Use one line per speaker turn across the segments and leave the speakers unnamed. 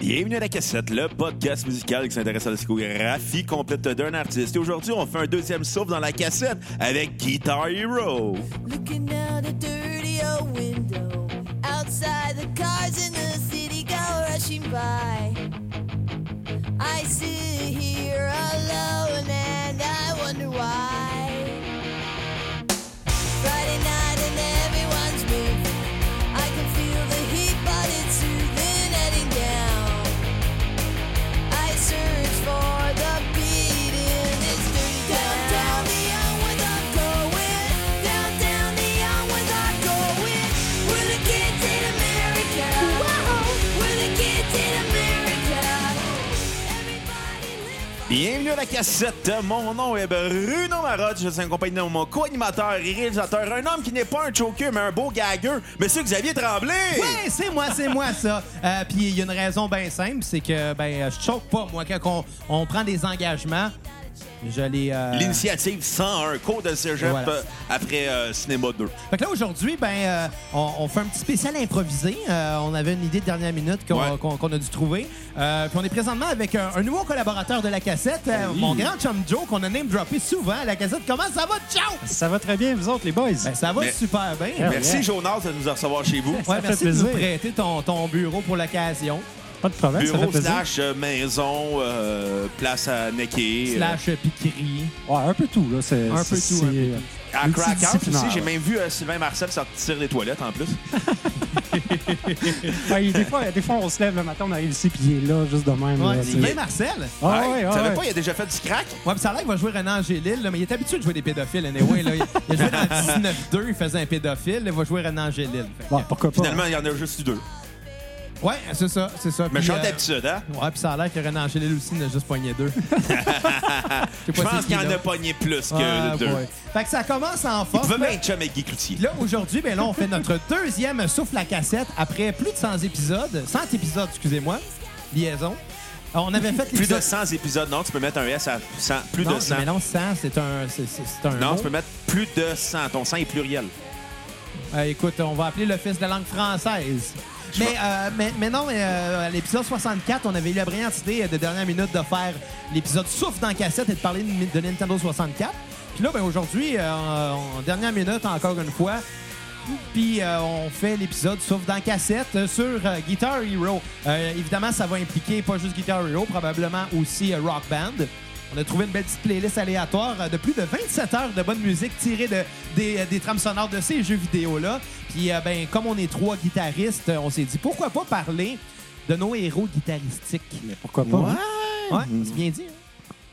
Bienvenue à la cassette, le podcast musical qui s'intéresse à la discographie complète d'un artiste. Et aujourd'hui, on fait un deuxième souffle dans la cassette avec Guitar Hero.
Looking out a dirty old window. Outside, the cars in the city go rushing by. I sit here alone and I wonder why. Friday night and everyone's moving. I can feel the heat, but it's soothing heading down. I search for the beat in this dirty town. Down the onwards I'm going. Down, down the onwards I'm going. We're the kids in America. We're the kids in America. Everybody live.
Bienvenue à la cassette. Mon nom est Bruno Marotte. Je suis accompagné de mon co-animateur et réalisateur. Un homme qui n'est pas un choker, mais un beau gagueux. Monsieur Xavier Tremblay.
Ouais, c'est moi, c'est moi ça. Euh, Puis il y a une raison bien simple, c'est que ben je choque pas moi quand on, on prend des engagements, je les. euh,
L'initiative 101, cours de cégep
Voilà.
euh, après euh, Cinéma 2.
Fait que là aujourd'hui, ben euh, on, on fait un petit spécial improvisé. Euh, on avait une idée de dernière minute qu'on
Ouais.
qu'on- qu'on a dû trouver. Euh, Puis on est présentement avec un, un nouveau collaborateur de la cassette, euh, mon grand chum Joe qu'on a name droppé souvent à la cassette. Comment ça va, Joe
Ça va très bien, vous autres, les boys.
Ben, ça va
Mais-
super bien.
Ah,
Merci,
yeah.
Jonas, de nous recevoir chez vous.
Ouais,
fait
merci de nous
plaisir.
prêter ton, ton bureau pour l'occasion.
pas de problème, ça fait
Bureau
plaisir.
slash euh, maison, euh, place à necker. euh,
Slash piquerie.
Ouais, un peu tout, là. C'est,
Un peu
c'est-
tout, un peu
c'est, euh,
À Crackhouse
multidisciplinaire,
aussi, j'ai
là.
même vu euh, Sylvain Marcel sortir des toilettes en plus.
Ouais, des, fois, des fois, on se lève le matin, on arrive ici, puis il est là, juste de même.
Ouais,
là,
c'est
tu sais.
bien Marcel.
Ah,
Hey,
ouais,
tu
ouais,
savais
ouais.
pas, il a déjà fait du crack?
Ouais, puis ça a l'air qu'il va jouer Renan Angélil, là, mais il est habitué de jouer des pédophiles, anyway. Là. Il il a joué dans 19-2, il faisait un pédophile, là, il va jouer Renan Angélil. Fait que-
Ouais, pourquoi pas?
Finalement, il y en a juste eu deux.
Ouais, c'est ça, c'est ça.
Mais
Puis,
chante
euh,
d'habitude, hein?
Ouais, puis ça a l'air que Renan Angélil aussi n'a juste poigné deux. sais
Je
pas
pense
c'est qui,
qu'il en
là.
a pogné plus que
Ah,
deux.
boy. Fait que ça commence en
Il
force.
pouvait
là.
même être chum avec Guy Cloutier.
Puis Là, aujourd'hui, ben là, on fait notre deuxième souffle à cassette après plus de 100 épisodes. 100 épisodes, excusez-moi. Liaison. On avait fait
Plus de
l'épisode-
100 épisodes, non, tu peux mettre un S à 100. Plus
Non,
de 100.
mais non, 100, c'est un, c'est, c'est- c'est un
Non,
mot.
tu peux mettre plus de 100. Ton 100 est pluriel.
Euh, écoute, on va appeler l'Office de la langue française. Mais, euh, mais, mais non, mais, euh, à l'épisode 64, on avait eu la brillante idée euh, de dernière minute de faire l'épisode souffle dans cassette et de parler de, de Nintendo 64. Puis là, ben, aujourd'hui, euh, en dernière minute, encore une fois, puis euh, on fait l'épisode souffle dans cassette euh, sur euh, Guitar Hero. Euh, évidemment, ça va impliquer pas juste Guitar Hero, probablement aussi euh, Rock Band. On a trouvé une belle petite playlist aléatoire euh, de plus de 27 heures de bonne musique tirée de, des, euh, des trames sonores de ces jeux vidéo-là. Puis, euh, ben, comme on est trois guitaristes, euh, on s'est dit pourquoi pas parler de nos héros guitaristiques.
Pourquoi pas? hein?
Ouais, c'est bien dit. hein?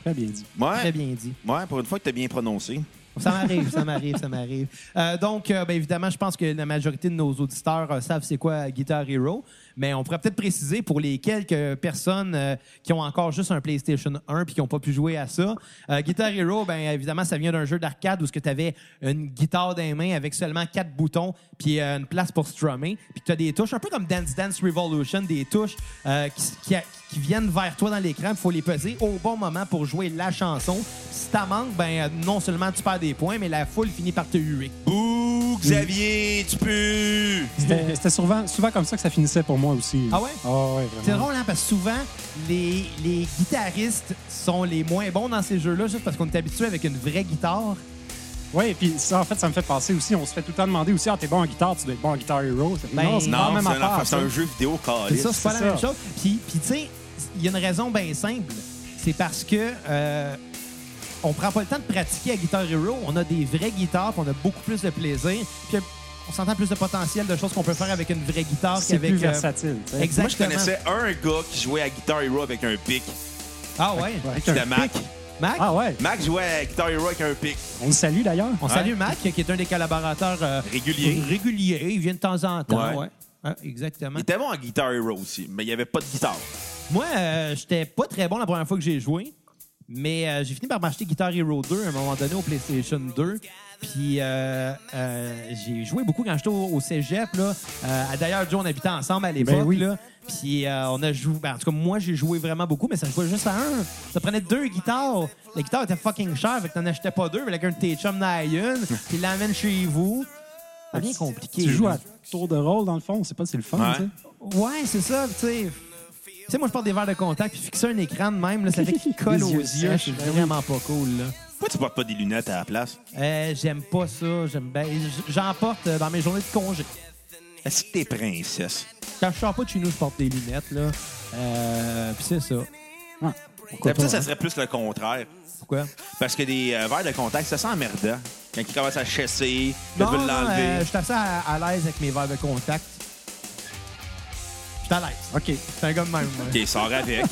Très bien dit.
Très
Ouais.
bien dit.
Ouais, pour une fois que t'as bien prononcé.
Ça m'arrive, ça m'arrive, ça m'arrive. Euh, donc, euh, ben, évidemment, je pense que la majorité de nos auditeurs euh, savent c'est quoi Guitar Hero, mais on pourrait peut-être préciser pour les quelques personnes euh, qui ont encore juste un PlayStation 1 puis qui n'ont pas pu jouer à ça. Euh, Guitar Hero, ben évidemment, ça vient d'un jeu d'arcade où tu avais une guitare dans les mains avec seulement quatre boutons puis euh, une place pour strummer, puis tu as des touches, un peu comme Dance Dance Revolution, des touches euh, qui, qui- qui viennent vers toi dans l'écran, il faut les peser au bon moment pour jouer la chanson. Si t'en manques, ben euh, non seulement tu perds des points, mais la foule finit par te huer.
Bouh,
Mm.
Xavier, tu pues!
C'était, c'était souvent, souvent comme ça que ça finissait pour moi aussi.
Ah ouais?
Ah ouais,
C'est
vraiment.
drôle, hein, parce que souvent, les, les guitaristes sont les moins bons dans ces jeux-là, juste parce qu'on est habitué avec une vraie guitare.
Ouais, puis ça, en fait, ça me fait passer aussi. On se fait tout le temps demander aussi, ah, t'es bon en guitare, tu dois être bon en Guitar Hero. C'est-
Ben,
non, c'est pas
Non,
la même
c'est un,
affaire.
affaire- c'est un
ça.
jeu vidéo
C'est
calé.
ça, c'est pas
c'est
la même
ça.
chose. Puis, puis tu sais, il y a une raison bien simple. C'est parce que euh, on prend pas le temps de pratiquer à Guitar Hero. On a des vraies guitares, puis on a beaucoup plus de plaisir. Puis on s'entend plus de potentiel de choses qu'on peut faire avec une vraie guitare
C'est
qu'avec.
plus
euh,
versatile. tu sais.
exactement.
Moi, je connaissais un gars qui jouait à Guitar Hero avec un pic.
Ah ouais?
Avec un
C'était Mac.
pic.
Mac?
Ah ouais.
Mac jouait à Guitar Hero avec un pic.
On le salue d'ailleurs.
On salue Mac, qui est un des collaborateurs euh,
Régulier.
réguliers. Il vient de temps en temps.
Ouais.
ouais. Ouais, exactement.
Il était bon en Guitar Hero aussi, mais il n'y avait pas de guitare.
Moi, euh, j'étais pas très bon la première fois que j'ai joué, mais euh, j'ai fini par m'acheter Guitar Hero 2 à un moment donné au PlayStation 2. Puis euh, euh, j'ai joué beaucoup quand j'étais au, au cégep. Là. Euh, D'ailleurs, Joe, on habitait ensemble à l'époque.
Ben oui.
là. Puis euh, on a joué. ben, en tout cas, moi, j'ai joué vraiment beaucoup, mais ça jouait juste à un. Ça prenait deux guitares. La guitare était fucking chère, fait que t'en achetais pas deux, mais avec un de tes chums en a une, puis l'amène chez vous. C'est bien compliqué.
Ah, Tu joues
là.
à tour de rôle, dans le fond. On sait pas si c'est le fun,
Ouais.
tu sais.
Ouais, c'est ça, tu sais. sais, moi, je porte des verres de contact, puis fixer un écran de même, là, ça fait qu'il colle
Les
aux
yeux
yeux.
sèches,
C'est
ben oui.
vraiment pas cool, là.
Pourquoi tu portes pas des lunettes à la place?
Euh, j'aime pas ça. J'aime ben, j- J'en porte euh, dans mes journées de congé.
Est-ce que t'es princesse?
Quand je sors pas de chez nous, je porte des lunettes, là. Euh, puis c'est ça.
Ouais.
Pourquoi
D'habitude,
pas,
ça
hein?
serait plus le contraire.
Pourquoi?
Parce que des euh, verres de contact, ça sent emmerdant. Quand ils commencent à chasser, là,
Non,
tu veux
non,
l'enlever.
euh, je suis assez à, à l'aise avec mes verres de contact. Je suis à l'aise.
OK.
C'est un gars de même. moi.
OK, sors avec.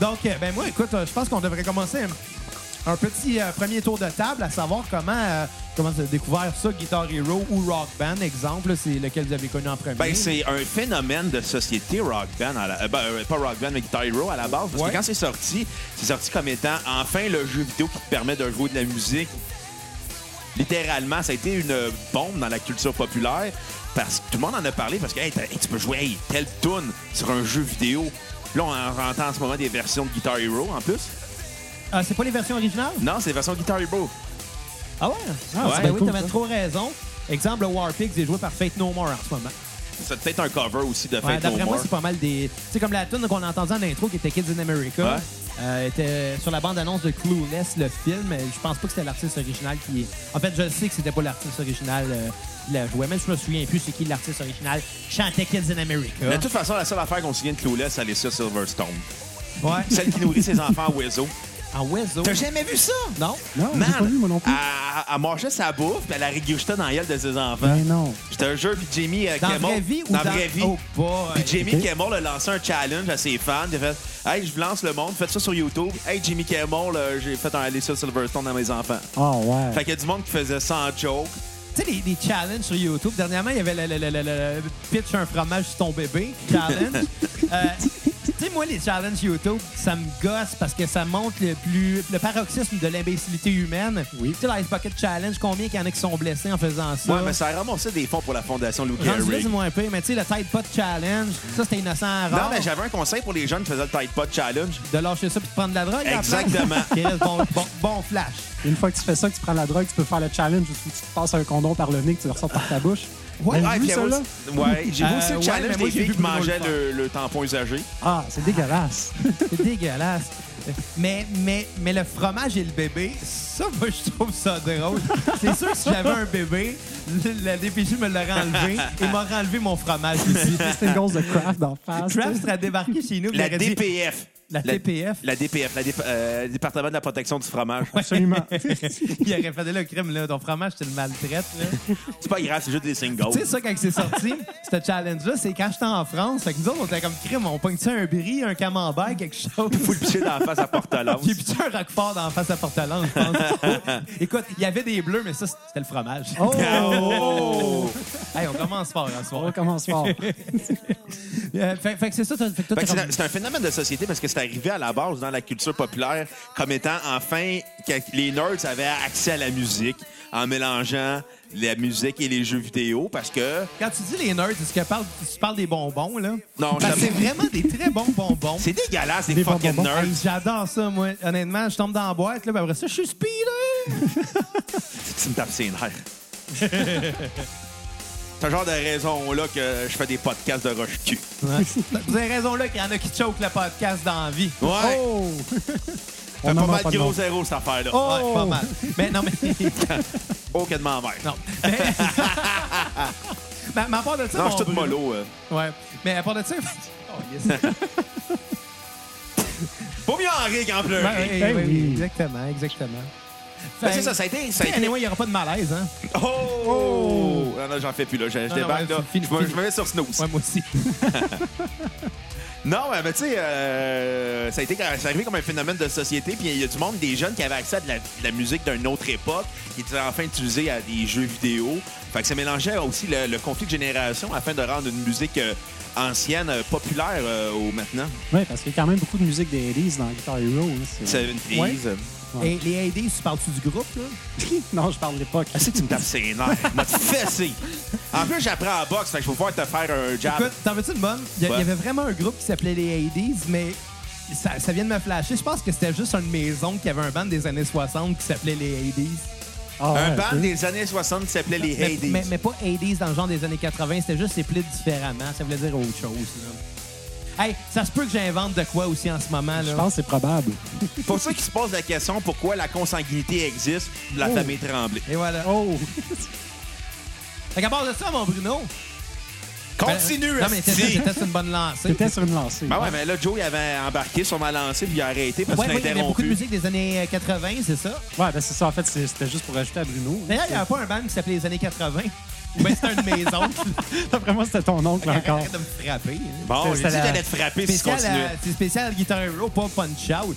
Donc, euh, ben moi, écoute, euh, je pense qu'on devrait commencer un, un petit euh, premier tour de table à savoir comment euh, comment vous avez découvert ça, Guitar Hero ou Rock Band, exemple. là, C'est lequel vous avez connu en premier.
Ben, c'est un phénomène de société rock band, à la- euh, ben, euh, pas rock band, mais Guitar Hero à la base, parce
Ouais.
que quand c'est sorti, c'est sorti comme étant enfin le jeu vidéo qui te permet de jouer de la musique. Littéralement, ça a été une bombe dans la culture populaire, parce que tout le monde en a parlé, parce que hey, t'as- hey, tu peux jouer hey, telle tune sur un jeu vidéo. Là, on en entend en ce moment des versions de Guitar Hero en plus.
Ah, c'est pas les versions originales?
Non, c'est des versions de Guitar Hero.
Ah ouais? Ah,
Ouais.
ben
Ben
oui,
cool,
t'avais
ça.
trop raison. Exemple, le War Pigs est joué par Fate No More en ce moment.
C'est peut-être un cover aussi de
Ouais,
Fate No
D'après moi,
More.
c'est pas mal des. Tu sais, comme la tune qu'on a entendue en intro qui était Kids in America,
Ouais.
euh, était sur la bande-annonce de Clueless, le film. Euh, Je pense pas que c'était l'artiste original qui. En fait, je sais que c'était pas l'artiste original euh, qui la jouait, même si je me souviens plus c'est qui l'artiste original qui chantait Kids in America.
De toute façon, la seule affaire qu'on se souvient de Clueless, c'est Alicia Silverstone.
Ouais.
Celle qui nourrit ses enfants à Wezo.
en Wezo.
T'as jamais vu ça?
Non?
Non, j'ai
Man,
pas vu, moi non plus.
Elle, elle mangeait sa bouffe, puis elle la régurgitait dans la gueule de ses enfants.
Ben non.
C'était un jeu, puis Jamie euh,
Dans la
Kimmel-
vraie vie ou
dans la vraie vie.
Oh boy.
Puis Jamie
Ok.
Kimmel a lancé un challenge à ses fans. Il a fait Hey, je vous lance le monde, faites ça sur YouTube. Hey, Jamie Kimmel, euh, j'ai fait un Alicia Silverstone à mes enfants.
Ah ouais.
Fait qu'il y a du monde qui faisait ça en joke.
Tu sais, les, les challenges sur YouTube. Dernièrement, il y avait le, le- le- le- le- le pitch un fromage sur ton bébé challenge. Euh, tu sais, moi, les challenges YouTube, ça me gosse parce que ça montre le plus le paroxysme de l'imbécilité humaine.
Oui.
Tu sais, l'Ice Bucket Challenge, combien qu'il y en a qui sont blessés en faisant ça?
Ouais, mais ça a ramassé des fonds pour la fondation Lou
Rendu là,
Gehrig.
c'est moins pire. Mais tu sais, le Tide Pod Challenge, ça, c'était innocent à
Non,
rare.
mais j'avais un conseil pour les jeunes qui faisaient le Tide Pod Challenge.
De lâcher ça puis de prendre de la drogue. après.
Exactement.
Chris, bon, bon, bon flash.
Une fois que tu fais ça, que tu prends la drogue, tu peux faire le challenge où tu tu te passes un condom par le nez, que tu le ressors par ta bouche.
Ouais,
T'as
Ouais,
vu
puis
ça,
elle
là?
aussi- ouais, j'ai vu aussi
Euh,
le
ouais,
challenge
mais moi,
des
j'ai
filles
vu
qui
Bruno le
mangeaient
faire.
le, le tampon usagé.
Ah, c'est dégueulasse.
C'est dégueulasse. Mais, mais, mais le fromage et le bébé, ça, moi, je trouve ça drôle. C'est sûr que si j'avais un bébé, le- la DPJ me l'aurait enlevé et m'aurait enlevé mon fromage aussi.
C'était une grosse de craft d'en face.
Traps
tu sais.
serait débarqué chez nous. il
La
aurait dit-
DPF.
La TPF.
La DPF, la Dép- euh, Département de la protection du fromage.
Absolument.
Il aurait fait le crime, là. Ton fromage, tu le maltraites, là.
C'est pas grave, c'est juste des singles.
Tu sais, ça, quand c'est sorti, ce challenge-là, c'est quand j'étais en France. Fait que nous autres, on était comme crime. On pogne un brie, un camembert, quelque chose.
Faut le picher dans la face à Portelance.
J'ai pitié un roquefort dans la face à Portaland, je pense. Écoute, il y avait des bleus, mais ça, c'était le fromage.
Oh!
Ah, Oh!
Hey, on commence fort en
On
soir.
recommence fort.
Euh, fait, fait que c'est ça, t'as- fait que toi,
Fait que
t'as
C'est un-
comme-
c'est un phénomène de société parce que c'est arrivé à la base dans la culture populaire comme étant enfin que les nerds avaient accès à la musique en mélangeant la musique et les jeux vidéo parce que
Quand tu dis les nerds, est-ce que parle- tu parles des bonbons, là?
Non,
Parce que c'est
j'aime-
vraiment des très bons bonbons.
c'est dégueulasse, des
Des
fucking
bonbons.
nerds.
Hey, J'adore ça, moi. Honnêtement, je tombe dans la boîte, là, puis après ça, je suis speed,
Tu me tapes ses nerfs. C'est ce genre de raison-là que je fais des podcasts de roche-cul.
Vous avez raison, là, qu'il y en a qui choquent le podcast dans la vie.
Ouais!
Oh!
fait
en
pas
manque
mal
pas de
de gros
monde.
zéro, cette affaire-là.
Ouais,
Oh!
pas mal. Mais non, mais...
Aucun de m'envers.
non. Mais... mais à part de ça,
Non,
mon
je suis tout
Bruno-
mollo. euh.
Ouais. Mais à part de ça... Oh, yes.
Pas mieux en rire qu'en pleurer.
Ben, oui,
Ben
oui,
oui.
oui, exactement, exactement.
Ben, c'est ça, ça a été. Ça a
Hey,
été...
anyway, il n'y aura pas de malaise, hein?
Oh! Non, non, j'en fais plus, là. Je, je
Non,
débarque,
non, ouais,
là.
fini,
je, me,
fini.
je me mets sur Snooze.
Ouais, moi aussi.
Non, mais, mais tu sais, euh, ça a été ça a arrivé comme un phénomène de société. Puis il y a du monde, des jeunes qui avaient accès à de la, de la musique d'une autre époque, qui étaient enfin utilisés à des jeux vidéo. Fait que ça mélangeait aussi le, le conflit de génération afin de rendre une musique euh, ancienne euh, populaire euh, au maintenant.
Oui, parce qu'il y a quand même beaucoup de musique des 80s dans Guitar Hero. hein, c'est-
C'est une
Ouais.
crise.
Et les AD, tu parles-tu du groupe, là?
non, je parle de l'époque.
Ah, c'est que tu me tapes ses nerfs. M'a fessé. En plus, j'apprends à boxe, fait que je vais pouvoir te faire un jab.
Écoute, t'en veux-tu une bonne? Il y, a- il y
Ah. Ouais.
avait vraiment un groupe qui s'appelait les 80s, mais ça, ça vient de me flasher. Je pense que c'était juste un de mes oncles qui avait un band des années 60 qui s'appelait les 80s.
Ah,
un
ouais,
band
ok.
des années 60 qui s'appelait les
Mais,
Hades.
mais- mais pas 80s dans le genre des années 80, c'était juste c'est plus différemment. Ça voulait dire autre chose, là. Hey, ça se peut que j'invente de quoi aussi en ce moment.
Je
Là.
pense que c'est probable.
Pour ceux qui se posent la question pourquoi la consanguinité existe, la
Oh.
famille Tremblay.
Et voilà.
Oh!
Fait qu'à part de ça, mon Bruno.
Continue,
Ben, Non, mais
esti.
c'était c'était une bonne lancée.
C'était sur une lancée.
Ben ouais, mais là, Joe, il avait embarqué sur ma lancée, puis il a arrêté parce
Ouais,
qu'il
ouais, il y avait beaucoup de
interrompu.
musique des années euh, 80, c'est ça.
Ouais, ben c'est ça. En fait, c'est- c'était juste pour rajouter à Bruno.
D'ailleurs, il n'y avait pas un band qui s'appelait les années 80. Ou bien c'était un de mes oncles.
D'après moi, c'était ton oncle
Arrête
encore.
arrête de me frapper. hein.
Bon, j'ai dit
C'était
que
la-
t'allais te frapper si tu
Spécial,
continuais.
euh, C'est spécial Guitar Hero, pas Punch Out.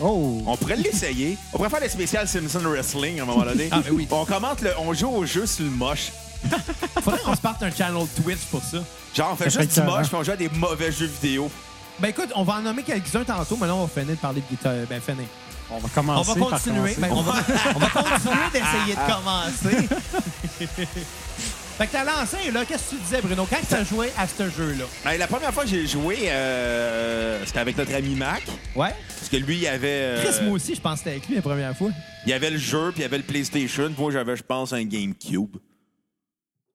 Oh!
On pourrait l'essayer. On pourrait faire le spécial Simpson Wrestling à un moment donné.
Ah, ben oui.
On commente le. On joue au jeu sur le moche.
Faudrait qu'on se parte un channel Twitch pour ça. hein.
Genre, on fait
Ça
juste
serait
du moche,
écœurant.
puis on joue à des mauvais jeux vidéo.
Ben écoute, on va en nommer quelques-uns tantôt, mais là, on va finir de parler de guitare. Ben, finir.
On va
On
commencer
va
par
continuer.
commencer.
Ben, on, va, on va continuer d'essayer de commencer. fait que t'as lancé, là, qu'est-ce que tu disais, Bruno? Quand t'as joué à ce jeu-là?
Ben, la première fois que j'ai joué, euh, c'était avec notre ami Mac.
Ouais.
Parce que lui, il avait. euh,
Chris, moi aussi, je pense que c'était avec lui la première fois.
il avait le jeu, puis il avait le PlayStation. Moi, j'avais, je pense, un GameCube.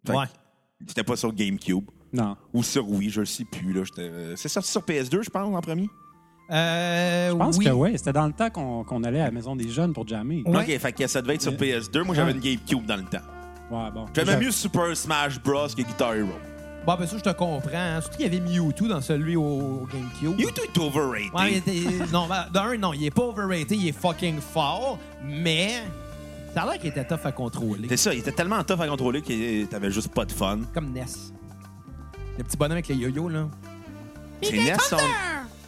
Fait que
Ouais.
C'était pas sur GameCube.
Non.
Ou sur Wii, je le sais plus. Là, J'étais, euh, c'est sorti sur PS2, je pense, en premier.
Euh,
Je pense
oui.
que oui. C'était dans le temps qu'on qu'on allait à la maison des jeunes pour jammer.
Ouais.
OK, fait que ça devait être sur
Ouais.
PS2. Moi, j'avais
Ouais.
une GameCube dans le temps.
Ouais, bon.
J'aimais
J'a-
mieux Super Smash Bros. que Guitar Hero.
Bon, ben ça, je te comprends. hein. Surtout qu'il y avait Mewtwo dans celui au GameCube.
YouTube est overrated.
Ouais, il était- non, ben, d'un, non, il est pas overrated, il est fucking fort, mais ça a l'air qu'il était tough à contrôler.
C'est ça, il était tellement tough à contrôler que t'avais juste pas de fun.
Comme Ness. Le petit bonhomme avec le yo-yo, là.
C'est Ness, son-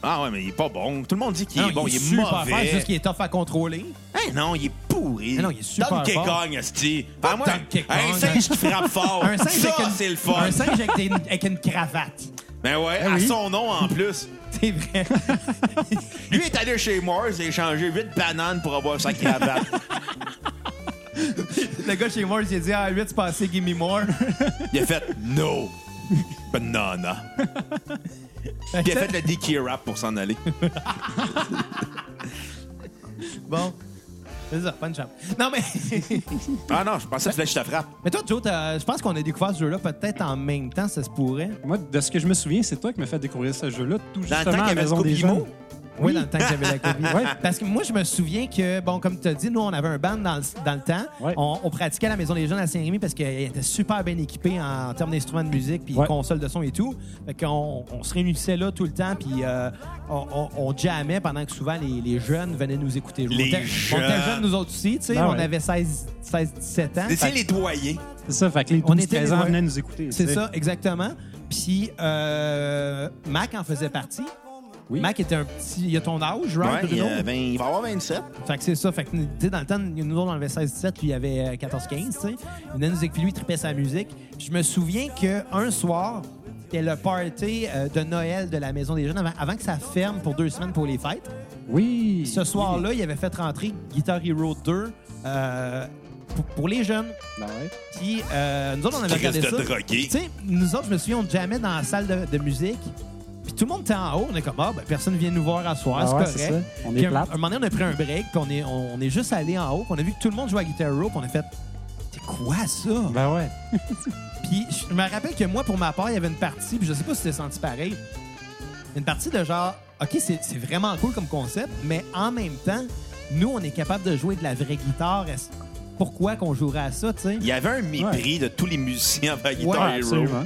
Ah ouais, mais il est pas bon. Tout le monde dit qu'il
Ah
est
non,
bon, il est,
super
mauvais.
fort, c'est juste qu'il est tough à contrôler.
Hey, non, il est pourri.
Ah non, il est super
Donkey
fort.
Kong, esti.
Pas
Ah, moi,
Donkey Kong.
Un singe qui frappe fort.
Un singe
Oh, ça,
avec une,
c'est le fun.
Un singe avec, des- avec une cravate.
Ben ouais,
Ah
à
oui.
son nom en plus.
C'est vrai.
Lui est allé chez Mars et échangé 8 bananes pour avoir sa cravate.
le gars chez moi, j'ai dit Ah, 8, c'est passé, give me more.
il a fait No banana. Puis il a fait le DK rap pour s'en aller.
Bon. C'est ça, bonne chance. Non, mais.
Ah non, je pensais que tu je te frappe.
mais toi, Joe, t'as- je pense qu'on a découvert ce jeu-là peut-être en même temps, ça se pourrait.
Moi, de ce que je me souviens, c'est toi qui m'as fait découvrir ce jeu-là tout
Dans
justement
le temps qu'il
à
y
la
avait
maison
Scooby
des jeunes.
Mo.
Oui, dans le temps que j'avais la COVID.
Ouais.
Parce que moi, je me souviens que, bon, comme tu as dit, nous, on avait un band dans le, dans le temps.
Ouais.
On, on pratiquait à la Maison des Jeunes à Saint-Rémy parce qu'il était super bien équipé en, termes d'instruments de musique, puis
Ouais.
console de son et tout. Fait qu'on on se réunissait là tout le temps, puis euh, on, on, on jammait pendant que souvent les, les jeunes venaient nous écouter.
Les
on était, on était
jeunes.
jeunes, nous autres aussi, tu sais.
Ben
on
ouais.
avait 16, 16, 17 ans.
D'essayer les doyers.
C'est ça, fait que les
On
12
était
13
les-
ans
ouais.
venaient nous écouter. tu
C'est
sais.
ça, exactement. Puis euh, Mac en faisait partie.
Oui.
Mac était un petit. Il a ton âge,
Ouais,
right?
il,
Bruno?
a 20 il va avoir 27.
Fait que c'est ça. Fait que, tu sais, dans le temps, nous autres, on avait 16-17, lui, il avait euh, 14-15, tu sais. Il venait nous écouter, lui, il tripait sa musique. Puis je me souviens qu'un soir, c'était le party euh, de Noël de la Maison des Jeunes avant, avant que ça ferme pour deux semaines pour les fêtes.
Oui.
Ce soir-là, il avait fait rentrer Guitar Hero 2 euh, pour, pour les jeunes.
Ben ouais.
Puis euh, nous autres, on avait
Crise
regardé
de
ça.
drogué.
Tu sais, nous autres, je me souviens, on jamais dans la salle de, de musique. Puis tout le monde était en haut. On est comme, ah, ben, personne vient nous voir à soir.
Ah ouais,
c'est
c'est
correct.
ça. On
Puis
est
un,
plate.
un moment donné, on a pris un break. Puis on est, on, on est juste allé en haut. puis on a vu que tout le monde jouait à Guitar Hero. Puis on a fait, c'est quoi ça?
Ben ouais.
Puis je me rappelle que moi, pour ma part, il y avait une partie. Puis je sais pas si t'es senti pareil. Une partie de genre, OK, c'est c'est vraiment cool comme concept. Mais en même temps, nous, on est capable de jouer de la vraie guitare. Est-ce- Pourquoi qu'on jouerait à ça, tu sais?
Il y avait un mépris de tous les musiciens envers Guitar
Ouais,
Hero.
absolument.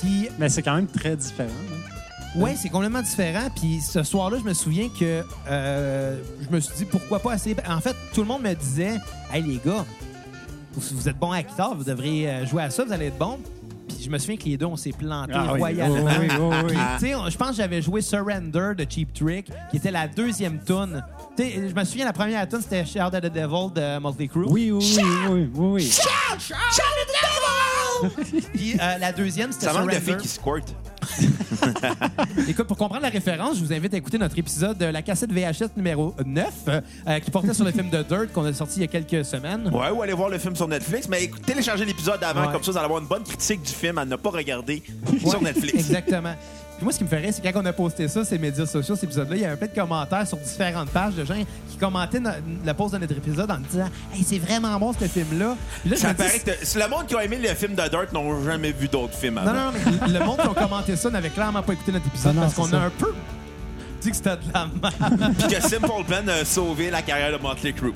Puis
Mais c'est quand même très différent. hein.
Ouais, c'est complètement différent. Puis ce soir-là, je me souviens que euh, je me suis dit pourquoi pas essayer. Ben, En fait, tout le monde me disait Hey les gars, vous, vous êtes bons à la guitare, vous devriez euh, jouer à ça, vous allez être bons. Puis je me souviens que les deux, on s'est plantés
Ah oui,
royalement.
oui, oui, oui, oui.
Puis, tu sais, on- je pense que j'avais joué Surrender de Cheap Trick, qui était la deuxième tune. Tu sais, je me souviens, la première tune, c'était Shout at the Devil de Motley Crue.
Oui, oui, oui, oui, oui, oui.
Puis euh, la deuxième, c'était
Ça manque
Surrender.
de filles qui squirtent.
Écoute, pour comprendre la référence, je vous invite à écouter notre épisode de la cassette VHS numéro 9 euh, qui portait sur le film de Dirt qu'on a sorti il y a quelques semaines.
Ouais, ou aller voir le film sur Netflix. Mais écoute, téléchargez l'épisode avant,
Ouais.
comme ça, vous allez avoir une bonne critique du film à ne pas regarder sur Netflix.
Exactement. Puis moi, ce qui me ferait, c'est quand on a posté ça, ces médias sociaux, cet épisode-là, il y avait plein de commentaires sur différentes pages de gens qui commentaient no- la pause de notre épisode en disant Hey, c'est vraiment bon ce film-là. Puis là, je
Ça
me dis,
paraît que c'est le monde qui a aimé le film de Dirt n'ont jamais vu d'autres films avant.
Non, non, non, mais le monde qui a commenté ça n'avait clairement pas écouté notre épisode
Non, non,
parce
c'est
qu'on a
ça.
un peu dit que c'était de la merde.
Puis que Simple Plan a sauvé la carrière de Motley Crue.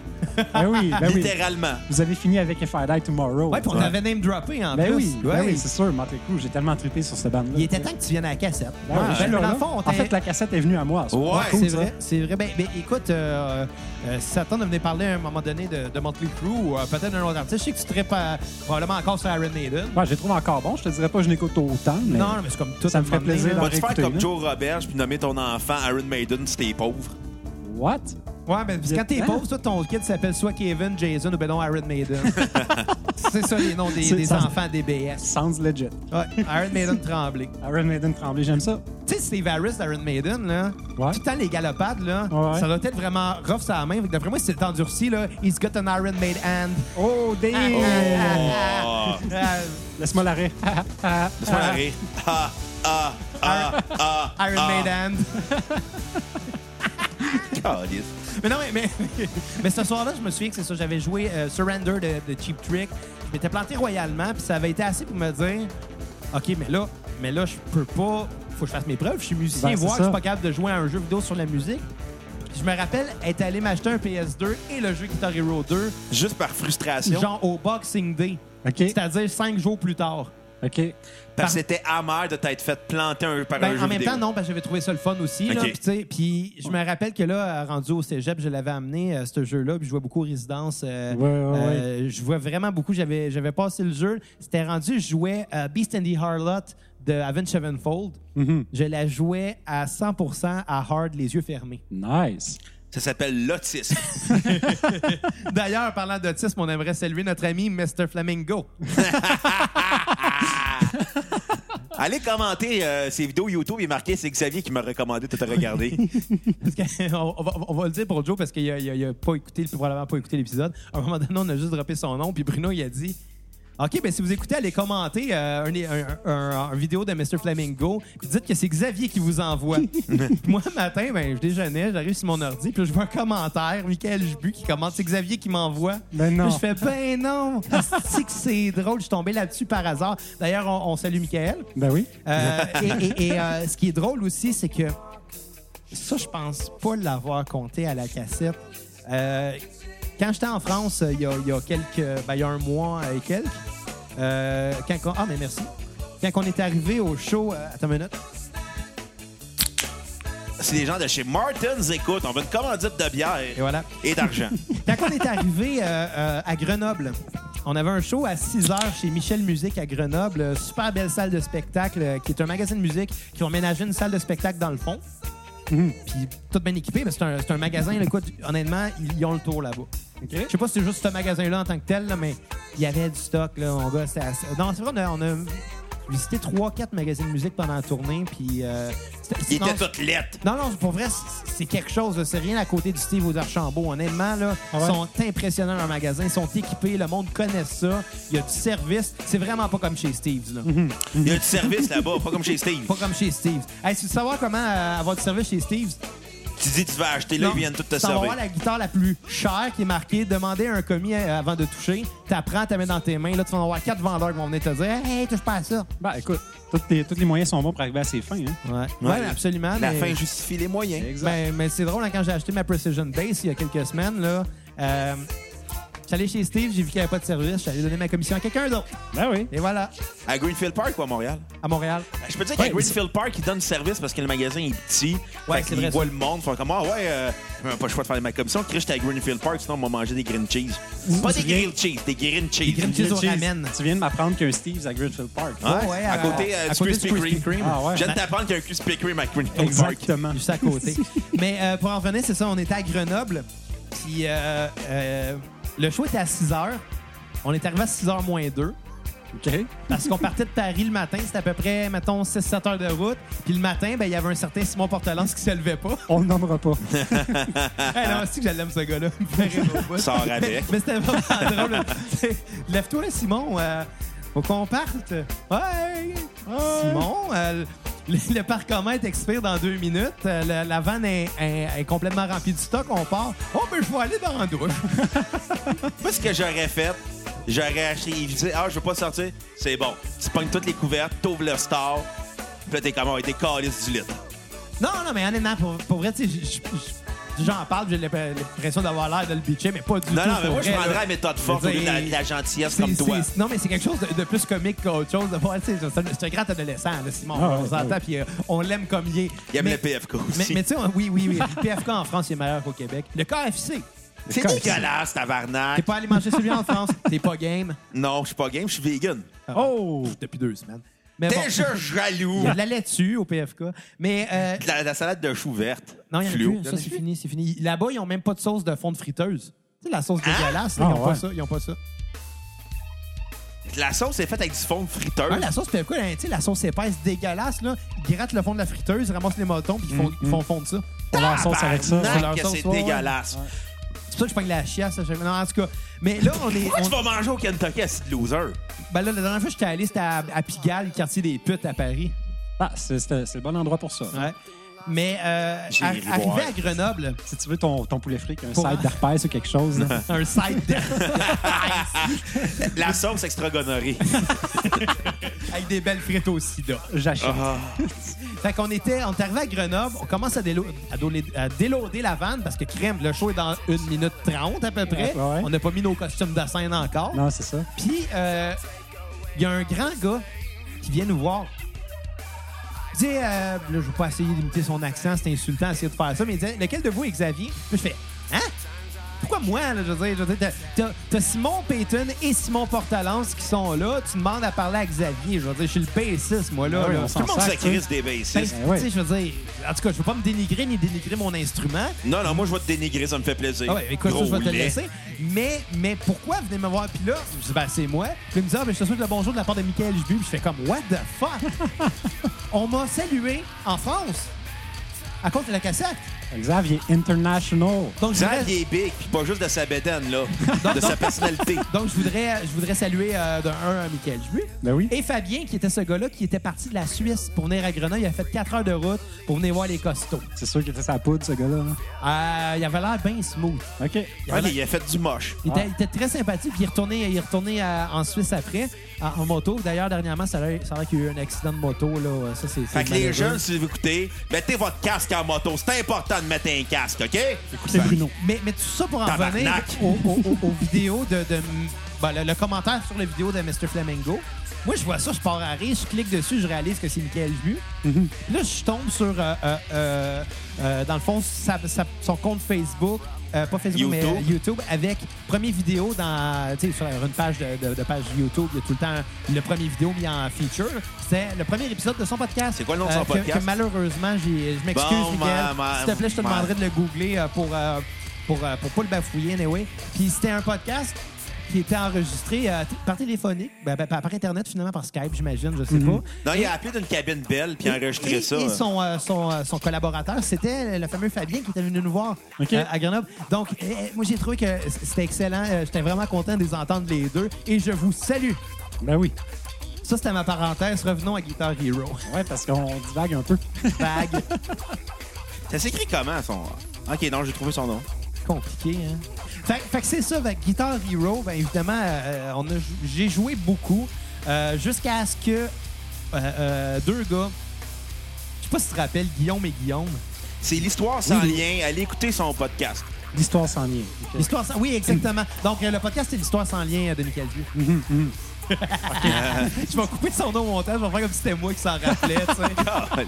Ben oui, ben oui.
Littéralement.
Vous avez fini avec If I Die Tomorrow.
Ouais, puis on
Ouais.
avait name droppé en
Ben
plus.
oui, ben
Ouais.
oui, c'est sûr, Motley Crue, j'ai tellement trippé sur cette bande-là.
Il était temps que tu viennes à la cassette.
Ben
Ouais,
oui, je suis
ben,
là,
dans
là.
le fond, on
en
t'a-
fait, la cassette est venue à moi. ça.
Ouais,
cool,
c'est
ça.
vrai, c'est vrai. Ben, ben, écoute, euh, euh, si Satan venait parler à un moment donné de, de Motley Crue ou euh, peut-être d'un autre artiste, je sais que tu serais pas, probablement encore sur Iron Maiden.
Ouais, je les trouve encore bon. Je te dirais pas que je n'écoute autant, mais...
Non, non, mais c'est comme tout.
Ça
à
me
un
ferait
moment donné,
plaisir
là.
Vas-tu faire
écoutez,
comme
là.
Joe Roberts puis nommer ton enfant Iron Maiden si t'es pauvre?
What?
Ouais, mais parce que quand t'es
Hein?
pauvre, toi, ton kid s'appelle soit Kevin, Jason ou ben non Iron Maiden. c'est ça les noms des,
C'est-
des
ça-
enfants des BS.
Sounds legit.
Ouais, Iron Maiden Tremblay.
Iron Maiden Tremblay, j'aime ça.
Tu sais, Steve Harris d'Iron Maiden, là,
Ouais.
tout le temps les galopades, là,
Ouais.
ça doit être vraiment rough sa main. Fait que D'après moi, si c'est endurci, là, he's got an Iron Maiden hand.
Oh, damn!
Ah,
Euh,
Laisse-moi l'arrêt.
laisse-moi la rire. Ah, ah, ah, ah,
Iron
ah.
Maiden hand.
Calice.
Mais non, mais, mais, mais ce soir-là, je me souviens que c'est ça. J'avais joué euh, Surrender de, de Cheap Trick. Je m'étais planté royalement, puis ça avait été assez pour me dire OK, mais là, mais là je peux pas. faut que je fasse mes preuves. Je suis musicien,
Ben, c'est
voir que je
ça.
suis pas capable de jouer à un jeu vidéo sur la musique. Je me rappelle être allé m'acheter un PS2 et le jeu Guitar Hero 2,
Juste par frustration.
genre au Boxing Day.
OK,
C'est-à-dire cinq jours plus tard.
OK.
Parce que c'était amer de t'être fait planter un, par un
Ben,
jeu
en même
vidéo.
temps, non, ben, j'avais trouvé ça le fun aussi. là.
Ok.
Puis, tu sais, Puis je me rappelle que là, euh, rendu au cégep, je l'avais amené, euh, ce jeu-là, puis je jouais beaucoup aux résidences. euh,
Ouais, ouais,
euh, Je jouais vraiment beaucoup. J'avais j'avais passé le jeu. C'était rendu, je jouais euh, Beast and the Harlot de Avenged Sevenfold. Je la jouais à 100 à hard, les yeux fermés.
Nice.
Ça s'appelle l'autisme.
D'ailleurs, parlant d'autisme, on aimerait saluer notre ami Mr. Flamingo.
Allez commenter euh, ces vidéos YouTube. Il est marqué, c'est Xavier qui m'a recommandé de te regarder.
Parce que- on, on va, on va le dire pour Joe parce qu'il a, il a- il a pas écouté, probablement pas écouté l'épisode. À un moment donné, on a juste droppé son nom, puis Bruno, il a dit. OK, ben si vous écoutez, allez commenter euh, un, un- un- un vidéo de Mr. Flamingo, puis dites que c'est Xavier qui vous envoie. Puis Moi, le matin, ben, je déjeunais, j'arrive sur mon ordi, puis là, je vois un commentaire, Michael Jubu qui commente, c'est Xavier qui m'envoie.
Ben non.
Puis Je fais, ben non, c'est que c'est drôle, je suis tombé là-dessus par hasard. D'ailleurs, on, on salue Michael.
Ben oui.
Euh, et et- et, euh, ce qui est drôle aussi, c'est que ça, je pense pas l'avoir compté à la cassette. Euh, quand j'étais en France, euh, il y a, il y a quelques, ben, il y a un mois et quelques, euh, quand on- ah, mais merci. Quand on est arrivé au show, euh, attends une minute.
si les gens de chez Martins écoutent, on veut une commandite de bière
Et voilà.
et d'argent.
Quand on est arrivé euh, euh, à Grenoble, on avait un show à 6 h chez Michel Musique à Grenoble. Euh, Super belle salle de spectacle, euh, qui est un magazine de musique, qui ont ménagé une salle de spectacle dans le fond. Puis tout bien équipé, mais c'est un, c'est un magasin. là, écoute, honnêtement, ils, ils ont le tour là-bas. Je sais pas si c'est juste ce magasin-là en tant que tel, là, mais il y avait du stock. Là, mon gars, c'était assez- Non, c'est vrai, on a, on a visité 3-4 magazines de musique pendant la tournée. Puis, euh, c'était-
Il
non,
était toute lettre.
non, non, pour vrai, c- c'est quelque chose. là. C'est rien à côté du Steve aux Archambault. Honnêtement, là,
Ah ouais?
ils sont impressionnants en magasin. Ils sont équipés. Le monde connaît ça. Il y a du service. C'est vraiment pas comme chez Steve's. Là.
Il y a du service là-bas, pas comme chez Steve.
Pas comme chez Steve's. Hey, si tu veux savoir comment euh, avoir du service chez Steve's,
Tu dis tu vas acheter là,
non,
ils viennent tout te
tu t'en vas
servir.
voir la guitare la plus chère qui est marquée. Demander à un commis euh, avant de toucher. T'apprends, t'as mets dans tes mains. Là, tu vas en avoir quatre vendeurs qui vont venir te dire Hey, touche pas à ça.
Ben écoute, tous les, tous les moyens sont bons pour arriver à ses fins. Hein.
Ouais, Ouais, absolument.
La
mais-
fin justifie les moyens.
Ben, mais c'est drôle, hein, quand j'ai acheté ma Precision Bass il y a quelques semaines, là, euh, j'allais chez Steve, j'ai vu qu'il n'y avait pas de service, j'allais donner ma commission à quelqu'un d'autre.
Ben oui.
Et voilà,
À Greenfield Park ou à Montréal?
à Montréal.
Je peux dire qu'à
Ouais,
Greenfield Park, ils donnent service parce que le magasin est petit.
Ouais,
Fait
c'est
qu'ils
vrai,
voient
ça.
le monde, ils font comme Ah ouais, euh, j'ai même pas le choix de faire ma commission. Chris, j'étais à Greenfield Park, sinon on m'a mangé des green cheese. Pas des
rien.
grilled cheese, des green cheese.
grilled cheese. au ramen.
Tu viens de m'apprendre qu'un Steve's à Greenfield Park.
Ouais,
Oh, ouais,
à, côté euh,
à
du
côté
Krispy Kreme.
Ah ouais.
Je viens de t'apprendre qu'il y a un Krispy Kreme à Greenfield Park.
Exactement.
Juste à côté. mais euh, pour en revenir, c'est ça, on était à Grenoble, puis euh, euh, le show était à 6 h. On est arrivé à 6 h moins 2.
OK.
Parce qu'on partait de Paris le matin, c'était à peu près, mettons, 6-7 heures de route. Puis le matin, ben, il y avait un certain Simon Portelance qui se levait pas.
On le nommera pas.
Hey, non, c'est que je l'aime, ce gars-là. Il me fait rire au bout.
Sors
Mais-
avec.
Mais, c'était vraiment drôle. C'est- Lève-toi, Simon. euh, faut qu'on parte. Ouais. Simon, euh, Le, le parc comète expire dans deux minutes. Euh, le- la vanne est, est- est complètement remplie du stock. On part. Oh, ben, je vais aller dans la douche.
Moi, ce que j'aurais fait, j'aurais acheté. Il dit Ah, je veux pas sortir. C'est bon. Tu pognes toutes les couvertes, t'ouvres le store. Puis là, t'es comme, on était calice du lit.
non, non, mais honnêtement, pour, pour vrai, tu sais, je- je- je- j'en parle, j'ai l'imp- l'impression d'avoir l'air de le bitcher, mais pas du
Non,
tout.
non, mais
pour
moi, je
vrai,
prendrais
là.
la méthode forte
Je
au
veux
lieu de la,
dire,
la gentillesse
C'est-
comme toi.
c'est- Non, mais c'est quelque chose de, de plus comique qu'autre chose. de voir, tu sais, C'est un- c'est un grand adolescent, là, Simon.
Ah,
on
ouais,
s'entend,
ouais.
puis euh, on l'aime comme il est.
Il aime
Mais-
le PFK aussi.
Mais, mais tu sais, on- oui, oui, oui. Le PFK en France, il est meilleur qu'au Québec. Le KFC.
c'est dégueulasse, tabarnak.
T'es pas allé manger celui en France. T'es pas game. Ah.
Non, je suis pas game, je suis vegan.
Oh!
Depuis deux semaines. Mais bon,
Déjà jaloux.
il y a de la laitue au PFK. Mais euh,
La, la salade de chou verte.
non, il y en a
Fluo.
plus. Ça, c'est fini, c'est fini. Là-bas, ils ont même pas de sauce de fond de friteuse. Tu sais, la sauce dégueulasse, là,
Ah,
ils ont pas
ouais.
ça. Ils ont pas ça.
La sauce est faite avec du fond de friteur.
Ah, la sauce PFK, là, tu sais, la sauce épaisse dégueulasse, là, ils grattent le fond de la friteuse, ramassent les motons, puis ils font, ils font fondre ça.
Pour leur sauce avec ça.
Tabarnak! leur
c'est
sauce, ouais, Ah. ouais.
dégueulasse.
C'est pour ça que je prends de la chiasse à chaque Non, en tout cas. Mais là, on est.
Pourquoi
on-
tu vas manger au Kentucky à cette loser?
Ben là, la dernière fois que j'étais allé, c'était à, à Pigalle, le quartier des putes à Paris.
Ah, c'est c'est- c'est le bon endroit pour ça.
Ouais. Mais euh,
J'ai
arri-
ri voir.
arrivé à Grenoble,
Si tu veux ton, ton poulet fric, un
Pour-
side d'arpaise ou quelque chose. là.
un site
La sauce extra gonorrhée.
avec des belles frites au sida.
J'achète.
ah. Fait qu'on était, on est arrivé à Grenoble, on commence à, délo- à dolo- à déloader la vanne parce que crème, le show est dans 1 minute 30 à peu près.
Ouais, ouais.
On n'a pas mis nos costumes de scène encore.
Non, c'est ça.
Puis, euh, il y a un grand gars qui vient nous voir. Il dit, euh, là, je ne vais pas essayer d'imiter son accent, c'est insultant d'essayer de faire ça, mais il dit, lequel de vous est Xavier? Puis je fais, hein? Pourquoi moi, là, je veux dire, je veux dire, t'as- t'as- t'as Simon Payton et Simon Portalance qui sont là, tu demandes à parler à Xavier, je veux dire, je suis le bassiste, moi, là.
Ah oui,
là.
on
Tout le monde
Sans
se
sac,
crisse des
Ben,
bassistes.
Ben ouais.
tu sais, je veux dire, en tout cas, je veux pas me dénigrer ni dénigrer mon instrument,
Non, non, moi, je vais te dénigrer, ça me fait plaisir.
Ben, ah ouais, écoute, ça,
Gros
je vais te le
lait.
laisser. Mais, mais pourquoi venez me voir? Puis là, je dis, ben, c'est moi. Puis il me dit, ah, ben, je te souhaite le bonjour de la part de Michael Jubu. Puis je fais comme, what the fuck? On m'a salué en France à cause de la cassette.
Xavier International.
Donc, je
Xav,
voudrais,
il est big, puis pas juste de sa bédaine, là. de sa personnalité.
donc, je voudrais, je voudrais saluer euh, d'un un à Michael Jubu.
Ben oui.
Et Fabien, qui était ce gars-là, qui était parti de la Suisse pour venir à Grenoble. Il a fait 4 heures de route pour venir voir les costauds.
C'est sûr qu'il était sa poudre, ce gars-là. là.
Euh, il avait l'air bien smooth.
OK.
Il
Ok,
avait l'air-
il a fait du moche.
Il était,
Ah.
il était très sympathique. puis Il est retourné, il est retourné à- en Suisse après, en, en moto. D'ailleurs, dernièrement, ça a l'air ça a l'air qu'il y a eu un accident de moto. Là. Ça, c'est, c'est
Fait que les
malheureux.
jeunes, si vous écoutez, mettez votre casque en moto. C'est important de mettre un casque, OK?
C'est Bruno.
Mais, mais tout ça pour en revenir
Tabarnak.
au- au- au- aux, vidéos de... de- ben, le, le commentaire sur la vidéo de Mr. Flamingo. Moi, je vois ça, je pars à rire, je clique dessus, je réalise que c'est Michael Vu.
Mm-hmm.
Là, je tombe sur, euh, euh, euh, euh, dans le fond, sa- sa- son compte Facebook, euh, pas Facebook, mais
YouTube.
euh, YouTube, avec première vidéo dans, tu sais, sur une page de, de- de page YouTube, il y a tout le temps le premier vidéo mis en feature. C'est le premier épisode de son podcast. Euh,
C'est quoi le nom de son
que-
podcast?
que malheureusement, j'ai- je m'excuse,
Bon,
Michael.
ma- ma-
S'il te plaît, je te
ma-
demanderai de le googler euh, pour, euh, pour, euh, pour pas le bafouiller, anyway. Puis c'était un podcast qui était enregistré euh, t- par téléphonique, ben, ben, par par Internet, finalement, par Skype, j'imagine, je sais pas.
Non, il a appelé d'une cabine belle, puis Mhm. enregistré
Et-
ça.
Et son, euh, son, euh, son collaborateur, c'était le fameux Fabien qui était venu nous voir
OK.
euh, à Grenoble. Donc, euh, moi, j'ai trouvé que c- c'était excellent. Euh, J'étais vraiment content de les entendre les deux. Et je vous salue.
Ben oui.
Ça, c'était ma parenthèse. Revenons à Guitar Hero.
Ouais, parce qu'on divague un peu.
Vague.
Ça s'écrit comment, son... OK, non, j'ai trouvé son nom.
compliqué, hein? Fait, fait que c'est ça, avec Guitar Hero, ben évidemment, euh, on a jou- j'ai joué beaucoup euh, jusqu'à ce que euh, euh, deux gars, je sais pas si tu te rappelles, Guillaume et Guillaume.
C'est l'histoire sans
Oui, oui.
lien. Allez écouter son podcast.
L'histoire sans lien. OK.
L'histoire sans... Oui, exactement. Donc, euh, le podcast, c'est l'histoire sans lien euh, de Nickel mm-hmm. Je vais couper son nom au montage, je vais faire comme si c'était moi qui s'en rappelais, tu sais.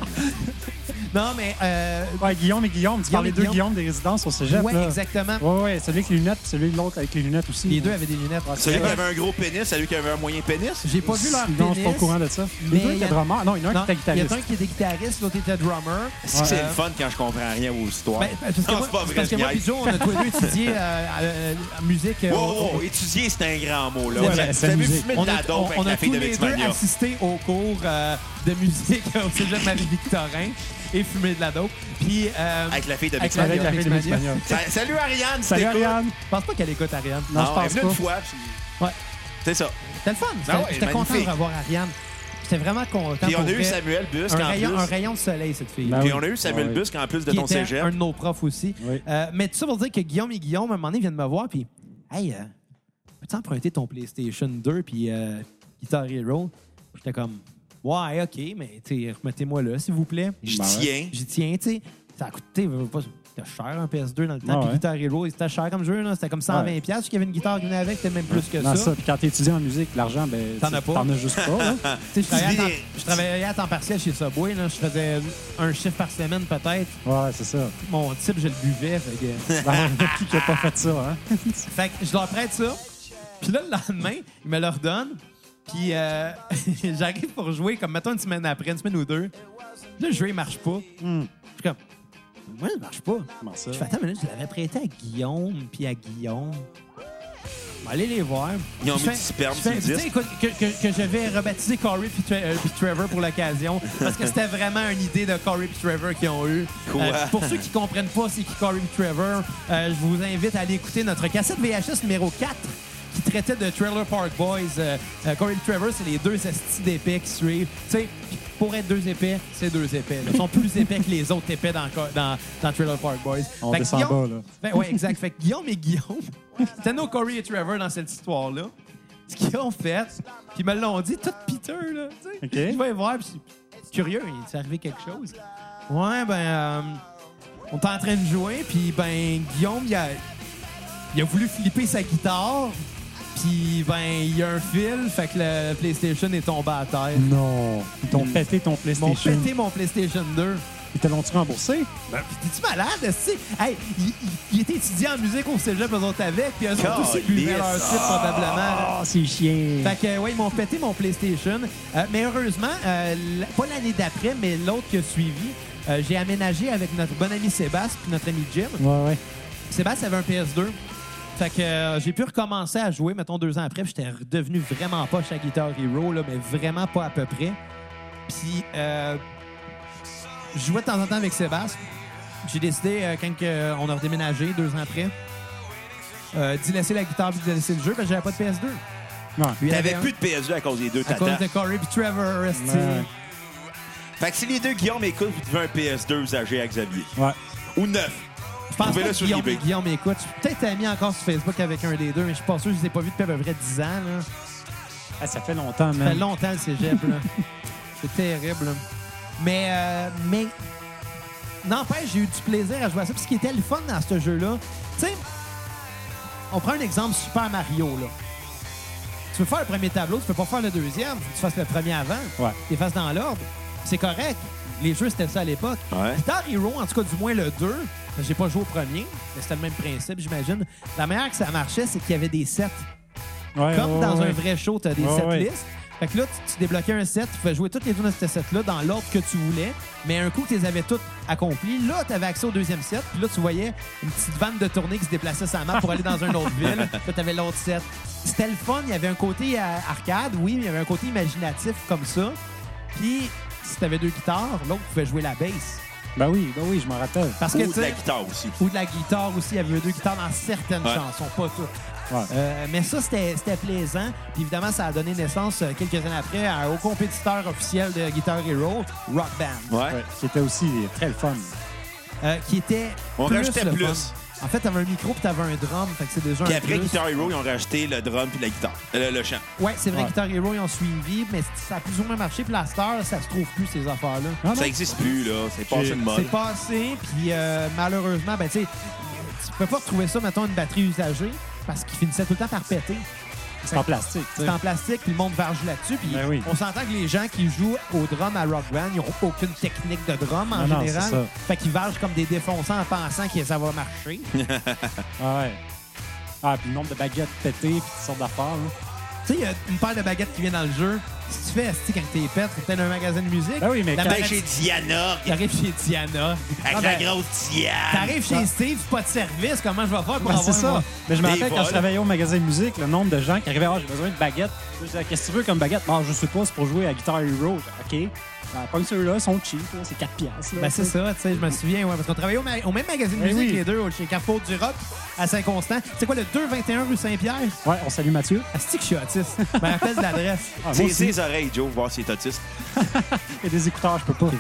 Non, mais... euh,
Ouais, Guillaume et Guillaume. Tu
Guillaume
parles des
et
deux
Guillaume.
Guillaume des résidences au cégep.
ouais,
là.
exactement.
Ouais, ouais. Celui avec les lunettes, puis celui de l'autre avec les lunettes aussi.
Les deux avaient des lunettes.
Celui qui avait un gros pénis, celui qui avait un moyen pénis.
J'ai pas vu leur
Non, je suis pas au
pénis.
courant de ça.
Mais
les deux
il y a-
étaient drummers. Non, il y en a un
Non,
qui était
Il y en a
guitariste.
un qui était guitariste, l'autre était drummer.
C'est
Ouais.
c'est le fun quand je comprends rien aux histoires.
Ben, parce que
Non,
moi,
c'est pas
c'est
vrai,
parce que
je
moi
niaise. Oh,
puis Joe, on a tous les deux étudié euh, euh, en musique. euh,
Wow,
on-
wow, étudier, c'est un grand mot, là.
Ouais,
Vous
ben,
avez-
c'est
vous avez
musique.
fumé
on
de la
a,
dope
on-
avec
on a
la fille
tous
de
les deux
Mixmania.
assisté au cours euh, de musique au cégep Marie-Victorin et fumé de la dope. Puis, euh,
Avec la fille de
Avec
Mixmania.
Avec la fille de
Mixmania.
Mixmania.
Sa- Salut Ariane,
Salut
t'écoutes.
Ariane.
je pense pas qu'elle écoute Ariane.
Non,
Non,
je
elle est
pense
venue une
pas.
fois, puis
Ouais.
c'est ça.
C'était le fun. C'était-
Ah ouais,
J'étais content de
magnifique.
revoir Ariane. J'étais vraiment content.
Puis on
pour
a eu
vrai.
Samuel Busque
un
en
rayon,
plus.
un rayon de soleil, cette fille.
Ben
Puis
Ah oui.
on a eu Samuel
Ah oui.
Busque en plus de
qui
ton
était
cégep.
un de nos profs aussi.
Oui.
Euh, mais tout ça pour dire que Guillaume et Guillaume, à un moment donné, viennent me voir, puis « Hey, euh, peux-tu emprunter ton PlayStation 2 puis euh, Guitar Hero? » J'étais comme « Ouais, OK, mais tu sais, remettez-moi là, s'il vous plaît. »
J'y
Ben ouais.
tiens.
J'y tiens, tu sais. Ça a coûté, veux, veux pas, c'était cher un PS2 dans le temps.
Ah
Puis
ouais.
Guitar Hero, c'était cher comme jeu, là. C'était comme 120$.
Ouais.
piastres, Puis il y avait une guitare qui venait avec, c'était même plus que
Dans
ça.
ça. Puis quand t'es étudiant en musique, l'argent, ben,
T'en
tu-
as pas.
T'en as juste pas. là.
Tu sais, Je travaillais, à temps-
dis-
je travaillais à temps partiel chez Subway, là. Je faisais un chiffre par semaine, peut-être.
Ouais, c'est ça.
Mon type, je le buvais, fait que...
Ben, qui qui a pas fait ça, hein?
Fait que je leur prête ça. Puis là, le lendemain, ils me le redonnent. Puis euh, j'arrive pour jouer, comme mettons une semaine après, une semaine ou deux. Là, le jeu, il marche pas. Je suis comme, moi, il marche pas.
Comment ça?
Je fais, attends une minute, je l'avais prêté à Guillaume, puis à Guillaume. Ben, allez les voir.
Ils ont
Je
mis
fais-
du sperme
je fais,
sur le
tu sais, écoute, que, que, que je vais rebaptiser Corey puis, Tra- euh, puis Trevor pour l'occasion, parce que c'était vraiment une idée de Corey puis Trevor qu'ils ont eu. Euh,
Quoi?
pour ceux qui comprennent pas c'est qui Corey puis Trevor, euh, je vous invite à aller écouter notre cassette VHS numéro 4 qui traitait de Trailer Park Boys. Euh, euh, Corey puis Trevor, c'est les deux estis d'épais qui suivent. Tu sais, pour être deux épais, c'est deux épais. là. Ils sont plus épais que les autres épais dans, Co- dans, dans Trailer Park Boys.
On
Fait que
descend
Guillaume-
bas, là.
ben ouais, exact. Fait que Guillaume et Guillaume, c'était nos Corey et Trevor dans cette histoire-là. Ce qu'ils ont fait, puis ils me l'ont dit, tout piteux, là. tu sais.
OK.
Je vais voir, puis je suis curieux, il s'est arrivé quelque chose. Ouais, ben, euh, on était en train de jouer, puis ben, Guillaume, il a, il a voulu flipper sa guitare, puis ben, il y a un fil, fait que le PlayStation est tombé à terre.
Non. Ils t'ont
Ils-
pété ton
Ils m'ont
PlayStation.
pété mon PlayStation 2.
Ils te l'ont-tu remboursé?
Puis T'es-tu malade, esti? Hey, il, il- il était étudiant en musique au cégep, eux autres avec, puis eux autres aussi
Calisse.
buvaient leur site, probablement.
Ah, c'est chiant.
Fait que, euh, ouais, ils m'ont pété mon PlayStation. Euh, mais heureusement, euh, la- pas l'année d'après, mais l'autre qui a suivi, euh, j'ai aménagé avec notre bon ami Sébastien puis notre ami Jim.
Ouais, ouais.
Sébastien avait un PS2. Fait que euh, j'ai pu recommencer à jouer, mettons, deux ans après. puis J'étais redevenu vraiment pas à Guitar Hero, là, mais vraiment pas à peu près. Puis, euh, je jouais de temps en temps avec Sébastien. J'ai décidé, euh, quand que, euh, on a redéménagé deux ans après, euh, d'y laisser la guitare puis d'y laisser le jeu, parce que j'avais pas de PS2.
Ouais.
Lui, il avait
T'avais
un-
plus de PS2 à cause des deux
à
tatas.
cause de Corey puis Trevor, euh, esti.
Ouais.
Fait que si les deux Guillaume écoutent, vous devez un PS2 usagé à Xavier.
Ouais.
Ou neuf.
Je pense
Trouvez-le
pas que
sur
Guillaume,
eBay.
Guillaume écoute. Je suis peut-être ami encore sur Facebook avec un des deux, mais je suis pas sûr. Je les ai pas vus depuis à peu près 10 ans. Là.
Ah, ça fait longtemps,
Ça fait
man.
longtemps le cégep. là. C'est terrible. là. Mais, euh, mais n'empêche, j'ai eu du plaisir à jouer à ça. Puis ce qui était le fun dans ce jeu-là, tu sais, on prend un exemple Super Mario. là. Tu veux faire le premier tableau, tu peux pas faire le deuxième. Faut que tu fasses le premier avant.
Ouais.
Tu les fasses dans l'ordre. C'est correct. Les jeux, c'était ça à l'époque.
Ouais.
Guitar Hero, en tout cas, du moins le 2, j'ai pas joué au premier, mais c'était le même principe, j'imagine. La manière que ça marchait, c'est qu'il y avait des sets.
Ouais,
Comme
ouais,
dans
ouais.
un vrai show, t'as des
Ouais,
set
ouais.
listes. Fait que là, tu, tu débloquais un set, tu pouvais jouer toutes les tunes de ce set-là dans l'ordre que tu voulais, mais un coup que tu les avais toutes accomplies, là, tu avais accès au deuxième set, puis là, tu voyais une petite vanne de tournée qui se déplaçait sur la map pour aller dans une autre ville, là, tu avais l'autre set. C'était le fun, il y avait un côté euh, arcade, oui, mais il y avait un côté imaginatif comme ça. Puis, si tu avais deux guitares, l'autre pouvait jouer la bass.
Ben oui, ben oui, je m'en rappelle.
Parce que,
Ou
tu
de la
sais,
guitare aussi.
ou de la guitare aussi. Il y avait deux guitares dans certaines
Ouais.
chansons, pas toutes.
Ouais.
Euh, mais ça, c'était c'était plaisant. Puis évidemment, ça a donné naissance euh, quelques années après à- au compétiteur officiel de Guitar Hero, Rock Band,
Ouais.
Ouais, C'était aussi très le fun.
euh, qui était
On
plus
rajoutait
le
plus.
fun. En fait, t'avais un micro puis t'avais un drum, fait que c'est déjà
Puis
un
après
plus.
Guitar Hero, ils ont racheté le drum puis la guitare. Euh, Le, le chant.
Ouais, c'est vrai,
Ouais.
Guitar Hero, ils ont suivi, mais ça a plus ou moins marché. Puis la star, ça se trouve plus, ces affaires-là.
Non,
Ça
non.
existe plus, là. C'est passé de mode.
Ah C'est passé, puis euh, malheureusement, ben, tu sais, tu peux pas retrouver ça, mettons, une batterie usagée, parce qu'il finissait tout le temps par péter.
C'est en plastique, tu sais.
C'est en plastique, puis le monde varge là-dessus. Puis
Ben oui.
on s'entend que les gens qui jouent au drum à Rock Band, ils n'ont aucune technique de drum en
Non, non,
général.
c'est ça.
fait qu'ils vargent comme des défonçants en pensant que ça va marcher.
Ah ouais. Ah, puis le nombre de baguettes pétées, puis toutes sortes d'affaires. là.
tu sais, il y a une paire de baguettes qui vient dans le jeu. Si tu fais, tu sais, quand t'es pète, c'est peut-être un magasin de musique.
Ben oui, mais
La
quand-
Ben,
baguette-
chez Diana,
T'arrives chez Diana.
avec la
Ah, ben,
grosse Diana.
T'arrives chez Steve, pas de service. Comment je vais faire pour
Ah. Ben, c'est
avoir
ça.
un-
Mais je me
Des
rappelle quand
vols.
je travaillais au magasin de musique, le nombre de gens qui arrivaient, ah, j'ai besoin de baguettes. Je disais, qu'est-ce que tu veux comme baguette? Ah, je suppose pour jouer à Guitar Hero. Je dis, OK. Ben, pas que ceux-là, ils sont cheap, là, c'est 4 piastres. là.
Ben, c'est ça, tu sais, je me souviens, ouais, parce qu'on travaillait au, ma- au même magazine de
Eh
musique,
oui.
les deux, au- chez Carrefour du Rock, à Saint-Constant. C'est quoi, le 221 rue Saint-Pierre?
Ouais, on salue Mathieu.
Asti que je suis autiste. Je me rappelle de l'adresse.
Ah, moi
C'est
aussi.
c'est les oreilles, Joe, voir s'il est autiste.
Il y a des écouteurs, je peux pas.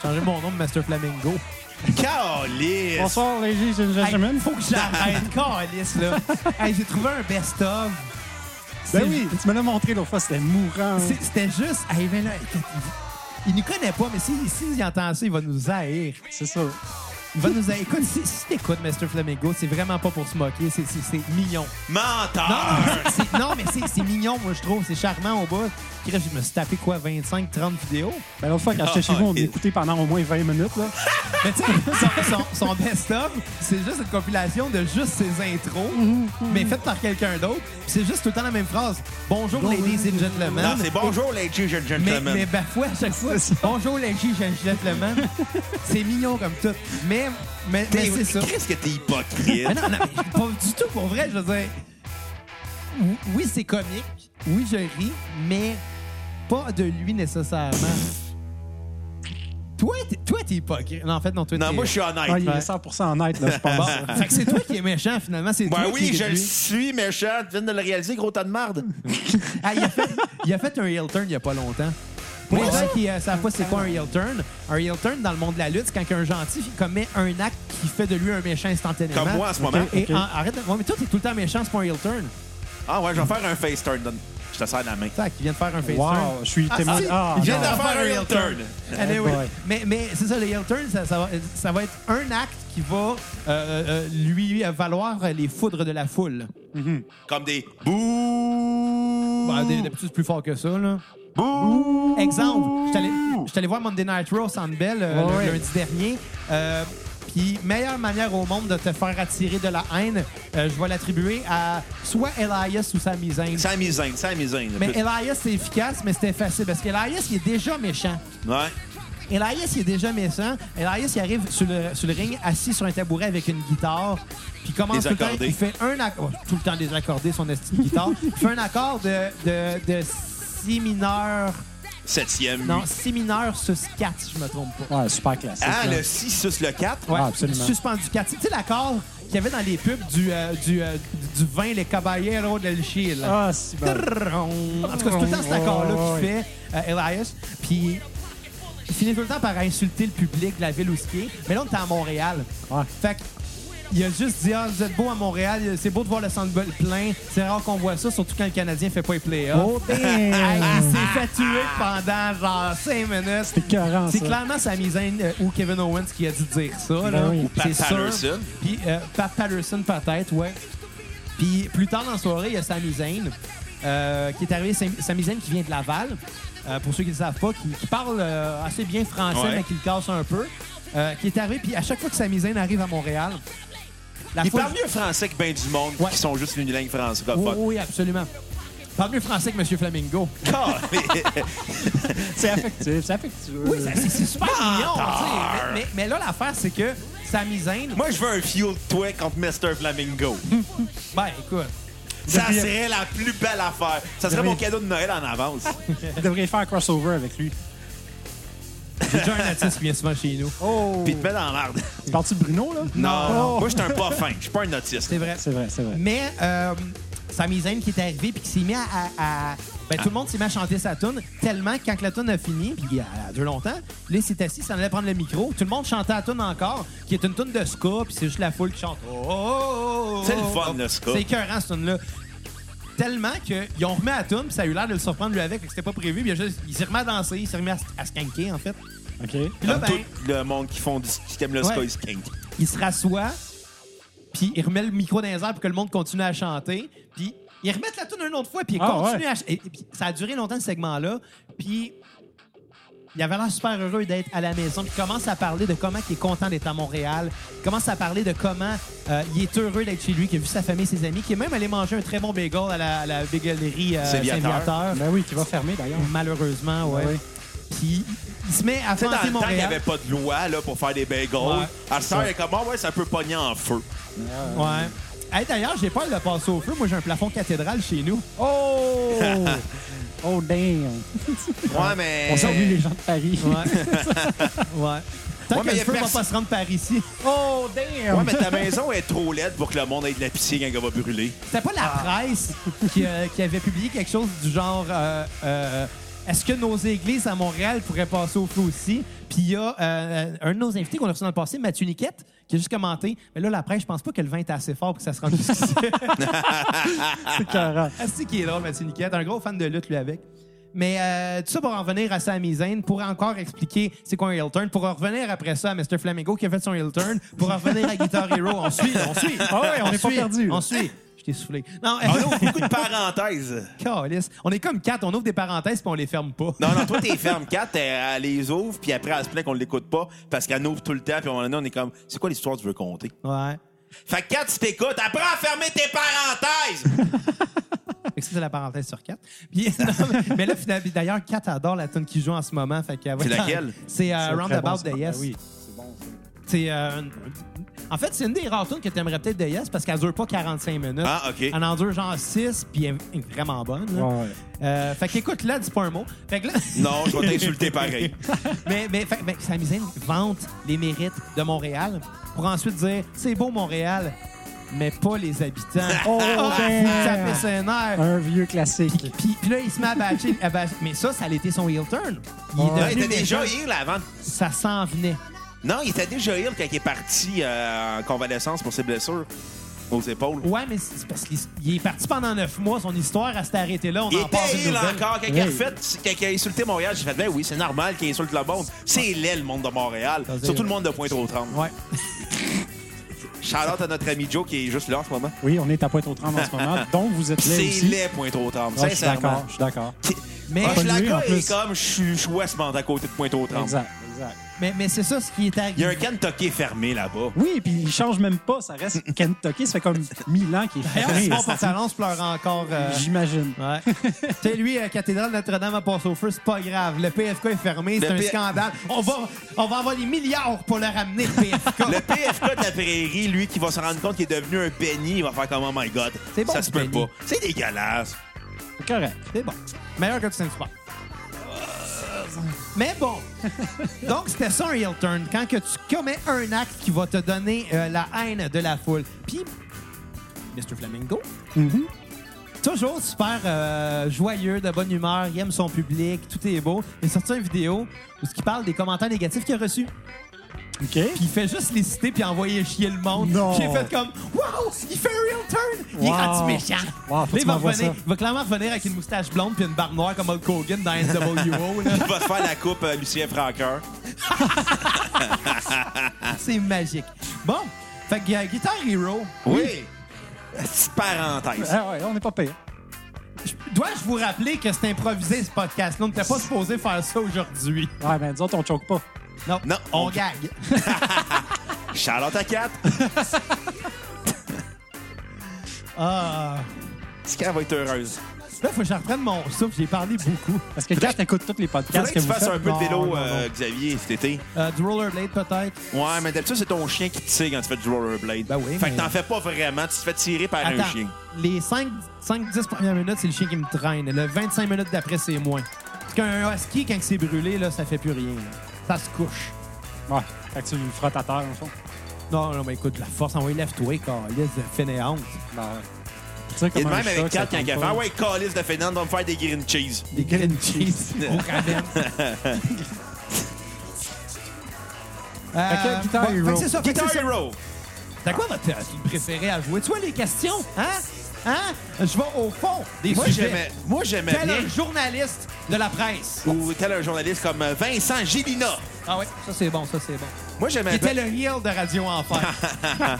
Changer mon nom de Master Flamingo.
Calice!
Bonsoir, ladies and gentlemen.
Hey, faut que j'arrête. Calice, là. Hey, j'ai trouvé un best-of. C'est-
Ben oui, tu me l'as montré l'autre fois, c'était mourant.
c'est- C'était juste. Hey, ben là, écoute, il nous connaît pas, mais s'il si, il entend ça, il va nous haïr.
C'est ça.
Il va nous haïr. Écoute, si, si t'écoutes Master Flamingo, c'est vraiment pas pour se moquer. C'est- C'est c'est mignon. Non,
Menteur!
mais c'est- non, mais c'est- c'est mignon, moi, je trouve. C'est charmant au bout. Chris, je me suis tapé quoi, 25, 30 vidéos?
Ben, l'autre fois,
Ah,
quand j'étais chez vous, on écoutait pendant au moins 20 minutes. Là.
Mais tu sais, son, son- son best-of, c'est juste une compilation de juste ses intros,
Mhm.
mais faite par quelqu'un d'autre. Puis C'est juste tout le temps la même phrase. Bonjour, ladies and gentlemen.
Non, c'est bonjour, les G
Mais,
gentlemen.
mais bafoué à chaque fois.
C'est ça.
Bonjour, ladies and gentlemen. c'est mignon comme tout. Mais, mais, mais
T'es-
c'est ça.
Qu'est-ce que t'es
Mais
hypocrite?
non, non, mais pas du tout pour vrai. Je veux dire, ou- oui, c'est comique. Oui, je ris, mais pas de lui nécessairement. Toi, t'es, toi, t'es hypocrite. Non, en fait, non, toi,
non,
t'es-
moi, je suis honnête.
Ah, il est 100 honnête, là, je
Bon,
pense.
fait que c'est toi qui es méchant, finalement. C'est
Ben
toi qui
oui,
es
je le
lui.
suis, méchant. Tu viens de le réaliser, gros tas de marde.
Ah, il, a fait, il a fait un heel turn il n'y a pas longtemps. Pour les gens qui ne savent pas c'est quoi un heel turn, un heel turn dans le monde de la lutte, c'est quand un gentil commet un acte qui fait de lui un méchant instantanément.
Comme moi en ce moment.
Et
Ok.
en- arrête, de- ouais, mais toi, t'es tout le temps méchant, c'est pas un heel turn.
Ah ouais, je vais faire un face turn. donne. Je te serre la main.
Tac, il vient de faire un face turn.
Wow, je suis témoin.
si,
Ah,
il
Je viens
non.
de faire un real turn.
Anyway,
boy.
Eh ben mais mais c'est ça, le heel turn, ça, ça va, ça va être un acte qui va euh, euh, lui valoir les foudres de la foule.
Comme des bouh.
Bah, d- D'habitude, c'est plus fort que ça, là.
Bouh.
Exemple, je suis allé- je suis allé voir Monday Night Raw au Centre Bell euh,
Ouais,
le
ouais.
lundi dernier. Euh, Puis, meilleure manière au monde de te faire attirer de la haine, euh, je vais l'attribuer à soit Elias ou Sami Zayn.
Sans misaine, sans misaine.
Mais Elias, c'est efficace, mais c'était facile parce qu'Elias, il est déjà méchant.
Ouais.
Elias, il est déjà méchant. Elias, il arrive sur le, sur le ring assis sur un tabouret avec une guitare. Puis il commence tout le temps,
Désaccordé.
il fait un accord, tout le temps désaccordé son estime guitare. il fait un accord de, de, de si mineur,
Septième.
non, si mineur sus 4, si je me trompe pas.
Ouais, super classique.
Ah,
là.
le 6 sus le 4.
Ouais,
Ah, absolument.
suspendu 4. Tu sais l'accord qu'il y avait dans les pubs du, euh, du, euh, du vin Les Caballeros del Chile?
Ah, si bon.
Trrrrong. En tout cas, c'est tout le temps cet accord-là qui fait euh, Elias. Puis il finit tout le temps par insulter le public de la ville où il est. Mais là, on était à Montréal.
Ouais.
Fait que, il a juste dit Ah, vous êtes beau à Montréal, c'est beau de voir le centre Bell plein. C'est rare qu'on voit ça, surtout quand le Canadien fait pas les playoffs.
Oh,
Hey, il
damn!
s'est fait tuer pendant genre 5 minutes.
C'est écœurant,
C'est
ça. Ben
clairement sa mise ou Kevin Owens qui a dû dire ça. là.
oui. Ou
Pat
C'est sûr.
Patterson.
Puis euh, Pat Patterson, peut-être, ouais. Puis plus tard dans la soirée, il y a Sami Zayn euh, qui est arrivé. Sam- Sami Zayn qui vient de Laval, euh, pour ceux qui ne le savent pas, qui, qui parle euh, assez bien français,
Ouais.
mais qui le casse un peu. euh, qui est arrivé, puis à chaque fois que Sami Zayn arrive à Montréal, la
Il
foule-
parle mieux français que ben du monde
Ouais.
qui sont juste une langue
Oui,
francophone.
oui, absolument. Parle mieux français que Monsieur Flamingo.
C'est affectueux, c'est affectueux.
Oui, ça- c'est c'est super mignon.
Menteur.
tu sais. Mais, mais- mais là, l'affaire, c'est que Sami Zayn,
Moi, je veux un fuel toi contre Mr. Flamingo.
ben écoute,
Ça serait la plus belle affaire. Ça serait
Oui.
mon cadeau de Noël en avance.
Vous devriez faire un crossover avec lui.
j'ai déjà un artiste qui vient souvent chez nous.
Oh!
Puis il te met dans l'art.
Tu parles-tu de Bruno, là?
Non,
Oh.
moi, je suis un pas fin. Je suis pas un autiste.
C'est vrai.
C'est vrai, c'est vrai.
Mais euh, Sami Zayn qui est arrivé puis qui s'est mis à... à- à- Ben, tout le monde s'est mis à chanter sa tune tellement que quand la tune a fini, puis il y a il y a deux longtemps, là, il s'est assis, il s'en allait prendre le micro. Tout le monde chantait la tune encore, qui est une tune de ska, puis c'est juste la foule qui chante. Oh, oh, oh, oh,
C'est le
oh,
fun,
oh.
le ska.
C'est écœurant, cette tune-là. Tellement qu'ils ont remis à la tune, puis ça a eu l'air de le surprendre lui avec, fait que c'était pas prévu, puis il, a juste- il s'est remis à danser, il s'est remis à, s- à skanker, en fait.
OK.
Puis là,
Comme
ben,
tout le monde qui font du qui aime le
Ouais.
ska et skink.
il se rassoit, puis il remet le micro dans les airs pour que le monde continue à chanter, puis ils remettent la tune une autre fois, puis ils
Ah,
continuent
ouais.
à ch- et- et puis ça a duré longtemps, ce segment-là, puis il avait l'air super heureux d'être à la maison, puis il commence à parler de comment il est content d'être à Montréal, il commence à parler de comment euh, il est heureux d'être chez lui, qu'il a vu sa famille, ses amis, qu'il est même allé manger un très bon bagel à la, à la bagelerie euh,
Saint-Viateur.
Saint-Viateur.
Ben oui, qui va fermer, d'ailleurs.
Malheureusement, ouais.
Ah oui.
Puis il se met à
Ben Tu sais, dans le
fonder
temps, il n'y
Montréal.
avait pas de loi là, pour faire des bagels.
Ouais.
À ce temps, il est comme, Ah ouais, ça peut pogner en feu.
Ouais. Hey, D'ailleurs, j'ai peur de passer au feu. Moi, j'ai un plafond cathédrale chez nous.
Oh! oh, damn!
Ouais, mais. Eh.
On salue les gens de Paris.
Ouais. ouais. Tant
Ouais, mais y
que le
a
feu va
personne-
pas se rendre par ici.
Oh, damn!
Ouais, mais ta maison est trop laide pour que le monde ait de la piscine quand elle va brûler.
C'était pas la presse qui, euh, qui avait publié quelque chose du genre euh, euh, Est-ce que nos églises à Montréal pourraient passer au feu aussi? Puis il y a euh, un de nos invités qu'on a reçu dans le passé, Mathieu Niquette, qui a juste commenté Mais là, la presse, je pense pas que le vin est assez fort pour que ça se rende jusqu'ici.
c'est carré.
Asti qui est drôle, Mathieu Niquette. Un gros fan de lutte, lui, avec. Mais euh, tout ça pour en revenir à Sami Zayn, pour encore expliquer c'est quoi un heel turn, pour en revenir après ça à Mr. Flamingo qui a fait son heel turn, pour en revenir à Guitar Hero. On suit, on suit.
Ah ouais, on est pas
suit,
perdu. Ah
On suit. Je t'ai soufflé. Non,
On ouvre Ah, beaucoup de parenthèses.
Calisse. On est comme quatre, on ouvre des parenthèses puis on les ferme pas.
Non, non, toi, t'es ferme. Kat, elle, elle les ouvre, puis après, elle se plaint qu'on ne l'écoute pas, parce qu'elle ouvre tout le temps, puis à un moment donné, on est comme, c'est quoi l'histoire que tu veux compter?
Ouais.
Fait que Kat, si t'écoutes, apprends à fermer tes parenthèses!
Fait que ça, c'est la parenthèse sur 4. mais, mais là, finalement, d'ailleurs, 4 adore la tune qui joue en ce moment. Fait que,
C'est laquelle?
C'est euh,
C'est un très bon
Roundabout
spot.
de Yes.
Ah oui, c'est bon. ça.
C'est, euh, une- En fait, c'est une des rares tunes que tu aimerais peut-être de Yes parce qu'elle dure pas 45 minutes.
Ah, OK.
Elle en dure genre 6 puis elle est vraiment bonne. là.
Ouais, ouais.
Euh, fait qu'écoute, là, dis pas un mot. Fait que là...
non, je vais t'insulter pareil.
mais, mais, fait, mais Sami Zayn vante les mérites de Montréal pour ensuite dire c'est beau Montréal, mais pas les habitants.
Oh,
Ah,
Faut que ça
damn!
pisse un air.
Un vieux classique.
Puis, puis là, il se met à bâcher. à bâcher. Mais ça, ça a été son heel turn. Il est devenu
Ouais.
Non, il était déjà
méchant.
heal avant.
Ça s'en venait.
Non, il était déjà heal quand il est parti euh, en convalescence pour ses blessures aux épaules.
Ouais, mais c'est parce qu'il il est parti pendant neuf mois. Son histoire, elle s'est arrêtée là. On
Il
en parle
était
une
heal
nouvelle.
encore. Quand il a
Oui.
fait, quand il a insulté Montréal, j'ai fait, ben oui, c'est normal qu'il insulte le monde. C'est laid, le monde de Montréal.
Ça, c'est
Surtout le
vrai.
monde de Pointe-aux-Trembles.
Ouais.
Shout out à notre ami Joe qui est juste là en ce moment.
Oui, on est à Pointe-aux-Trembles en ce moment, donc vous êtes là
C'est
aussi.
laid, Pointe-aux-trembles,
Ah, je suis
sincèrement.
d'accord, je suis d'accord.
Mais,
Ah,
Pas de
la
lui, en
gars est
plus.
comme je suis- je suis Westmont à côté de Pointe-aux-Trembles.
Exact, exact.
mais, mais c'est ça ce qui est
Il y a un
arrivé.
Kentucky fermé là-bas.
Oui, puis il change même pas, ça reste Kentucky, ça fait comme 1000 ans qu'il est
D'ailleurs,
fermé.
Simon Portalon se pleure encore. euh,
J'imagine.
Ouais. tu sais, lui, euh, Cathédrale Notre-Dame à passé au feu, c'est pas grave. Le PFK est fermé, c'est
Le
un
P-
scandale. On va, on va avoir des milliards pour le ramener, le PFK.
Le PFK de la prairie, lui, qui va se rendre compte qu'il est devenu un penny, il va faire comme Oh my god.
C'est bon,
ça se peut
Penny.
pas. C'est dégueulasse.
C'est correct.
C'est bon. Meilleur que du Saint-Sport. Mais bon, donc c'était ça un heel turn, quand que tu commets un acte qui va te donner euh, la haine de la foule. Puis, Mr. Flamingo,
Mhm.
toujours super euh, joyeux, de bonne humeur, il aime son public, tout est beau. Il a sorti une vidéo où il parle des commentaires négatifs qu'il a reçus.
OK.
Puis il fait juste les citer puis envoyer chier le monde.
Non.
J'ai fait comme Wow! Il fait un real turn! Il est
Wow.
rendu méchant!
Wow, faut
Là,
que
il
tu
va,
m'envoies
revenir-
ça.
il va clairement revenir avec une moustache blonde puis une barbe noire comme Hulk Hogan dans NWO. là.
Il va se faire la coupe à Lucien Franqueur.
C'est magique. Bon, fait que euh, Guitar Hero,
Oui. Petite parenthèse.
Ah ouais, on n'est pas payé.
je- dois-je vous rappeler que c'est improvisé ce podcast-là? On n'était pas supposé faire ça aujourd'hui.
Ouais, ben, disons, on choque pas.
Non,
Non,
on,
on-
gague.
Charlotte à 4.
Ah.
Tika va être heureuse.
Là, faut que je reprenne mon souffle, j'ai parlé beaucoup.
Parce que Kat écoute tous les podcasts
Faudrait que tu
vous
fasses
faites.
un peu de
Non, non,
vélo,
non.
euh, Xavier, cet été.
Euh, du rollerblade peut-être.
Ouais, mais d'habitude, c'est ton chien qui te tire quand tu fais du rollerblade.
Ben oui,
Fait que
mais-
t'en fais pas vraiment, tu te fais tirer par un
Attends,
chien.
les 5-10 premières minutes, c'est le chien qui me traîne. Le 25 minutes d'après, c'est moins. Parce qu'un husky, quand c'est brûlé, là, ça fait plus rien. là. Ça se couche.
Ouais, fait que tu le frottes à terre, en fond.
Non, non, mais écoute, la force, envoie lève-toi, calice, fainéante.
Ben, ouais. Tu sais,
Et de
comme un
même avec
chat,
4 quand
ça
il
compte
fait
pas.
Ah ouais, calice de Finlande va me faire des green cheese.
Des green cheese au ramen. Euh,
Fait que Guitar
bon,
Hero.
fait que c'est ça, fait que
Guitar
c'est ça.
Hero.
T'as quoi votre tune préférée à jouer? Tu vois les questions? Hein? Hein? Je vais au fond des
Moi,
sujets.
j'aimais, moi, j'aimais
Tel
bien.
un journaliste de la presse.
Ou tel un journaliste comme euh, Vincent Gélina.
Ah ouais, ça c'est bon, ça c'est bon.
Moi,
Qui
j'aimais
était
bien.
le heel de Radio Enfer.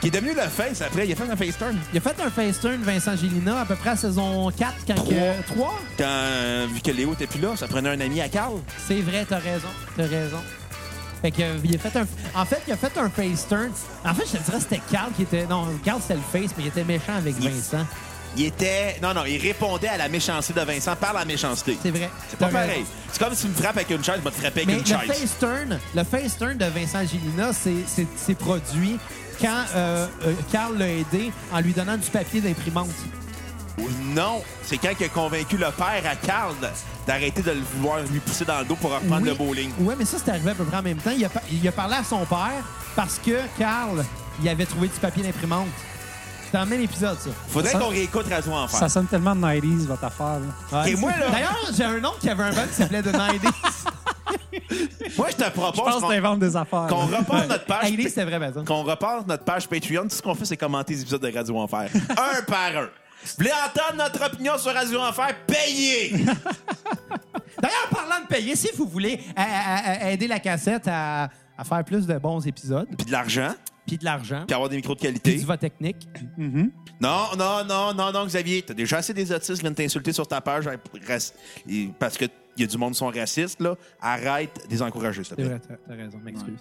Qui est devenu le face après. Il a fait un face turn.
Il a fait un face turn, Vincent Gélina, à peu près à saison 4, quand que... 3?
Quand, euh, vu que Léo était plus là, ça prenait un ami à Carl.
C'est vrai, t'as raison, t'as raison. Fait que, euh, il a fait un... En fait, il a fait un face turn. En fait, je te dirais que c'était Carl qui était... Non, Carl, c'était le face, mais il était méchant avec
Il-
Vincent.
Il était. Non, non, il répondait à la méchanceté de Vincent par la méchanceté.
C'est vrai.
C'est pas
t'as raison.
pareil. C'est comme si tu me frappes avec une chaise, je vais te frapper avec
Mais
une
le
chaise.
face, turn, le face turn de Vincent Gélina, c'est- c'est c'est produit quand euh, euh, Carl l'a aidé en lui donnant du papier d'imprimante.
Non, c'est quand il a convaincu le père à Carl d'arrêter de le vouloir lui pousser dans le dos pour reprendre
Oui.
le bowling.
Ouais, mais ça, c'est arrivé à peu près en même temps. Il a, par- il a parlé à son père parce que Carl, il avait trouvé du papier d'imprimante. C'est dans le même épisode, ça.
Faudrait
Ça-
qu'on réécoute Radio Enfer.
Ça sonne tellement 90s, votre affaire. là.
Et moi, là-
D'ailleurs, j'ai un oncle qui avait un band qui s'appelait The 90s.
Moi, je te
Je pense
propose
que
qu'on
t'inventes des affaires.
qu'on
là.
reparte notre page.
90s, c'était vrai, par exemple.
qu'on repart notre page Patreon, tout ce qu'on fait, c'est commenter les épisodes de Radio Enfer. un par un. Vous voulez entendre notre opinion sur Radio Enfer? Payez!
D'ailleurs, parlant de payer, si vous voulez à- à- à- aider la cassette à, à faire plus de bons épisodes,
Puis de l'argent,
puis de l'argent,
puis avoir des micros de
puis
qualité.
du vote technique,
Non, non, non, non, non, Xavier, t'as déjà assez des autistes qui viennent t'insulter sur ta page hein, pour- raci- et- parce que y a du monde qui sont racistes, là. Arrête de les encourager, s'il te
c'est
plaît.
vrai, t'as- t'as raison, m'excuse.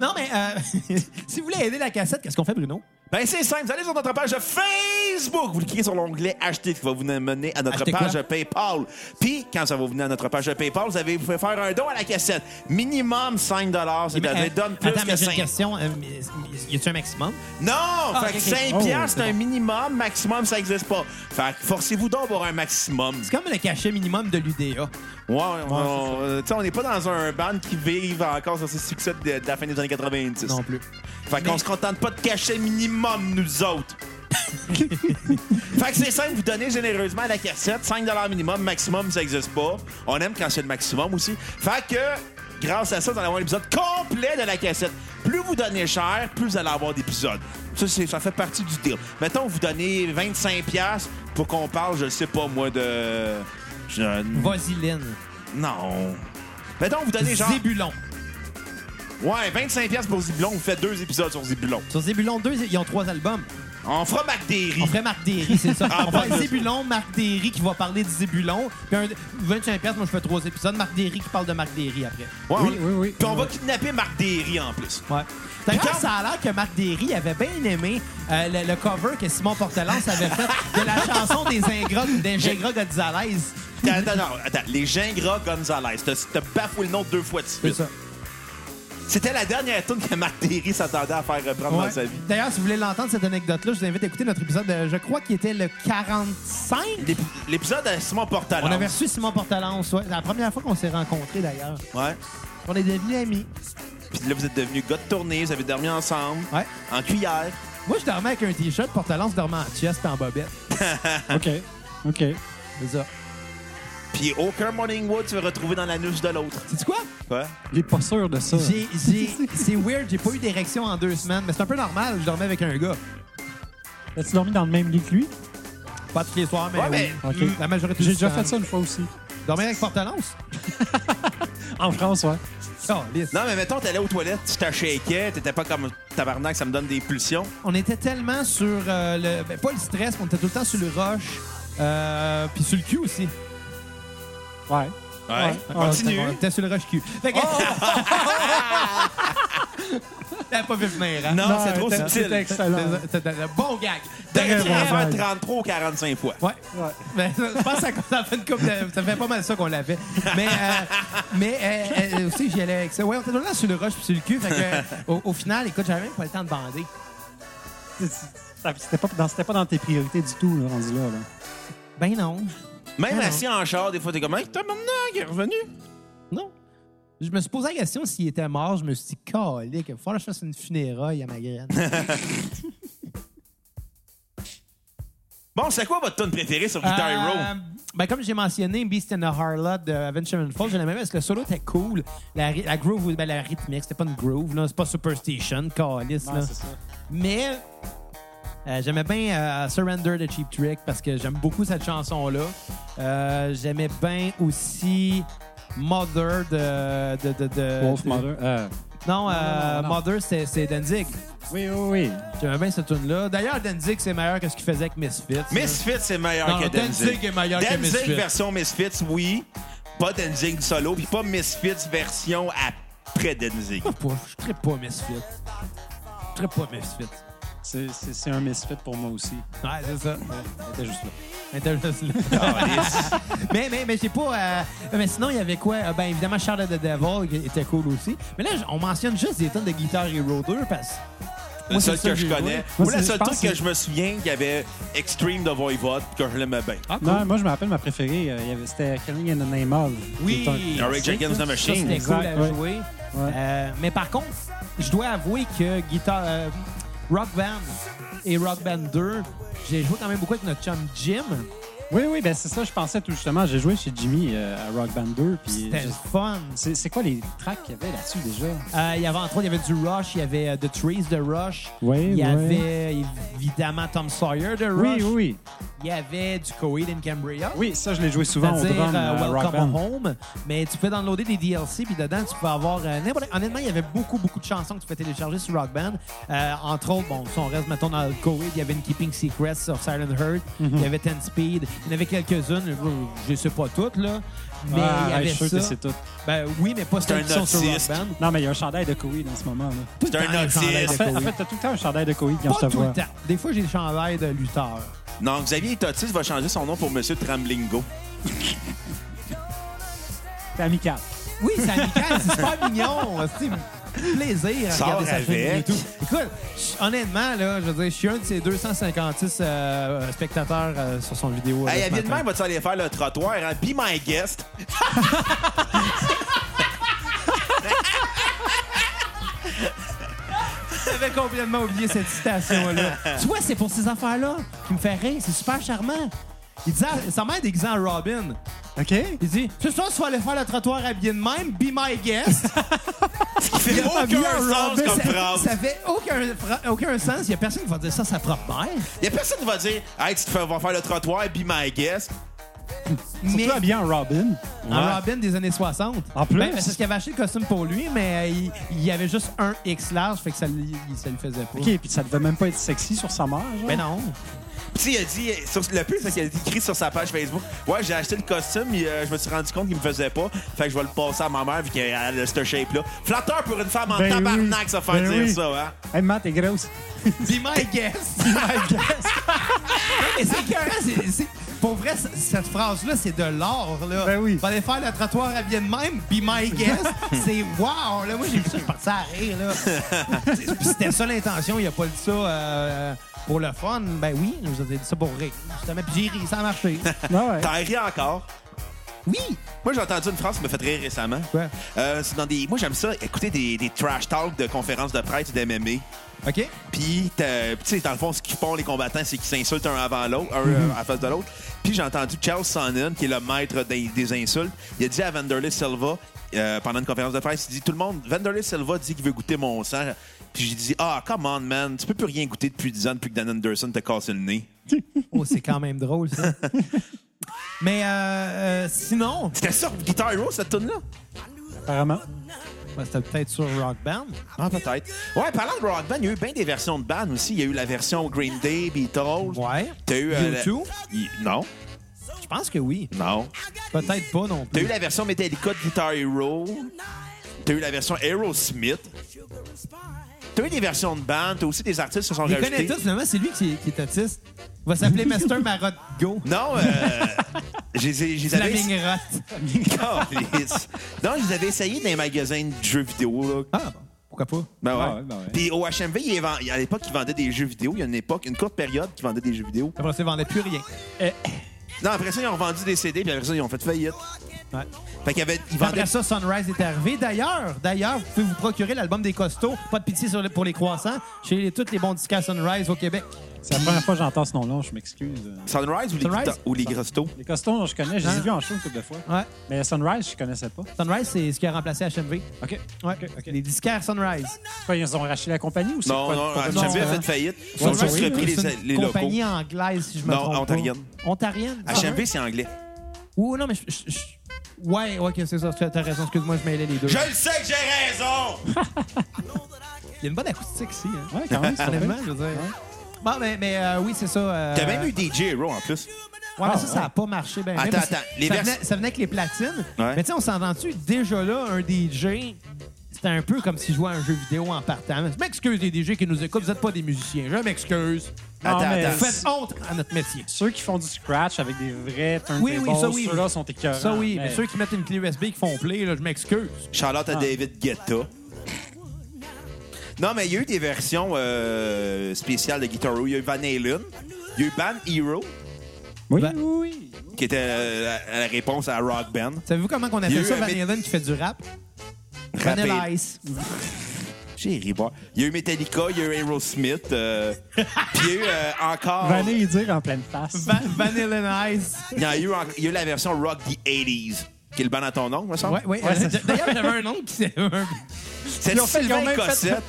Non, mais euh, si vous voulez aider la cassette, qu'est-ce qu'on fait, Bruno?
Ben, c'est simple. Vous allez sur notre page Facebook. Vous cliquez sur l'onglet Acheter qui va vous mener à notre
Acheter quoi?
page PayPal. Puis, quand ça va vous mener à notre page PayPal, vous allez vous pouvez faire un don à la cassette. Minimum 5
Mais, euh,
C'est-à-dire, Eh ben, donne plus
Attends, mais
que
j'ai une
5
question. euh, y a-tu un maximum?
Non! fait
ok,
que
ok.
5
Oh,
piastres, c'est
c'est
un
bon.
minimum. Maximum, ça n'existe pas. Fait que forcez-vous donc d'avoir un maximum.
C'est comme le cachet minimum de l'UDA.
Ouais, on- euh, tu sais, on n'est pas dans un band qui vive encore sur ses succès de, de la fin des années 90.
Non plus.
Fait qu'on se contente pas de cacher minimum, nous autres. fait que c'est simple, vous donnez généreusement à la cassette, 5 minimum, maximum, ça existe pas. On aime quand c'est le maximum aussi. Fait que, grâce à ça, vous allez avoir l'épisode complet de la cassette. Plus vous donnez cher, plus vous allez avoir d'épisodes. Ça, c'est- ça fait partie du deal. Mettons, vous donnez 25$ piastres pour qu'on parle, je sais pas moi, de... je-
Vasiline.
Non. Mettons, vous donnez genre...
Zébulon.
Ouais, 25$ piastres pour Zibulon, vous faites deux épisodes sur Zibulon.
Sur Zébulon 2, ils ont trois albums.
On fera Mac des
On ferait Marc Derry, c'est ça.
Ah,
on
pas
fait
de-
Zébulon, Marc Derry qui va parler de Zébulon. Puis un 25$, piastres, moi je fais trois épisodes. Marc Derry qui parle de Marc Derry après.
Ouais,
Oui,
on-
oui, oui.
Puis on va
Ouais.
kidnapper Marc Derry en plus.
Ouais. D'ailleurs,
Puis quand-
ça a l'air que Marc Derry avait bien aimé euh, le, le cover que Simon Portelance avait fait de la chanson des ingrats, des ingrats Gonzalez.
Attends, attends, attends. Les Gingras Gonzalez. T'as t'as bafoué le nom deux fois de
C'est
suite.
ça.
C'était la dernière tune que Marc Derry s'attendait à faire reprendre
Ouais.
dans sa vie.
D'ailleurs, si vous voulez l'entendre, cette anecdote-là, je vous invite à écouter notre épisode, de- je crois qu'il était le 45.
L'ép- L'épisode de Simon Portal.
On avait reçu Simon Portalance, ouais. C'est la première fois qu'on s'est rencontrés, d'ailleurs.
Ouais.
On est devenus amis.
Puis là, vous êtes devenus gars de tournée, vous avez dormi ensemble,
Ouais.
en cuillère.
Moi, je dormais avec un T-shirt, Portalance dormait en chest et en bobette.
OK. OK.
C'est ça.
Puis aucun Morningwood, tu vas retrouver dans l'anus de l'autre.
Sais-tu quoi?
Quoi?
Il est pas sûr de ça.
J'ai, j'ai, c'est weird, j'ai pas eu d'érection en deux semaines, mais c'est un peu normal, je dormais avec un gars.
As-tu dormi dans le même lit que lui?
Pas tous les soirs, mais,
Ouais, mais-
oui.
OK.
la majorité
J'ai
du
déjà
temps.
fait ça une fois aussi.
Dormir avec Portalance?
En France, ouais.
Oh, lisse.
Non, mais mettons, t'allais aux toilettes, tu t'achéquais, t'étais pas comme tabarnak, ça me donne des pulsions.
On était tellement sur euh, le. ben, pas le stress, mais on était tout le temps sur le rush, euh, puis sur le cul aussi.
Ouais.
Ouais.
Ah,
Continue.
c'est bon, On était sur le rush cul. Fait que. T'as pas vu venir, hein?
Non, Ah, c'est trop
c'était-
subtil.
C'était excellent.
C'est- c'est- c'est- Bon gag!
T'aurais dû
Très bon
la faire
gag.
33 ou 45 fois.
Ouais.
Ouais.
Ben, je pense que ça- ça fait une couple de- ça fait pas mal ça qu'on l'avait. Mais, euh, mais euh, euh, aussi, j'y allais avec ça. Ouais, on était tout le temps sur le rush puis sur le cul. Fait que, euh, au, au final, écoute, j'avais même pas le temps de bander.
Ça- C'était pas, dans- c'était pas dans tes priorités du tout, là, rendu là. là.
Ben non.
Même
Ah non.
assis en char, des fois, t'es comme, hey, t'as maintenant qui est revenu.
Non. Je me suis posé la question s'il était mort. Je me suis dit, calique, il va falloir que je fasse une funéraille à ma graine.
Bon, c'est quoi votre tune préférée sur Guitar
Euh,
Hero?
ben, comme j'ai mentionné, Beast and a Harlot de Avenged Sevenfold, j'ai la même parce que le solo était cool. La, ry- la groove, ben, la rythmique, c'était pas une groove, là. C'est pas Superstition, calice, là. Mais euh, j'aimais bien euh, Surrender de Cheap Trick parce que j'aime beaucoup cette chanson-là. Euh, j'aimais bien aussi Mother de. de, de, de-
Wolf
de-
Mother. euh,
Non, euh,
non, non, non.
Mother, c'est c'est Danzig.
Oui, oui, oui.
J'aimais bien cette tune-là. D'ailleurs, Danzig, c'est meilleur que ce qu'il faisait avec Misfits. là.
Misfits, c'est meilleur
Non,
que Danzig.
Danzig est meilleur que Misfits.
version Misfits, oui. Pas Danzig solo, puis pas Misfits version après Danzig.
Je sais pas, je serais pas Misfits. Je serais pas Misfits.
C'est- C'est c'est un misfit pour moi aussi.
Ouais, c'est ça.
C'était juste là.
Intéressant. mais mais, mais j'ai pas. euh, mais sinon, il y avait quoi? Euh, Ben, évidemment, Charlotte the Devil qui était cool aussi. Mais là, j- on mentionne juste des tonnes de Guitar Hero 2 parce que
Le
Moi,
seul
c'est le seul
que je
que j'ai
connais.
joué. Moi,
Ou
c'est-
le
je
seul
pense
truc
que-
que je me souviens qu'il y avait Extreme de Voivod, que je l'aimais bien.
Ah, cool.
Non, moi, je me rappelle ma préférée. euh, il y avait- C'était Killing in the Name of.
Oui.
Ah
Qui est un-
Eric Jenkins the
Ça,
Machine.
c'était cool
Exact,
à
ouais.
jouer.
Ouais.
Euh, mais par contre, je dois avouer que guitare, euh, Rock Band et Rock Band 2, j'ai joué quand même beaucoup avec notre chum Jim.
Oui, oui, ben c'est ça, je pensais tout justement. J'ai joué chez Jimmy euh, à Rock Band 2. Puis
C'était
je-
le fun.
c'est c'est quoi les tracks qu'il y avait là-dessus déjà?
Euh, Il y avait entre autres, il y avait du Rush, il y avait euh, The Trees de Rush.
Oui,
il y
oui.
avait évidemment Tom Sawyer de
Oui,
Rush.
oui, oui.
Il y avait du Coheed and Cambria.
Oui, ça, je l'ai joué souvent au
C'est-à-dire
drum
euh,
à Rock
Welcome
Band.
Home, mais tu peux downloader des DLC, puis dedans, tu peux avoir... euh, n'importe- Honnêtement, il y avait beaucoup, beaucoup de chansons que tu peux télécharger sur Rock Band. Euh, entre autres, bon, si on reste, mettons, dans le COVID, il y avait une Keeping Secrets of Silent Heart,
Mhm.
il y avait Ten Speed, il y en avait quelques-unes, je ne sais pas toutes, là, mais il y
Ah, ouais,
avait
je suis sûr
ça.
que c'est tout.
Ben oui, mais pas celles
un
qui sont sur Rock
autiste.
Band.
Non, mais il y a un chandail de Koei dans ce moment. Là.
C'est
Dans les
un
chandails
En
autiste.
de
fait, en
Koei.
fait, t'as tout le temps un chandail de Koei quand je te
Pas tout
vois.
le temps. Des fois, j'ai le chandail de lutteur.
Non, Xavier Totis va changer son nom pour Monsieur Tramblingo.
C'est amical.
Oui, c'est amical, c'est super mignon. C'est plaisir à
Sors
regarder sa chaîne
avec.
YouTube. Écoute, je- honnêtement, là, je veux dire, je suis un de ces 256 euh, spectateurs euh, sur son vidéo. euh,
Hey,
ce
évidemment,
matin.
va-tu aller faire le trottoir? Hein? Be my guest.
J'avais complètement oublié cette citation-là. tu vois, c'est pour ces affaires-là qui me fait rire. C'est super charmant. Il disait, à- sa mère déguisée en Robin.
OK?
Il dit Ce soir, tu vas aller faire le trottoir habillé de même, be my guest.
Il fait
Habillé
aucun
en
sens
Robin.
comme
Ça-
phrase.
Ça fait aucun, fra- aucun sens. Il n'y a personne qui va dire ça à sa propre mère.
Il y a personne qui va dire Hey, tu te fais va faire le trottoir, be my guest.
mais
Surtout habillé en Robin.
en
Ouais.
Robin des années 60.
En plus?
Ben, c'est ce qu'il avait acheté le costume pour lui, mais euh, il, il y avait juste un X large, fait que ça, ne ça le faisait pas.
OK, puis ça devait même pas être sexy sur sa mère. Genre.
Mais non.
Puis tu sais, il a dit, euh, sur- le plus, c'est qu'il a écrit sur sa page Facebook Ouais, j'ai acheté le costume, mais euh, je me suis rendu compte qu'il me faisait pas. Fait que je vais le passer à ma mère, vu qu'elle a cette shape-là. Flatteur pour une femme en
Ben
tabarnak,
oui.
ça fait
Ben
dire
oui.
ça, hein.
Hey, Matt, t'es grosse.
Be my guest. Be my guest. mais c'est écœurant, c'est- c'est- Pour vrai, c- cette phrase-là, c'est de l'or, là.
Ben oui.
Fallait faire le trottoir à bien de même, be my guest. c'est wow, là. Moi, j'ai vu ça, je suis parti à rire, là. Puis c'était ça l'intention, il a pas dit ça euh, pour le fun. Ben oui, je vous ai dit ça pour rire, justement. Puis j'ai ri, ça a marché.
Non,
Ben
ouais.
T'as ri encore.
Oui!
Moi, j'ai entendu une phrase qui m'a fait rire récemment.
Quoi?
Euh, c'est dans des... Moi, j'aime ça, écouter des, des trash talk de conférences de presse ou d'MMA.
OK?
Puis, t'as- tu sais, dans le fond, ce qu'ils font, les combattants, c'est qu'ils s'insultent un avant l'autre, un euh, à la face de l'autre. Puis, j'ai entendu Charles Sonnen, qui est le maître des, des insultes, il a dit à Vanderlei Silva, euh, pendant une conférence de presse, il dit Tout le monde, Vanderlei Silva dit qu'il veut goûter mon sang. Puis, j'ai dit Ah, come on, man, tu peux plus rien goûter depuis 10 ans, depuis que Dan Anderson t'a cassé le nez.
Oh, c'est quand même drôle, ça. Mais euh, euh, sinon,
C'était ça, Guitar Hero, cette tune là
Apparemment.
bah, c'était peut-être sur Rock Band.
Ah, peut-être. Ouais, parlant de rock band, il y a eu bien des versions de band aussi. Il y a eu la version Green Day, Beatles.
Ouais.
T'as eu. euh, la-
U2?
Il- Non,
Je pense que oui.
non.
Peut-être pas non
T'as eu
plus.
la version Metallica de Guitar Hero. T'as eu la version Aerosmith. T'as eu des versions de band. T'as aussi des artistes qui se sont
Je les connais
rajoutés.
tous, finalement, c'est lui qui, qui est autiste. Il va s'appeler Master Marot Go.
Non, euh, je les ai- je les avais-
Flaming Rot.
Calisse. Non, je les avais essayé dans les magasins de jeux vidéo. Là.
Ah, bon. Pourquoi pas?
Ben ouais.
Ah ouais, ben ouais.
Puis au HMV, il vend- à l'époque, ils vendaient des jeux vidéo. Il y a une époque, une courte période, qui vendait des jeux vidéo.
Après ça, il vendait plus rien.
Non, après ça, ils ont vendu des CD, puis après ça, ils ont fait faillite.
Ouais.
Fait qu'il y avait. Ils vendaient
Après ça, Sunrise est arrivé. D'ailleurs, d'ailleurs, vous pouvez vous procurer l'album des costauds. Pas de pitié sur les- pour les croissants. Chez les, tous les bons disques à Sunrise au Québec.
C'est la première fois que j'entends ce nom-là, je m'excuse.
Sunrise ou les,
Sunrise?
Guita- ou les Grostos.
Les costauds, je connais, je les ai vus en show une couple de fois.
Ouais.
Mais Sunrise, je connaissais pas.
Sunrise, c'est ce qui a remplacé HMV.
OK.
Ouais. Les disquaires Sunrise.
Quoi, ils ont racheté la compagnie ou c'est
Non,
quoi?
non, euh,
complètement-
HMV a
hein.
fait faillite. Ils ont
Ouais,
juste
oui,
repris les,
C'est une
les locaux.
compagnie anglaise, si je me
Non,
trompe pas.
ontarienne.
Ontarienne? Ah,
HMV,
ouais.
c'est anglais.
Ouh, non, mais je... je- je- Ouais, ouais, ok, c'est ça, t'as t'as raison, excuse-moi, je mêlais les
le
deux.
sais que j'ai raison!
Il y a une bonne acoustique ici, hein.
Ouais, quand même, c'est pas
Honnêtement,
pire.
je veux dire. Bon, mais, mais euh, oui, c'est ça. euh,
Ah. T'as même eu DJ Hero en plus.
Ouais, mais ça,
Ah,
ça n'a pas marché. Ben, ben,
Attends,
parce que
attends, les
ça,
vers-
venait, ça venait avec les platines.
Ouais.
Mais tu sais, on s'entend-tu, déjà là, un DJ, c'était un peu comme si je jouais à un jeu vidéo en partant. Je m'excuse, les DJ qui nous écoutent, vous n'êtes pas des musiciens. Je m'excuse.
Non,
Attends,
mais
attends.
c'est-
Faites honte à notre métier.
Ceux qui font du scratch avec des vrais turntables,
Oui, oui, ça, oui.
ceux-là sont écœurants.
Ça, oui, mais ceux qui mettent une clé USB qui font play, là, je m'excuse.
Charlotte à David Guetta. Non, mais il y a eu des versions euh, spéciales de Guitar Hero. Il y a eu Van Halen, il y a eu Band Hero,
Oui,
Ben-
oui, oui.
qui était euh, la, la réponse à Rock Band.
Savez-vous comment on
Il y a
appelle
eu
ça,
un
Van
mé-
Halen qui fait du rap?
Rappel-
Vanilla Ice.
J'ai ri, boire. Il y a eu Metallica, il y a eu Aerosmith, euh, puis il y a eu euh, encore.
Vanille y dire en pleine face.
Van, Van Halen Ice.
Il y, a eu, en- il y a eu la version Rock the 80s, qui est le band à ton nom, me semble.
Ouais, ouais.
Ouais, ça-
D'ailleurs, j'avais un nom qui s'est-
C'est
Ils ont fait- ils ont
Sylvain
même fait-
Cossette.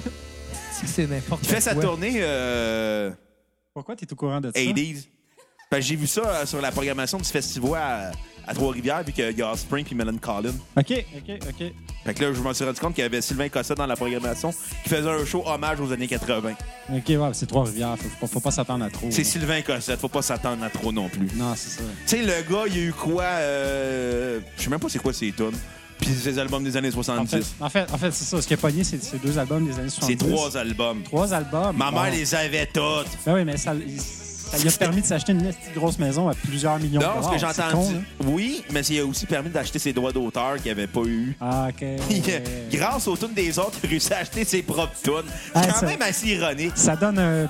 C'est n'importe
Il
quoi.
fait sa tournée euh,
Pourquoi t'es au courant de ça?
80s. Parce que j'ai vu ça euh, sur la programmation du festival à, à Trois-Rivières, puis qu'il y a Spring puis Melon Collin.
OK, OK, OK.
Fait que là, je m'en suis rendu compte qu'il y avait Sylvain Cossette dans la programmation qui faisait un show hommage aux années 80.
OK, ouais, c'est Trois-Rivières. Faut, faut, faut pas s'attendre à trop.
C'est
là.
Sylvain Cossette, faut pas s'attendre à trop non plus. Tu
Non, c'est ça.
sais, le gars, il y a eu quoi euh, Je sais même pas c'est quoi ses tunes. Puis ses albums des années
En
70.
fait, en fait, en fait c'est ça. Ce qui a pogné, c'est c'est deux albums des années 70.
c'est trois albums.
Trois albums.
Ma
Bon.
mère les avait toutes.
Ben oui, mais ça, il- ça lui a permis de s'acheter une petite grosse maison à plusieurs millions de
Non, ce
dollars.
que j'ai
C'est
entendu.
con, hein? là.
oui, mais ça a aussi permis d'acheter ses droits d'auteur qu'il n'avait pas eu.
Ah, OK.
Grâce aux tunes des autres, il a réussi à acheter ses propres tunes.
Ah,
Quand
ça-
même assez ironique.
ça donne un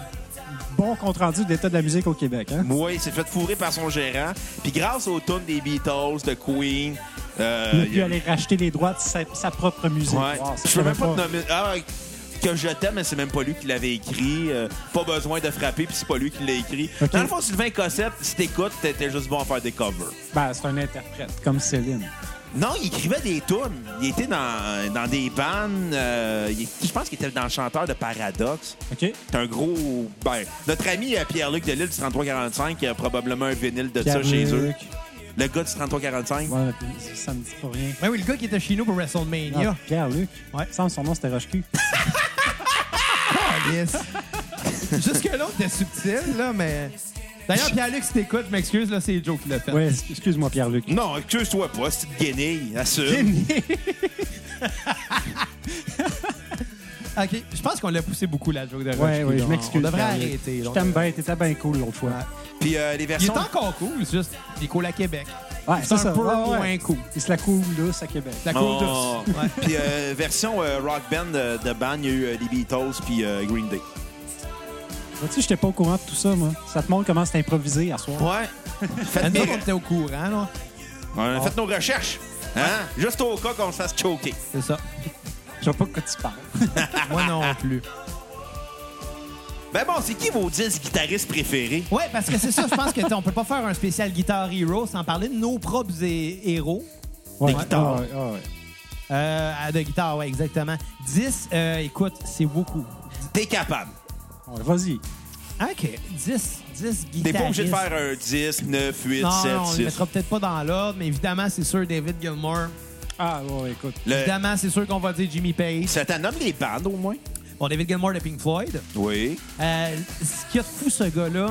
bon compte-rendu de l'état de la musique au Québec. Hein?
Oui, il s'est fait fourrer par son gérant. Puis grâce aux tunes des Beatles, de Queen. euh,
il a
il
pu
y a-
aller racheter les droits de sa, sa propre musique.
Ouais.
Wow,
je
ça,
peux
savais
même pas te nommer. Ah, que je t'aime, mais c'est même pas lui qui l'avait écrit. Euh, pas besoin de frapper, puis c'est pas lui qui l'a écrit.
Ok.
Dans le fond, Sylvain Cossette, si t'écoutes, t'étais juste bon à faire des covers.
Ben, c'est un interprète, comme Céline.
Non, il écrivait des tunes. Il était dans, dans des bandes. euh, il- je pense qu'il était dans le chanteur de Paradox.
OK?
C'est un gros. Ben, notre ami euh, Pierre-Luc de Lille du 3345 a probablement un vinyle de ça chez eux. Le gars du 3345.
Ouais, ça me dit pas rien.
Ben oui, le gars qui était chez nous pour WrestleMania.
Non, Pierre-Luc.
Ouais.
Sans son nom, c'était Roche-Cul.
Ah.
Yes. Jusque-là, on était subtil, là, mais. D'ailleurs, Pierre-Luc, si t'écoutes, je m'excuse, là, c'est Joe qui l'a fait.
Ouais, excuse-moi, Pierre-Luc.
Non, excuse-toi pas, c'est une guenille, assume.
OK, je pense qu'on l'a poussé beaucoup, la joke de Roche.
Ouais, ouais, je
On-
m'excuse.
On devrait
Pierre-Luc.
arrêter. là.
Je t'aime bien, t'étais bien cool l'autre fois.
Puis euh, les
Il est
versions.
encore cool, c'est juste. Il est cool à Québec.
Ouais,
C'est un peu
ouais, ouais.
moins cool.
Il se la coule douce à Québec.
La cool
Oh.
douce. Ouais.
Puis euh, version euh, rock band euh, de band, il y a eu euh, les Beatles puis euh, Green Day.
Vois-tu, j'étais pas au courant de tout ça, moi. Ça te montre comment c'est improvisé à soir.
Ouais. Faites,
Nous
nos...
autres, on était au courant, là.
Ouais, faites nos recherches. Hein? Juste au cas qu'on se fasse choquer.
C'est ça.
Je vois pas de quoi tu parles.
Moi non plus.
Ben bon, c'est qui vos 10 guitaristes préférés?
Ouais, parce que c'est ça, je pense que t'sais, on peut pas faire un spécial Guitar Hero sans parler de nos propres hé- héros.
Ouais,
guitares.
ouais, ouais, ouais.
Euh, à de guitare, ouais, exactement. 10, euh, écoute, c'est beaucoup.
T'es capable.
Ouais, Vas-y.
OK. 10, 10 guitaristes.
T'es pas obligé de faire un 10, 9, 8,
Non,
7,
non, on le
6.
mettra peut-être pas dans l'ordre, mais évidemment, c'est sûr David Gilmour.
Ah, ouais, écoute.
Le...
Évidemment, c'est sûr qu'on va dire Jimmy Page.
Ça t'en nomme les bandes au moins?
Bon, David Gilmour de Pink Floyd.
Oui.
Euh, ce qu'il y a de fou, ce gars-là,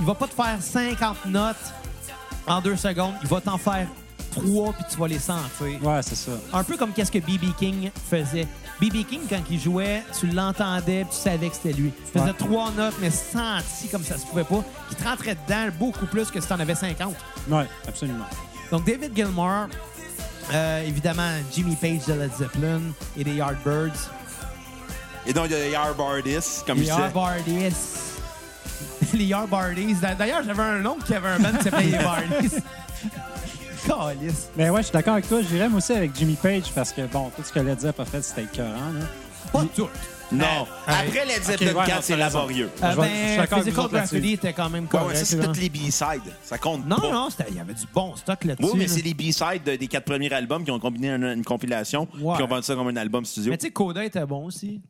il va pas te faire 50 notes en deux secondes. Il va t'en faire trois, puis tu vas les sentir.
Ouais, c'est ça.
Un peu comme qu'est-ce que B.B. King faisait. B.B. King, quand il jouait, tu l'entendais, puis tu savais que c'était lui. Il faisait
Ouais.
trois notes, mais senti comme ça se pouvait pas. Qui te rentrait dedans beaucoup plus que si t'en avais 50.
Ouais, absolument.
Donc, David Gilmour, euh, évidemment, Jimmy Page de Led Zeppelin et des Yardbirds.
Et donc, il y a les Yardbirdists, comme
Les
je disais.
Yardbirdies. les Yardbirdies. D'a- D'ailleurs, j'avais un oncle qui avait un band qui s'appelait les Yardies. Calice.
Mais ouais, je suis d'accord avec toi. J'irais moi aussi avec Jimmy Page parce que, bon, tout ce que Led Zepp a fait, c'était écœurant. Là.
Pas tout.
Non.
Ah,
Après Led
ouais,
Zeppelin
non,
4, c'est
t'as raison.
laborieux.
Ah,
Euh,
Je vais- je suis
ben,
d'accord avec
Physical
vous autres là-dessus.
Graffiti était quand même
Ouais,
correct.
ouais, ça, c'est
là.
toutes les B-sides. Ça compte
Non,
pas.
non, c'était- il y avait du bon stock là-dessus.
Oui, mais
là.
c'est les B-sides de- des quatre premiers albums qui ont combiné un- une, compilation puis
Ouais.
qui ont vendu ça comme un album studio.
Mais tu sais, Coda était bon aussi.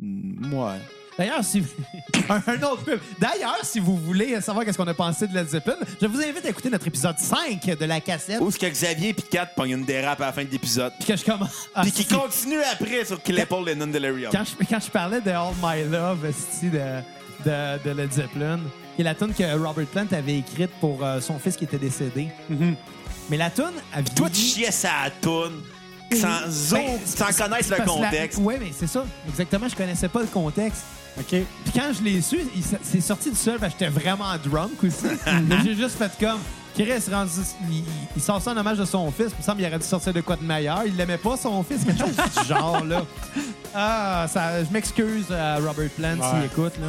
Ouais.
D'ailleurs, si un un autre pub. D'ailleurs, si vous voulez savoir qu'est-ce qu'on a pensé de Led Zeppelin, je vous invite à écouter notre épisode 5 de la cassette.
Où est-ce que Xavier et Kat pognent une dérape à la fin de l'épisode?
Puis que je commence. Ah,
Puis qui
si.
continue après sur Claypool et Delirium.
quand je, quand je parlais de All My Love, esti, de, de, de Led Zeppelin, qui est la tune que Robert Plant avait écrite pour euh, son fils qui était décédé. Mais la tune, elle
Mhm. Toi, tu
vieillit-
chiais sa toune sans,
Ben,
aucun- sans
c'est-
connaître
c'est
le
parce que la-
contexte.
ouais, mais c'est ça. Exactement, je connaissais pas le contexte.
OK.
Puis quand je l'ai su, il s- c'est sorti du sol, parce que j'étais vraiment drunk aussi. Mais j'ai juste fait comme. Chris, rendu, il, il- il sort ça en hommage de son fils. Il me semble qu'il aurait dû sortir de quoi de meilleur. Il l'aimait pas, son fils, quelque chose du genre, là. Ah, ça, je m'excuse à Robert Plant s'il
Ouais.
écoute. Là.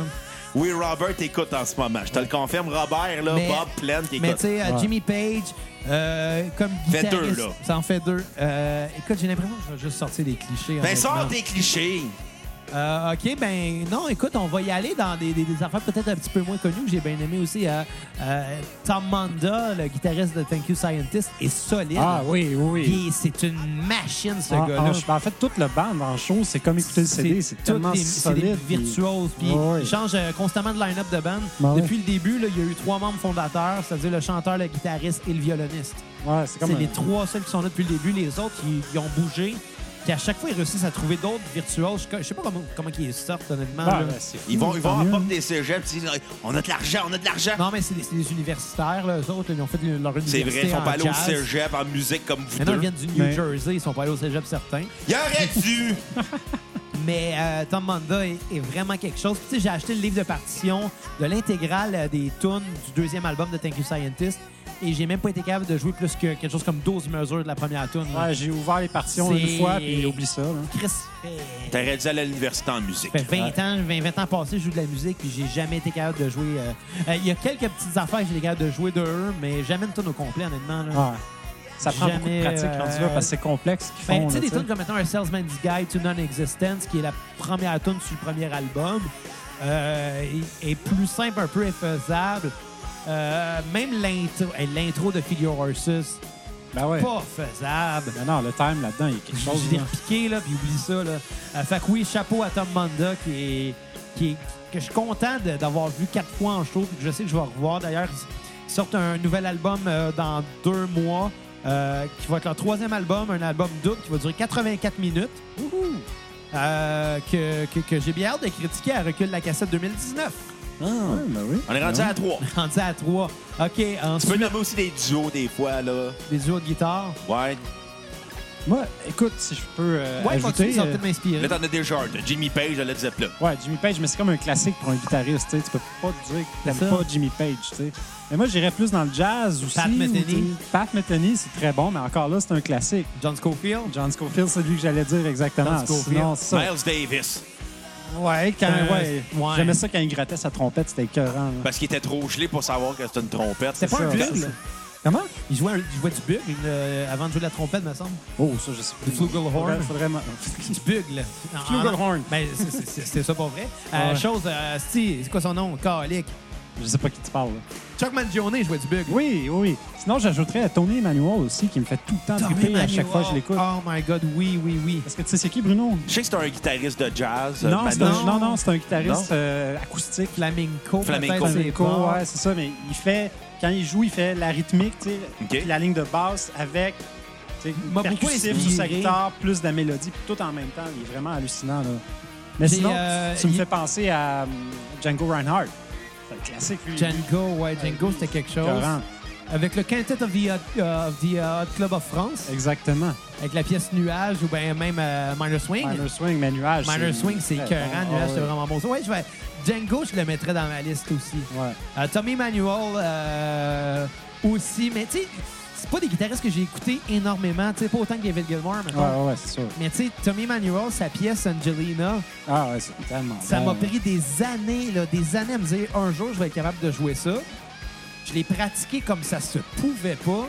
Oui, Robert écoute en ce moment. Je te le confirme, Robert, là,
Mais-
Bob, plein qui
Mais tu
écoute.
sais, euh,
Ouais.
Jimmy Page, euh, comme
Fait
guitariste,
deux, là.
ça en fait deux. Euh, écoute, j'ai l'impression que je vais juste sortir des clichés.
Ben, sors
honnêtement.
tes clichés.
Euh, OK, ben non, écoute, on va y aller dans des, des- des affaires peut-être un petit peu moins connues que j'ai bien aimé aussi. euh, euh, Tom Manda, le guitariste de Thank You Scientist, est solide.
Ah oui, oui, oui.
Puis C'est une machine, ce
En,
gars-là.
en- ben, en fait, toute le band en show, c'est comme écouter le CD. C'est
toutes
tellement
des- c'est des
solide. puis-
virtuoses. Puis
Ouais, ouais.
ils changent euh, constamment de line-up de band.
Ben ouais.
Depuis le début, là, il y a eu trois membres fondateurs, c'est-à-dire le chanteur, le guitariste et le violoniste.
Ouais, c'est
C'est
comme un-
les trois seuls qui sont là depuis le début. Les autres, ils, ils ont bougé. Puis à chaque fois, ils réussissent à trouver d'autres virtuoses. Je je sais pas comment, comment ils sortent, honnêtement.
Ah,
là.
ben, c'est fou,
Ils vont, ils vont
tant
à
mieux.
pop des cégeps. ils disent, On a de l'argent, on a de l'argent.
Non, mais c'est des, c'est des universitaires, là. Eux autres, là, ils ont fait le- leur
C'est
université
vrai, ils sont
en
pas allés au
jazz.
cégep en musique comme vous
Maintenant, ils
deux.
viennent du New
Mais-
Jersey. Ils sont pas allés au cégep, certains.
Y aurait dû.
Mais euh, Tom Manda est, est vraiment quelque chose. Tu sais, j'ai acheté le livre de partition de l'intégrale euh, des tunes du deuxième album de Thank You Scientist et j'ai même pas été capable de jouer plus que quelque chose comme 12 mesures de la première tune. là.
Ouais, j'ai ouvert les partitions
C'est-
une fois, puis oublie ça. là.
Chris, fait,
T'aurais dû aller à l'université en musique.
fait 20 ans, 20, 20 ans passés, je joue de la musique puis j'ai jamais été capable de jouer. euh, euh, Il y a quelques petites affaires que j'ai été capable de jouer de eux, mais jamais une tune au complet, honnêtement. Là.
Ouais. Ça prend beaucoup
Jamais,
de pratique
euh,
quand tu vas parce que c'est complexe qu'ils
Ben,
font.
tu sais,
là,
des
tu sais.
tunes comme mettons un Salesman's Guide to Non-Existence, qui est la première tune sur le premier album, euh, est, est plus simple un peu et faisable. Euh, même l'intro, hey, l'intro de Figure Horses,
Ben ouais.
pas faisable.
Mais non, le time là-dedans, il y a quelque chose.
Je l'ai repiqué, là, puis oublie ça. Là. Euh, fait que oui, chapeau à Tom Manda, qui est, qui est- que je suis content de- d'avoir vu quatre fois en show, puis que je sais que je vais revoir. D'ailleurs, ils sortent un nouvel album euh, dans deux mois, euh, qui va être leur troisième album, un album double qui va durer 84 minutes. Euh, que que- que j'ai bien hâte de critiquer à recul de la cassette 2019.
Ah, ouais, ben oui.
On est
Ah
rendu à trois.
Rendu à 3. OK,
Tu peux
ensuite,
nommer aussi des duos des fois, là.
des duos de guitare.
Ouais.
Moi, écoute, si je peux euh,
Ouais, continue,
ajouter...
ça va
euh,
peut-être m'inspirer.
Là, t'en as déjà un. T'as Jimmy Page, Led Zeppelin.
ouais, Jimmy Page, mais c'est comme un classique pour un guitariste. tu sais. Tu peux pas te dire que
C'est
t'aimes
ça.
pas Jimmy Page. tu sais. Mais moi, j'irais plus dans le jazz aussi.
Pat
ou,
Metheny.
tu sais, Pat Metheny, c'est très bon, mais encore là, c'est un classique.
John Scofield.
John Scofield, c'est lui que j'allais dire exactement.
John Scofield. Ben,
Sinon, ça.
Miles Davis.
Ouais, quand,
Euh,
ouais.
ouais.
J'aimais ça quand il grattait sa trompette, c'était écœurant. là.
Parce qu'il était trop gelé pour savoir que c'était une trompette.
C'est pas un
ça.
bugle. là.
Comment?
Il jouait, un- il jouait du bugle euh, avant de jouer de la trompette, me semble.
Oh, ça, je sais pas.
Du flugelhorn.
Faudrait- faudrait ma-
Du bugle.
Flugelhorn.
Ben, c'est- c'est- c'est c'est ça pour vrai. Euh,
Ouais.
Chose, euh, Sti, c'est quoi son nom? Calique.
Je sais pas qui tu parles. là.
Chuck Mangione jouait du bugle.
Oui, oui. Sinon, j'ajouterais Tony Emmanuel aussi, qui me fait tout le temps
Tommy
triper à chaque
Manuel.
fois que je l'écoute.
Oh my God, oui, oui, oui.
Parce que tu sais, c'est qui, Bruno?
Je sais que c'est un guitariste de jazz. euh,
Non, c'est
Manon.
un, non, non, c'est un guitariste
Non.
euh, acoustique.
Flamenco.
Flamenco.
peut-être, c'est
flamenco,
bon.
ouais, c'est ça. Mais il fait, quand il joue, il fait la rythmique, tu sais,
OK.
puis la ligne de basse avec, tu sais,
m'a beaucoup
percussif sur sa
inspiré.
guitare, plus de la mélodie, puis tout en même temps. Il est vraiment hallucinant, là. Mais
J'ai,
sinon,
euh,
tu me
il-
fais penser à euh, Django Reinhardt. C'est un classique, lui.
Django, ouais, Django, c'était quelque chose.
Écœurant.
Avec le Quintet of the, Hot- euh, of the, euh, Hot Club of France,
Exactement.
avec la pièce Nuage ou bien même euh, Minor Swing.
Minor Swing, mais Nuage.
Minor Swing, c'est
très
écœurant.
bon.
Nuage,
Ah,
c'est
ouais.
vraiment bon. Ouais, je vais... Django, je le mettrais dans ma liste aussi.
Ouais.
Euh, Tommy Manuel euh, aussi, mais tu sais, c'est pas des guitaristes que j'ai écoutés énormément, tu sais, pas autant que David Gilmour,
Ouais,
mettons.
ouais, ouais, c'est sûr.
Mais tu sais, Tommy Manuel, sa pièce Angelina,
Ah ouais, c'est tellement
ça
bon,
m'a
là.
pris des années, là, des années à me dire un jour je vais être capable de jouer ça. Je l'ai pratiqué comme ça se pouvait pas.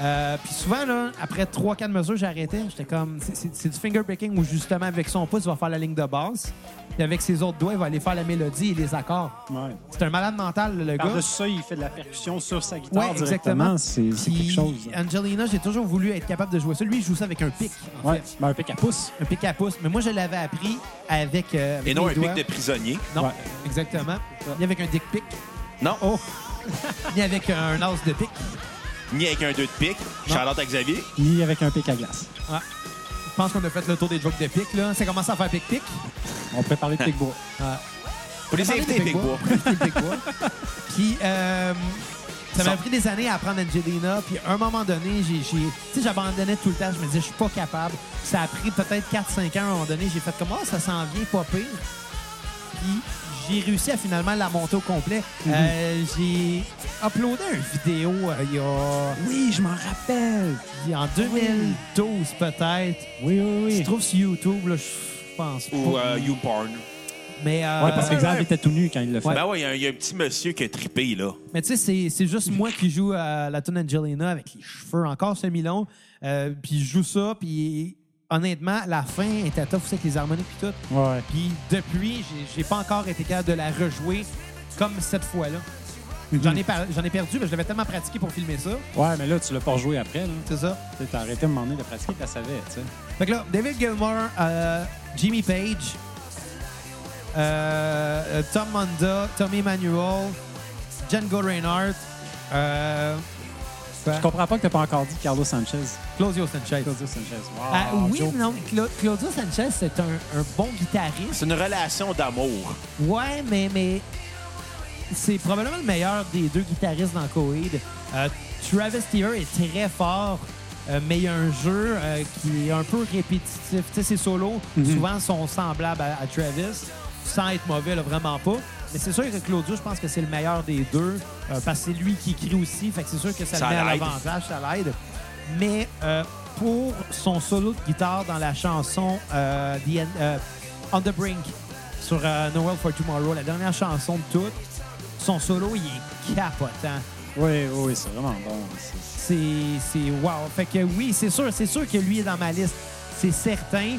Euh, puis souvent, là, après 3-4 mesures, j'arrêtais. J'étais comme. c'est- C'est c'est du finger breaking où justement, avec son pouce, il va faire la ligne de basse. Puis avec ses autres doigts, il va aller faire la mélodie et les accords.
Ouais.
C'est un malade mental, le gars.
Par-dessus ça, il fait de la percussion sur sa guitare
Ouais, exactement.
directement. C'est c'est
Puis
quelque chose. hein. là.
Angelina, j'ai toujours voulu être capable de jouer ça. Lui, il joue ça avec un pic, en
Ouais,
fait.
ben, un pic à pouce.
Un pic à pouce. Mais moi, je l'avais appris avec. euh, avec
Et non,
les
un pic
doigts.
de prisonnier.
Non,
Ouais.
exactement. Ni avec un dick pic,
Non,
Oh,
ni avec un os de pic.
ni avec un deux de pique. Charlotte à Xavier.
ni avec un pic à glace.
Je pense qu'on a fait le tour des jokes de pic, là. Ça commence à faire pic-pic.
On peut parler de pic bois.
Ah.
Pour les
Parler
invités,
des
pique bois.
Des Pic-Bois. Puis, euh, ça m'a
Ça-
pris des années à apprendre Angelina. Puis, à un moment donné, j'ai, j'ai- tu sais, j'abandonnais tout le temps. Je me disais, je suis pas capable. Ça a pris peut-être 4-5 ans. À un moment donné, j'ai fait comme, oh, ça s'en vient pas pire. Puis, j'ai réussi à finalement la monter au complet. Euh, j'ai uploadé une vidéo euh, il y a,
Oui, je m'en rappelle.
il y a- en 2012, peut-être.
Oui, oui,
Je
oui.
trouve sur YouTube. là, je- pense
Ou
pas.
euh, YouPorn.
Mais, euh,
Ouais, parce que Xav était tout nu quand il l'a fait.
Ben ouais, il y a un- il y, a un petit monsieur qui a trippé, là.
mais tu sais, c'est- c'est juste moi qui joue à la tune Angelina avec les cheveux encore semi-longs. Euh, puis je joue ça, puis honnêtement, la fin était tough aussi avec les harmonies puis tout.
Ouais.
Puis depuis, j'ai- j'ai pas encore été capable de la rejouer comme cette fois-là. J'en ai, par- j'en ai perdu, mais je l'avais tellement pratiqué pour filmer ça.
Ouais, mais là, tu l'as pas rejoué après. là.
C'est ça.
Tu sais, T'as arrêté à un moment donné de pratiquer, tu la savais, tu sais.
Fait que là, David Gilmour, euh, Jimmy Page, euh, euh, Tom Monda, Tommy Manuel, Django Reinhardt, euh, ben,
Je comprends pas que t'as pas encore dit Carlos Sanchez.
Claudio Sanchez.
Claudio Sanchez. Wow.
Ah, oui,
Joe.
non, Cla- Claudio Sanchez, c'est un, un bon guitariste.
C'est une relation d'amour.
Ouais, mais, mais c'est probablement le meilleur des deux guitaristes dans Coheed. Euh, Travis Stever est très fort, euh, mais il y a un jeu euh, qui est un peu répétitif. Tu sais, ses solos, souvent, sont semblables à, à Travis, sans être mauvais, là, vraiment pas. Mais c'est sûr que Claudio, je pense que c'est le meilleur des deux, euh, parce que c'est lui qui écrit aussi, fait que c'est sûr que ça,
Ça
le met à
l'aide.
l'avantage, ça l'aide. Mais euh, pour son solo de guitare dans la chanson euh, The End- euh, On the Brink sur euh, No World for Tomorrow, la dernière chanson de toutes, son solo, il est capotant.
Oui, oui, oui, c'est vraiment bon. C'est-
C'est c'est wow. Fait que oui, c'est sûr, c'est sûr que lui est dans ma liste. C'est certain.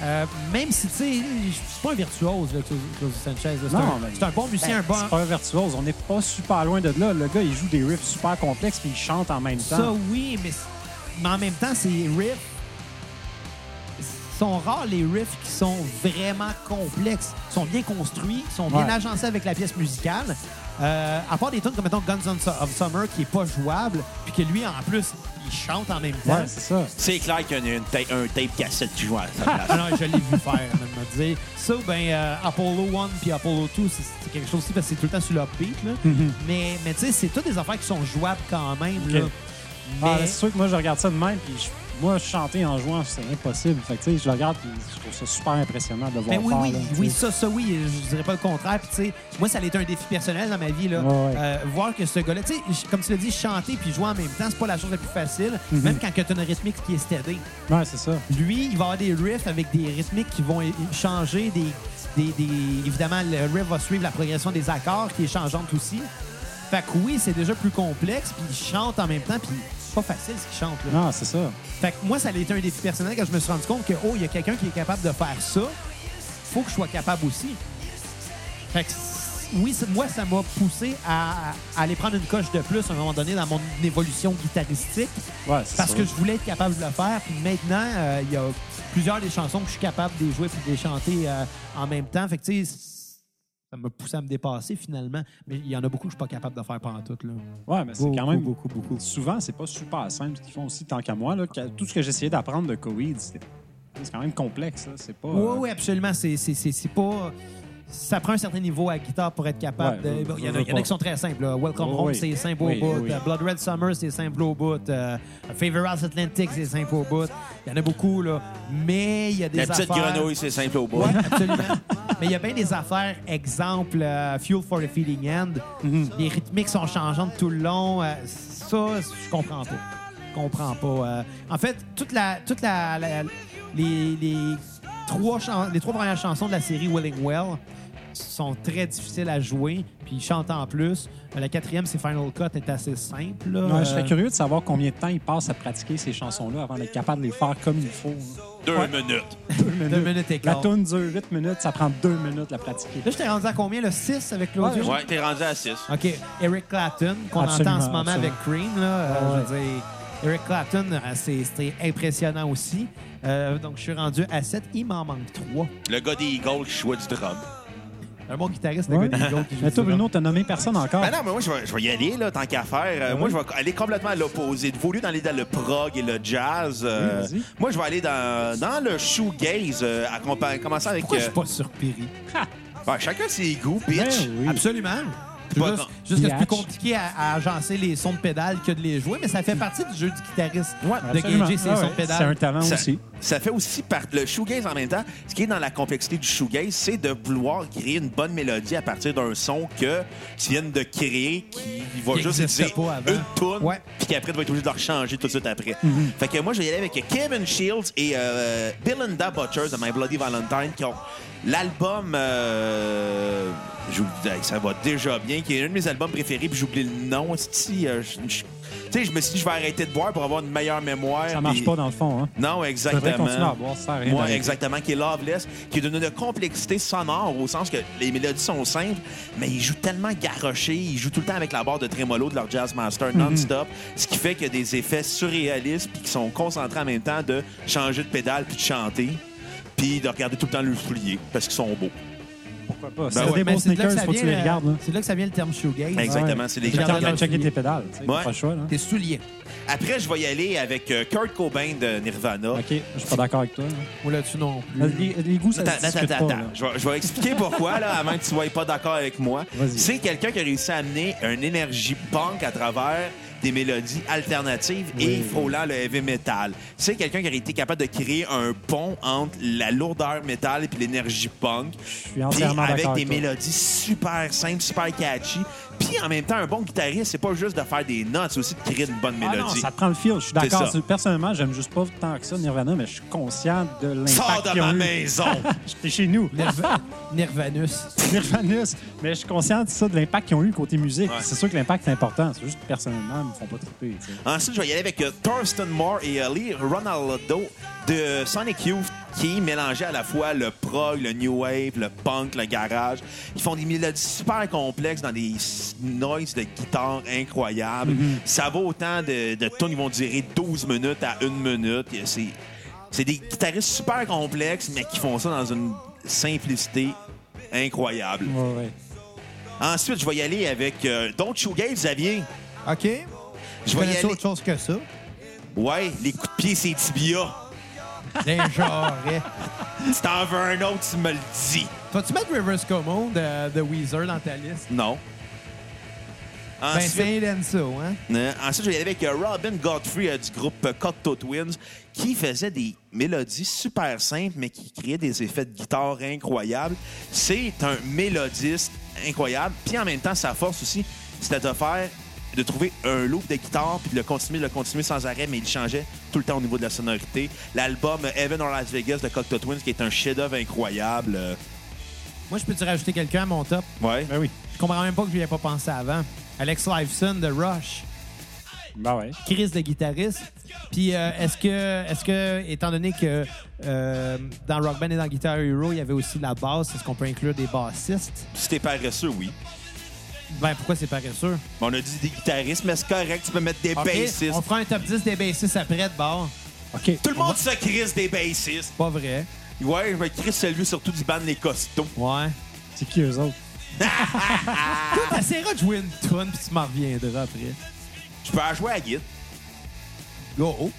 Euh, même si, tu sais, je suis pas un virtuose, là, Claudio Claudio Sanchez. là. C'est
Non,
un, Ben,
mais- ben,
c'est un bon musicien, un
C'est
bon.
pas un virtuose. On n'est pas super loin de là. Le gars, il joue des riffs super complexes puis il chante en même
Ça,
temps.
oui, mais, c'est- mais en même temps, ces riffs sont rares, les riffs qui sont vraiment complexes, Ils sont bien construits, ils sont bien
Ouais.
agencés avec la pièce musicale. Euh, à part des tunes comme, mettons, Guns N' Su- of Summer, qui est pas jouable, puis que lui, en plus, il chante en même temps.
Ouais, c'est ça.
C'est clair qu'il y a une ta- un tape cassette qui joue à sa
Ah
place.
non, je l'ai vu faire, même me dire. Ça, ben, euh, Apollo 1 puis Apollo 2, c'est- c'est quelque chose aussi parce que c'est tout le temps sur l'upbeat. là. Mais, mais tu sais, c'est toutes des affaires qui sont jouables quand même.
Ok.
Là.
Ah,
Mais-
c'est sûr que moi, je regarde ça de même, puis je- moi, chanter en jouant, c'est impossible. Fait que, tu sais, je le regarde, puis je trouve ça super impressionnant de le voir
Ben oui,
faire,
oui,
là, tu sais.
oui, ça, ça, oui, je dirais pas le contraire. Puis, tu sais, moi, ça a été un défi personnel dans ma vie, là.
Ouais, ouais.
Euh, voir que ce gars-là, tu sais, j- comme tu l'as dit, chanter puis jouer en même temps, c'est pas la chose la plus facile,
Mhm.
même quand tu as une rythmique qui est steady.
Ouais, c'est ça.
Lui, il va avoir des riffs avec des rythmiques qui vont é- changer, des, des, des- évidemment, le riff va suivre la progression des accords qui est changeante aussi. Fait que oui, c'est déjà plus complexe, puis il chante en même temps, puis c'est pas facile ce qu'il chante, là.
Non, c'est ça.
Fait que moi, ça a été un défi personnel quand je me suis rendu compte que, oh, il y a quelqu'un qui est capable de faire ça. Faut que je sois capable aussi. Fait que, c- oui, c- moi, ça m'a poussé à, à aller prendre une coche de plus à un moment donné dans mon évolution guitaristique
Ouais, c'est
parce
ça.
que je voulais être capable de le faire. Puis maintenant, euh, il y a plusieurs des chansons que je suis capable de les jouer puis de les chanter euh, en même temps. Fait que, tu sais, c- ça m'a poussé à me dépasser finalement. Mais il y en a beaucoup que je suis pas capable de faire pendant tout, là.
Ouais, mais c'est
Beaucoup,
quand même
beaucoup, beaucoup.
Souvent, c'est pas super simple ce qu'ils font aussi, tant qu'à moi. Là, que- tout ce que j'essayais d'apprendre de Covid, c'est c'est quand même complexe. là. C'est pas. hein.
Oui, oui, absolument. C'est c'est- c'est- c'est pas. Ça prend un certain niveau à la guitare pour être capable
Ouais,
de.
je-
Il y en
je
a,
veux
il y en a
pas.
qui sont très simples. là. Welcome
Oui,
Home,
oui.
c'est simple au
Oui,
bout.
oui.
Euh, Blood Red Summer, c'est simple au bout. Euh, Favor House Atlantic, c'est simple au bout. Il y en a beaucoup, là. Mais il y a des
La petite
affaires-
grenouille, c'est simple au bout.
Ouais, absolument. Mais il y a bien des affaires, exemple euh, Fuel for the Feeling End.
Mhm.
Les rythmiques sont changeantes tout le long. Euh, ça, je comprends pas. Je comprends pas. Euh, en fait, toute la, toute la, la- les, les trois chan- les trois premières chansons de la série Willing Well sont très difficiles à jouer, puis ils chantent en plus. Euh, La quatrième, c'est Final Cut, est assez simple. là.
Ouais, je serais
Euh,
curieux de savoir combien de temps ils passent à pratiquer ces chansons-là avant d'être capable de les faire comme il faut. là.
Deux
Ouais.
minutes.
Deux minutes.
minutes et
La
quart.
tune dure 8 minutes, ça prend deux minutes de la pratiquer.
Là, je t'ai rendu à combien? Le 6 avec Claudio?
Ouais, t'es rendu à 6.
OK. Eric Clapton, qu'on entend
Absolument,
en ce moment
absolument. Ah
avec Cream, là, euh,
Ouais.
je veux dire, Eric Clapton, euh, c'est- c'était impressionnant aussi. Euh, donc, je suis rendu à 7. Il m'en manque 3.
Le gars des Eagles qui joue du drum.
Un bon guitariste,
Ouais.
le gars des Eagles qui joue
Mais toi,
du drum.
Bruno, t'as nommé personne encore.
Ben non, mais moi, je vais, je vais y aller, là, tant qu'à faire. Euh,
Ouais.
Moi, je vais aller complètement à l'opposé. Vous, au lieu d'aller dans le prog et le jazz, euh,
Oui, vas-y.
moi, je vais aller dans, dans le shoegaze, euh, à compa- commençant avec...
Pourquoi je
euh,
suis pas surpris?
ben, chacun ses goûts,
Ben
bitch.
oui.
Absolument.
Pas
Juste,
tant.
juste que c'est plus
Biatch.
compliqué à, à agencer les sons de pédale que de les jouer, mais ça fait partie du jeu du guitariste de
Absolument.
gager ses
Ah
sons
ouais,
de
C'est
pédale. Ben
un talent
Ça,
aussi.
ça fait aussi partie. Le shoegaze en même temps, ce qui est dans la complexité du shoegaze, c'est de vouloir créer une bonne mélodie à partir d'un son que tu viens de créer qui va
Qui
juste
existait
utiliser
pas avant.
une toune,
Ouais. Mm-hmm.
puis qu'après tu vas être obligé de la rechanger tout de suite après. Fait que moi, je vais y aller avec Kevin Shields et euh, Belinda Butchers de My Bloody Valentine qui ont l'album. euh, j'oublie- hey, ça va déjà bien, qui est un de mes albums préférés, puis j'oublie le nom. esti, euh, je- je- Tu sais, je me suis dit, je vais arrêter de boire pour avoir une meilleure mémoire.
Ça marche
puis-
pas dans le fond. Hein.
non, exactement.
Faudrait continuer à boire, ça sert à rien
Moi,
d'arrêter.
exactement, qui est Loveless, qui est d'une d'une complexité sonore, au sens que les mélodies sont simples, mais ils jouent tellement garoché, ils jouent tout le temps avec la barre de trémolo de leur jazz master
Mhm.
non-stop, ce qui fait qu'il y a des effets surréalistes puis qui sont concentrés en même temps de changer de pédale puis de chanter puis de regarder tout le temps le foulier parce qu'ils sont beaux.
Pourquoi pas?
Ben
Si t'as
ouais.
des
Mais
beaux
c'est de là que
sneakers,
ça
faut que tu
vient,
les
euh,
regardes. hein. là.
C'est de là que ça vient le terme shoegaze.
Exactement,
Ouais.
c'est les
T'es
gens
en train de
qui
checker tes pédales. tu sais,
Ouais.
Pas le choix, là.
T'es soulié.
Après, je vais y aller avec euh, Kurt Cobain de Nirvana.
Ok, je suis pas d'accord avec toi. là.
Ou là-dessus non plus.
Les, les goûts, ça se
Mm. Attends,
discute
attends,
pas.
attends,
là.
attends. Je vais, je vais expliquer pourquoi, là, avant que tu sois pas d'accord avec moi.
Vas-y.
C'est quelqu'un qui a réussi à amener une énergie punk à travers des mélodies alternatives et frôlant le heavy metal. C'est quelqu'un qui a été capable de créer un pont entre la lourdeur metal et puis l'énergie punk.
Je suis
Puis
entièrement
avec
d'accord
des
avec toi.
mélodies super simples, super catchy. Puis en même temps, un bon guitariste, c'est pas juste de faire des notes, c'est aussi de créer une bonne
Ah
mélodie.
non, ça te prend le fil. Je suis
ça.
d'accord. C'est- Personnellement, j'aime juste pas tant que ça Nirvana, mais je suis conscient de l'impact.
Sors de
qu'ils ont
ma
eu.
maison!
J'étais chez nous.
Nerva- Nervanus.
Nirvanus. Mais je suis conscient de ça, de l'impact qu'ils ont eu côté musique.
Ouais.
C'est sûr que l'impact est important. C'est juste que personnellement, ils me font pas triper. tu sais.
Ensuite, je vais y aller avec euh, Thurston Moore et euh, Lee Ronaldo de Sonic Youth qui mélangeaient à la fois le prog, le new wave, le punk, le garage. Ils font des mélodies super complexes dans des s- noises de guitare incroyables.
Mm-hmm.
Ça va autant de, de tunes, ils vont durer 12 minutes à 1 minute. Et C'est, c'est des guitaristes super complexes, mais qui font ça dans une simplicité incroyable.
Ouais, ouais.
Ensuite, je vais y aller avec euh, Don't Shoegate, Xavier.
OK.
Je vais y
Je connais
aller.
autre chose que ça.
Ouais, les coups de pied, c'est tibia.
Déjà, ouais.
Si t'en veux un autre, tu me le dis.
Vas-tu mettre Rivers Como de, de Weezer dans ta liste?
Non.
Ben,
Ensuite,
c'est Lenzo, hein?
euh, ensuite, je vais y aller avec euh, Robin Godfrey euh, du groupe euh, Cocteau Twins qui faisait des mélodies super simples mais qui créait des effets de guitare incroyables. C'est un mélodiste incroyable. Puis en même temps, sa force aussi, c'était de faire de trouver un loop de guitare puis de le continuer, de le continuer sans arrêt, mais il changeait tout le temps au niveau de la sonorité. L'album euh, Heaven or Las Vegas de Cocteau Twins qui est un chef-d'œuvre incroyable. euh,
Moi, je peux-tu rajouter quelqu'un à mon top?
ouais.
Ben oui.
Je comprends même pas que je n'y avais pas pensé avant. Alex Lifeson de Rush.
Ben ouais.
Chris de guitariste. Puis euh, est-ce que, est-ce que, étant donné que euh, dans Rock Band et dans Guitar Hero, il y avait aussi la basse, est-ce qu'on peut inclure des bassistes?
Si t'es paresseux, oui.
Ben pourquoi c'est pas sûr?
Mais On a dit des guitaristes, mais c'est correct, tu peux mettre des
Ok,
bassistes.
On fera un top 10 des bassistes après de bord.
OK.
Tout le monde se crisse des bassistes.
Pas vrai.
Ouais, je me crisse celui surtout du band Les Costauds.
Ouais.
C'est qui eux autres?
T'essaieras de jouer une tune puis tu m'en reviendras après.
Je peux en jouer à la guitare.
Go. oh.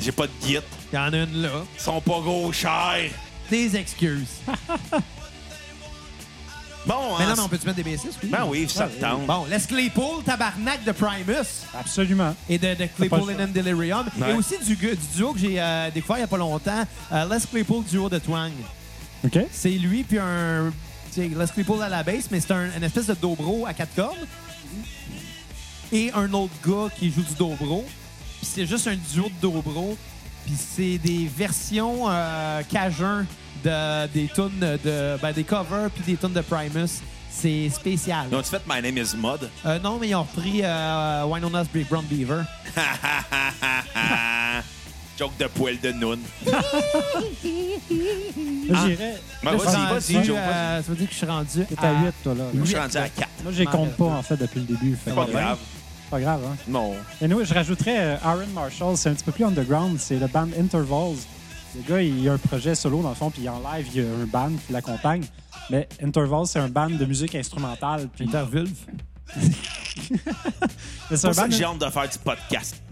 J'ai pas de guitare.
Il y en a une là.
Ils sont pas gros chers.
Des excuses.
Ah, Bon,
mais
hein,
non, mais on peut-tu mettre des bassistes? Oui.
Ben oui, ça te tente.
Bon, laisse Claypool, tabarnak de Primus.
Absolument.
et de, de Claypool
Pas le
and Delirium.
Ouais.
Et aussi du, gu- du duo que j'ai euh, découvert il n'y a pas longtemps, euh, Les Claypool duo de Twang.
OK.
C'est lui puis un... tu sais, Les Claypool à la basse, mais c'est un, une espèce de dobro à quatre cordes. Et un autre gars qui joue du dobro. Puis c'est juste un duo de dobro. Puis c'est des versions euh, cajun de, des tunes de... Ben, des covers puis des tunes de Primus. C'est spécial.
Donc, tu fait My Name is Mod.
Euh, non, mais ils ont repris euh, Winona's Big Brown Beaver.
Joke de poil de noun.
Là, j'irais.
Ben,
Là,
vas-y,
ça-
vas-y,
ça-
Joe.
Euh, ça veut dire que je suis rendu
T'es
à...
à 8, toi, là.
Moi, je suis
Oui, Ah
rendu à 4.
Moi, je les compte pas, en fait, depuis le début.
C'est
Fait que-
pas grave.
Pas grave, hein.
Non.
Et nous, je rajouterais euh, Aaron Marshall, c'est un petit peu plus underground, c'est le band Intervals. Le gars, il a un projet solo dans le fond, puis en live, il y a un band qui l'accompagne. Mais Intervals, c'est un band de musique instrumentale, puis
Intervulve.
C'est
Mm. pour
ça,
ça
un band
que
de-
j'ai
hein?
hâte de faire du podcast.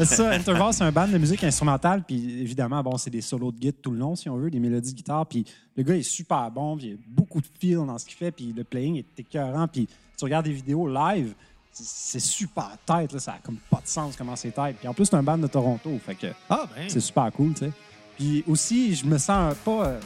c'est ça, Interval, c'est un band de musique instrumentale. Puis évidemment, bon, c'est des solos de guitare tout le long, si on veut, des mélodies de guitare. Puis le gars est super bon. Puis il y a beaucoup de feel dans ce qu'il fait. Puis le playing est écœurant. Puis tu regardes des vidéos live, c'est- c'est super tête. Là, ça a comme pas de sens comment c'est tête. Puis en plus, c'est un band de Toronto. Fait que
Ah, ben.
c'est super cool, tu sais. Puis aussi, je me sens pas euh,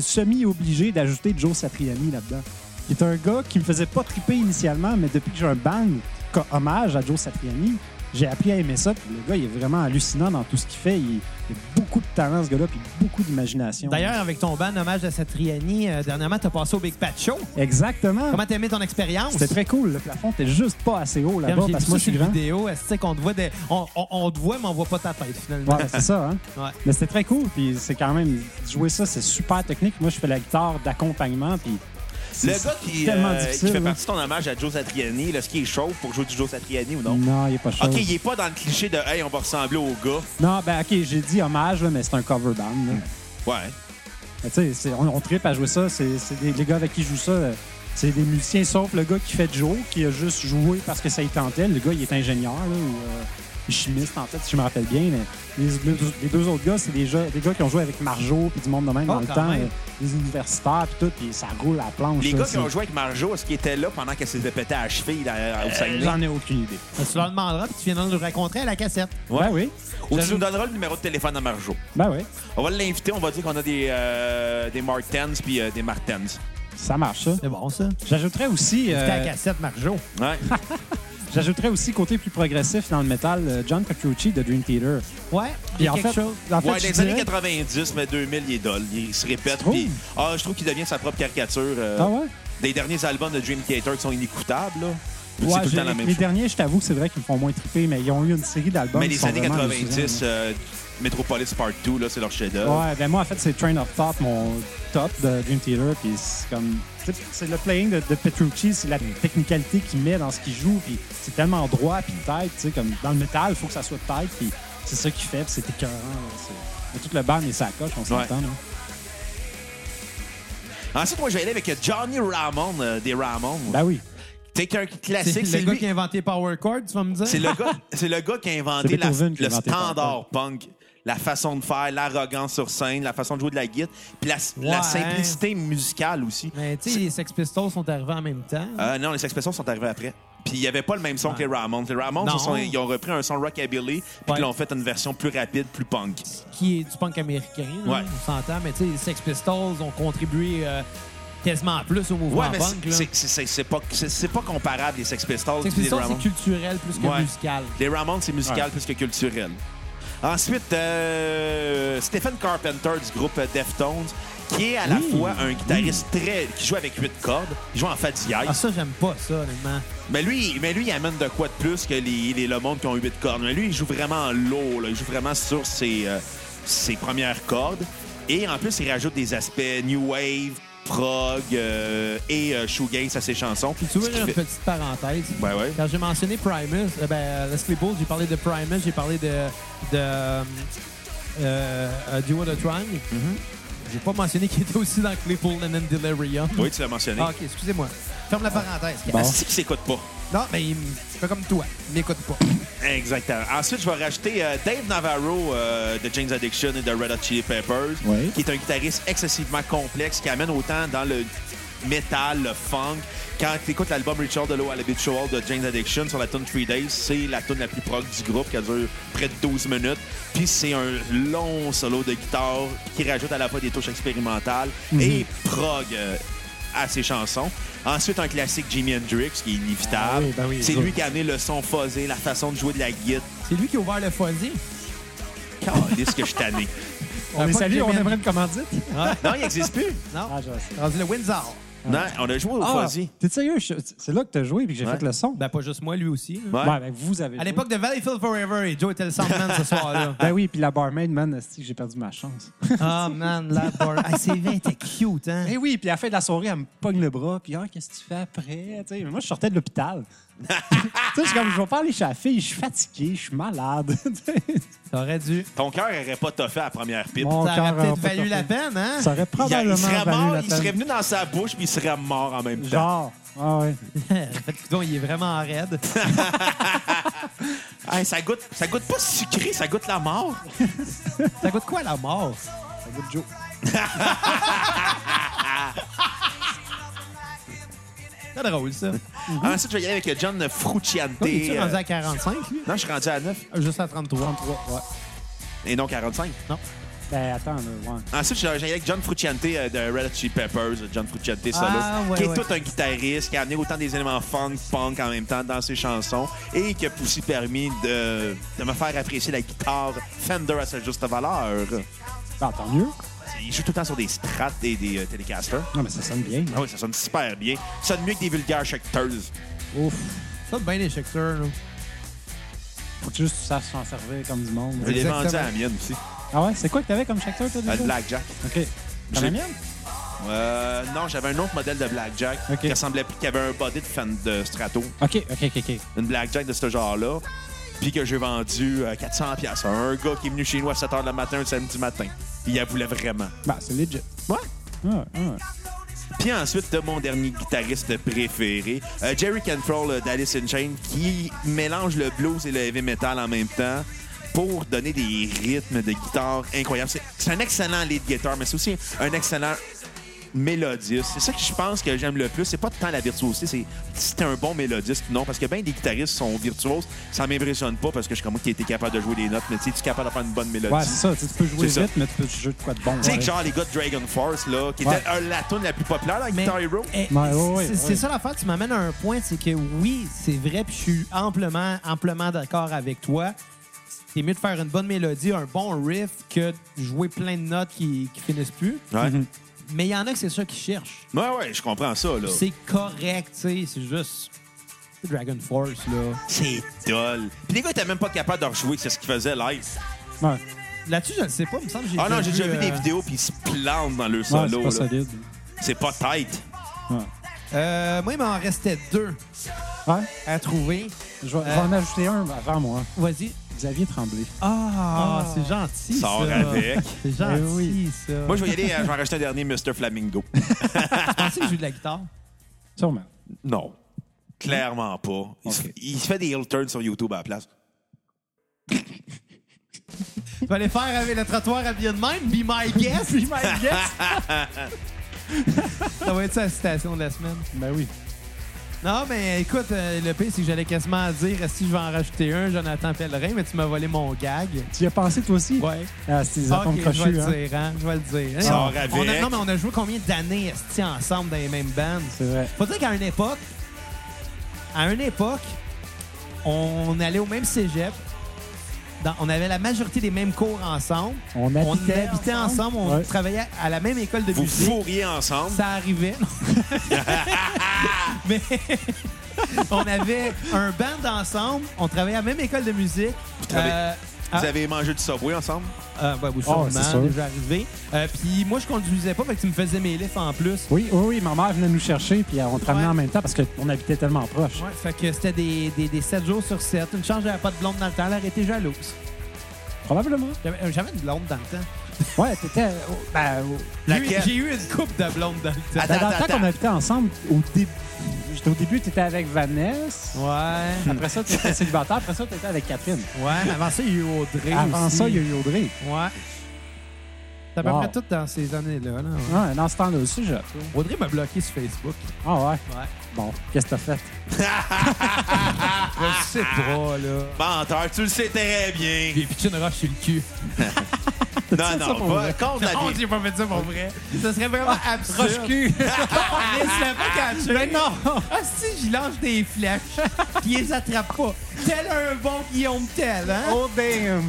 semi-obligé d'ajouter Joe Satriani là-dedans. Qui est un gars qui me faisait pas triper initialement, mais depuis que j'ai un band co- hommage à Joe Satriani, j'ai appris à aimer ça. Puis le gars, il est vraiment hallucinant dans tout ce qu'il fait. Il, il a beaucoup de talent, ce gars-là, puis beaucoup d'imagination.
D'ailleurs, avec ton ban hommage à Satriani, euh, dernièrement, t'as passé au Big Pat Show.
Exactement.
Comment t'as aimé ton expérience?
C'était très cool. Le plafond était juste pas assez haut
Comme
là-bas
j'ai
parce
vu
que moi,
ça
je
sur
suis
une
grand.
vidéo, est-ce qu'on te voit des... on, on- on te voit, mais on voit pas ta tête, finalement.
Ouais, c'est ça, hein?
Ouais.
Mais c'était très cool, puis c'est quand même... Jouer ça, c'est super technique. Moi, je fais la guitare d'accompagnement, puis...
Le
c'est
gars qui,
tellement
euh, qui
difficile,
hein?
fait
là.
partie de ton hommage à Joe Satriani, là, est-ce qu'il est chaud pour jouer du Joe Satriani ou non?
Mm.
Non, il n'est pas chaud.
OK, il est pas dans le cliché de « Hey, on va ressembler au gars
Non, ben OK, j'ai dit hommage, là, mais c'est un cover band. là. ».
Ouais.
Mais tu sais, c'est- on, on tripe à jouer ça. C'est c'est des- les gars avec qui je joue ça, euh, c'est des musiciens, sauf le gars qui fait Joe, qui a juste joué parce que ça y tentait. Le gars, il est ingénieur là, ou euh, chimiste, en fait, si je me rappelle bien. Mais les, les- les deux autres gars, c'est des, gens- des gars qui ont joué avec Marjo puis du monde de même
Ah,
Oh,
dans le
quand
temps.
même.
euh, Des universitaires puis tout, puis ça roule à la planche.
Les
ça,
gars qui
c'est-
ont joué avec Marjo, est-ce qu'ils étaient là pendant qu'elle s'était pété à la cheville dans- au
Euh,
Saguenay?
J'en ai aucune idée.
Mais Tu leur demanderas, puis tu viendras nous raconter à la cassette.
Ouais.
Ben oui,
Ou tu
j'ajoute-
nous donneras le numéro de téléphone à Marjo.
ben oui,
On va l'inviter, on va dire qu'on a des, euh, des Mark Tens puis euh, des Martens.
ça marche ça.
C'est bon, ça.
J'ajouterais aussi.
C'était à la
euh,
cassette, Marjo.
Ouais.
Ah, J'ajouterais aussi côté plus progressif dans le métal, euh, John Petrucci de Dream Theater.
Ouais,
Puis en
quelque
fait,
chose.
en fait,
Ouais, dans
je
les années
dirais-
90, mais 2000, il est dol. Il se répète.
trouves?
puis- ah, je trouve qu'il devient sa propre caricature. euh,
Oh. Ah ouais?
Des derniers albums de Dream Theater qui sont inécoutables. là.
Ouais,
c'est tout le
j'ai-
temps la même
les
chose.
derniers, je t'avoue, c'est vrai qu'ils me font moins triper, mais ils ont eu une série d'albums.
Mais
qui
les
sont
années
vraiment
90,
amusants.
euh, Metropolis Part 2, là, c'est leur chef-d'œuvre.
Ouais, ben moi, en fait, c'est Train of Thought, mon top de Dream Theater. Puis c'est comme. c'est- C'est le playing de, de Petrucci, c'est la technicalité qu'il met dans ce qu'il joue. Puis c'est tellement droit, puis tête, tu sais, comme dans le métal, il faut que ça soit tête. Puis c'est ça qu'il fait, puis c'est écœurant. là, c'est- mais Tout le band et sa coche, on s'entend. là.
Ensuite, moi, j'allais avec Johnny Ramone, euh, des Ramones.
Ben oui.
T'es un classique,
C'est
c'est
le gars
lui.
qui a inventé Power Chord, tu vas me dire?
C'est le gars, c'est le gars qui a inventé
C'est
la-
Beethoven qui a
le
inventé
standard punk. La façon de faire, l'arrogance sur scène, la façon de jouer de la guitare, puis la, la
Ouais.
simplicité musicale aussi.
Mais tu sais, les Sex Pistols sont arrivés en même temps.
Euh, non, les Sex Pistols sont arrivés après. Puis il n'y avait pas le même son que les Ramones. Les Ramones,
Non.
ils, sont- ils ont repris un son rockabilly, puis
Ouais.
ils l'ont fait une version plus rapide, plus punk.
qui est du punk américain, là,
Ouais.
on s'entend, mais tu sais, les Sex Pistols ont contribué euh, quasiment plus au mouvement
Ouais, mais
punk.
c'est-
là.
c'est- c'est c'est- c'est pas, c'est- c'est pas comparable, les Sex Pistols.
Sex
puis les
Pistols, c'est
Ramones.
culturel plus que
Ouais.
musical.
Les Ramones, c'est musical
Ouais.
plus que culturel. Ensuite, euh, Stephen Carpenter du groupe Deftones, qui est à la fois un guitariste très. qui joue avec huit cordes. Il joue en fa dièse.
Ah, ça, j'aime pas ça, honnêtement.
mais, lui, mais lui, il amène de quoi de plus que les, les- le monde qui ont huit cordes. Mais lui, il joue vraiment en low. là. Il joue vraiment sur ses, euh, ses premières cordes. Et en plus, il rajoute des aspects new wave, prog euh, et euh, shoegaze à ses chansons.
Puis tu vois,
Ce qui
une
fait-
petite parenthèse.
Ouais, ouais.
Quand j'ai mentionné Primus, euh, ben, Les Claypool, j'ai parlé de Primus, j'ai parlé de, de euh, euh, Duo de Trang. J'ai pas mentionné qu'il était aussi dans Claypool and then Delirium.
Oui, tu l'as mentionné.
Ah, ok, excusez-moi. Ferme la parenthèse. Kat.
Bon.
Asti qu'il s'écoute pas.
Non, mais il me- fais comme toi, il m'écoute pas.
Exactement. Ensuite, je vais rajouter euh, Dave Navarro euh, de James Addiction et de Red Hot Chili Peppers,
Oui.
qui est un guitariste excessivement complexe qui amène autant dans le métal, le funk. Quand tu écoutes l'album Richard Low Habitual de James Addiction sur la tune Three Days, c'est la tune la plus prog du groupe qui dure près de 12 minutes. Puis c'est un long solo de guitare qui rajoute à la fois des touches expérimentales et prog euh, à ses chansons. Ensuite, un classique Jimi Hendrix qui est inévitable.
Ah oui, ben oui,
c'est
ça.
lui qui a amené le son fuzzé, la façon de jouer de la guitare.
C'est lui qui a ouvert le fuzzy.
Calisse que je suis tanné.
On
Euh,
les
pas
salue,
que
on
j'aime.
aimerait une commandite.
Non, il n'existe plus.
Non,
Ah, je vois ça.
rendu le Windsor.
Non, on a joué au
Ah,
Fuzzy.
t'es sérieux? Je- C'est là que t'as joué et que j'ai
Ouais.
fait le son?
Ben, pas juste moi, lui aussi. hein.
Ouais.
Ouais, ben vous avez.
À
joué.
l'époque de Valleyfield Forever, et Joe était le soundman ce soir-là.
Ben oui, puis la barmaid, man, esti, j'ai perdu ma chance.
Ah, man, la bar. Ah, c'est vrai, t'es cute, hein?
Eh oui, puis à la fin de la soirée, elle me pogne le bras, puis ah, qu'est-ce que tu fais après? Tu sais, moi, je sortais de l'hôpital. tu sais, je suis comme, je vais parler chez la fille, je suis fatigué, je suis malade.
Ça aurait dû.
Ton cœur n'aurait pas toffé à la première pipe.
Mon
Ça
cœur
aurait
aura
peut-être
pas
valu la
toffé.
peine, hein?
Ça aurait
Il,
probablement
il serait
valu
mort,
la
il
peine.
serait venu dans sa bouche puis il serait mort en même temps.
Genre, ah ouais.
En fait, coudonc, il est vraiment raide.
Hey, ça goûte, ça goûte pas sucré, ça goûte la mort.
Ça coûte quoi, la mort?
Ça goûte Joe.
C'est drôle, ça.
Mhm.
Ensuite, je vais y aller avec John Frucciante.
Donc, es-tu rendu
Euh,
à 45, lui?
Non, je suis rendu à 9
Euh, Juste à 33.
33, ouais.
et non 45.
Ben attends, là, ouais.
Ensuite, j'ai j'ai avec John Frucciante euh, de Red Hot Chili Peppers, euh, John Frucciante solo,
Ah, ouais,
qui est
ouais.
tout un guitariste, qui a amené autant des éléments funk, punk en même temps dans ses chansons et qui a aussi permis de, de me faire apprécier la guitare Fender à sa juste valeur.
Ben, tant mieux.
Il joue tout le temps sur des strats et des euh, Telecaster.
Non, mais ça sonne bien.
Ah oui, ça sonne super bien. Ça sonne mieux que des vulgaires Schecters.
Ouf.
Ça, bien les secteurs, là.
Faut que juste tu saches s'en servir comme du monde.
Je l'ai
Exactement.
vendu à la mienne aussi.
Ah ouais, c'est quoi que t'avais comme chacteur,
Euh,
toi, déjà?
le Blackjack.
OK. T'en
J'ai-
as mienne?
Euh, non, j'avais un autre modèle de Blackjack
Ok.
qui ressemblait plus, qui avait un body de fan de Strato.
OK, OK, OK, OK.
Une Blackjack de ce genre-là. Puis que j'ai vendu euh, 400 pièces à un gars qui est venu chez nous à 7 h le matin, un samedi matin. Puis il la voulait vraiment.
Ben, c'est legit. Ah,
Ouais.
Ouais, ouais.
Puis ensuite, de mon dernier guitariste préféré, euh, Jerry Cantrell euh, d'Alice in Chains, qui mélange le blues et le heavy metal en même temps pour donner des rythmes de guitare incroyables. C'est- C'est un excellent lead guitar, mais c'est aussi un excellent mélodiste. C'est ça que je pense que j'aime le plus. C'est pas tant la virtuosité, c'est si t'es un bon mélodiste ou non. Parce que bien des guitaristes sont virtuoses, ça m'impressionne pas parce que je suis comme moi qui était capable de jouer des notes, mais tu sais, tu es capable de faire une bonne mélodie.
Ouais, c'est ça. Tu sais, tu peux jouer vite,
C'est ça.
mais tu peux jouer de quoi de bon.
tu sais,
ouais.
que genre les gars de Dragon Force, là, qui
Ouais.
était euh, la tune la plus populaire, là,
Mais-
Guitar Hero.
Eh,
Ouais, ouais, ouais,
c'est c'est
ouais.
ça l'affaire, tu m'amènes à un point, c'est que oui, c'est vrai, puis je suis amplement, amplement d'accord avec toi. C'est mieux de faire une bonne mélodie, un bon riff, que de jouer plein de notes qui, qui finissent plus.
Mhm.
Ouais.
Mais il y en a que c'est ça qu'ils cherchent.
Ouais, ouais, je comprends ça, là.
C'est correct, tu sais, c'est juste Dragon Force, là.
C'est dole. Puis les gars étaient même pas capables de rejouer, c'est ce qu'ils faisaient live.
Ouais,
Là-dessus, je ne sais pas, il me semble que j'ai
Ah non, j'ai déjà vu
euh,
des vidéos, puis ils se plantent dans le
ouais
solo,
c'est
là.
pas solide.
C'est pas tight.
Ouais.
euh, moi, il m'en restait deux
Ouais.
à trouver.
Je vais, je vais
Euh.
en ajouter un avant moi.
Vas-y.
Xavier Tremblay.
Ah,
Ah.
c'est gentil,
Sors
ça.
avec.
C'est gentil,
Eh oui.
ça.
Moi, je vais y aller, euh, je vais en rajouter un dernier, Mr. Flamingo.
pensais que je joue de la guitare.
Sûrement.
Non. Clairement pas. Il, se,
Ok.
il se fait des heel turns sur YouTube à la place.
Tu vas aller faire avec le trottoir à bien de même, be my guest. be my guest. ça va être ça la citation de la semaine.
Ben oui.
Non, mais écoute, euh, le pire, c'est que j'allais quasiment dire si je vais en rajouter un, Jonathan Pellerin, mais tu m'as volé mon gag.
Tu y as pensé, toi aussi?
Ouais.
Ah, c'est des
Ok,
atomes
je vais
crochus,
le
hein.
dire, hein. Je vais le dire.
Sors
On a-
avec.
non, mais on a joué combien d'années esti, ensemble dans les mêmes bands?
C'est vrai.
Faut dire qu'à une époque, à une époque, on allait au même cégep. dans- on avait la majorité des mêmes cours ensemble.
On
On
habitait
habitait ensemble, on
Ben, Ouais.
travaillait à la même école de
Vous
musique.
fourriez ensemble.
Ça arrivait. Mais on avait un band ensemble, on travaillait à la même école de musique.
travaillez-
ah,
Vous avez mangé du Subway ensemble.
ah, ouais, oui,
Oh,
sûrement,
c'est sûr.
déjà arrivé. Euh, Puis moi, je conduisais pas, fait que tu me faisais mes lifts en plus.
Oui, oui, oui, ma mère venait nous chercher, puis on te ramenait
Ouais.
en même temps parce qu'on habitait tellement proche.
Ouais, fait que c'était des, des, 7 jours sur 7. Une chance, j'avais pas de blonde dans le temps, elle aurait été jalouse.
Probablement.
J'avais euh, j'avais une blonde dans le temps.
Ouais, t'étais. oh, Ben, oh.
J'ai eu-
Laquelle?
J'ai eu une coupe de blonde dans le temps.
Ben,
Attends,
dans le temps
attends.
qu'on habitait ensemble, au début, au début, t'étais avec Vanessa.
Ouais.
Après ça, t'étais célibataire. Après ça, t'étais avec Catherine.
Ouais, mais avant ça, il y a eu Audrey.
Avant
aussi.
ça, il y a eu Audrey.
Ouais. C'est à peu
Wow.
près tout dans ces années-là. là, ouais.
Ouais, dans ce temps-là aussi, je.
Audrey m'a bloqué sur Facebook.
Ah ouais.
Ouais.
Bon, qu'est-ce que t'as fait?
Je sais
Ah,
pas, là.
Menteur, tu le sais très bien.
J'ai pitché une roche sur le cul.
Non,
ça
non,
pour
pas
vrai?
contre la vie.
j'ai pas fait ça pour vrai. Ça serait vraiment absurde. Roche-cul. On laisse pas catcher. Ah, Mais non. Ah si, j'y lance des flèches. Puis ils les attrapent pas. Tel un bon Guillaume Tel, hein?
Oh damn!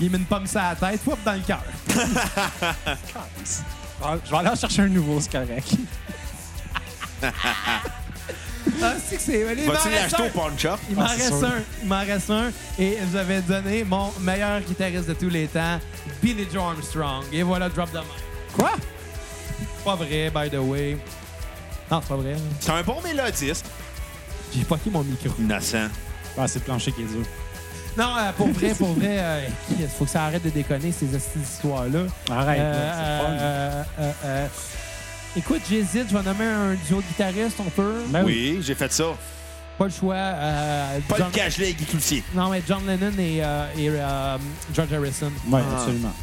Il met une pomme sur la tête, hop, dans le cœur.
Je vais aller en chercher un nouveau, c'est correct.
Ah si, que c'est... Allez, il m'en
Vas-tu
reste
l'acheter
un.
au pawn shop?
Il m'en
Ah, c'est
reste
sûr.
un. Il m'en reste un. Et je vais donner mon meilleur guitariste de tous les temps, Billy Joe Armstrong. Et voilà, drop the mic.
Quoi?
Pas vrai, by the way. Non, c'est pas vrai.
C'est un bon mélodiste.
J'ai poqué mon micro.
Innocent.
Ah, c'est le plancher qui est dur.
Non, euh, pour vrai, pour vrai, euh, Chris, faut que ça arrête de déconner, ces hosties d'histoires-là.
Arrête,
Euh,
là, c'est le fun.
euh, euh, euh, écoute, j'hésite, je vais nommer un duo de guitaristes, on peut.
Ben oui.
Oui, j'ai fait ça.
Pas le choix. euh,
Paul
John-
Cagelet et Guy Cloutier.
Non, mais John Lennon et, euh, et, euh, George Harrison.
Ouais,
Ah.
absolument.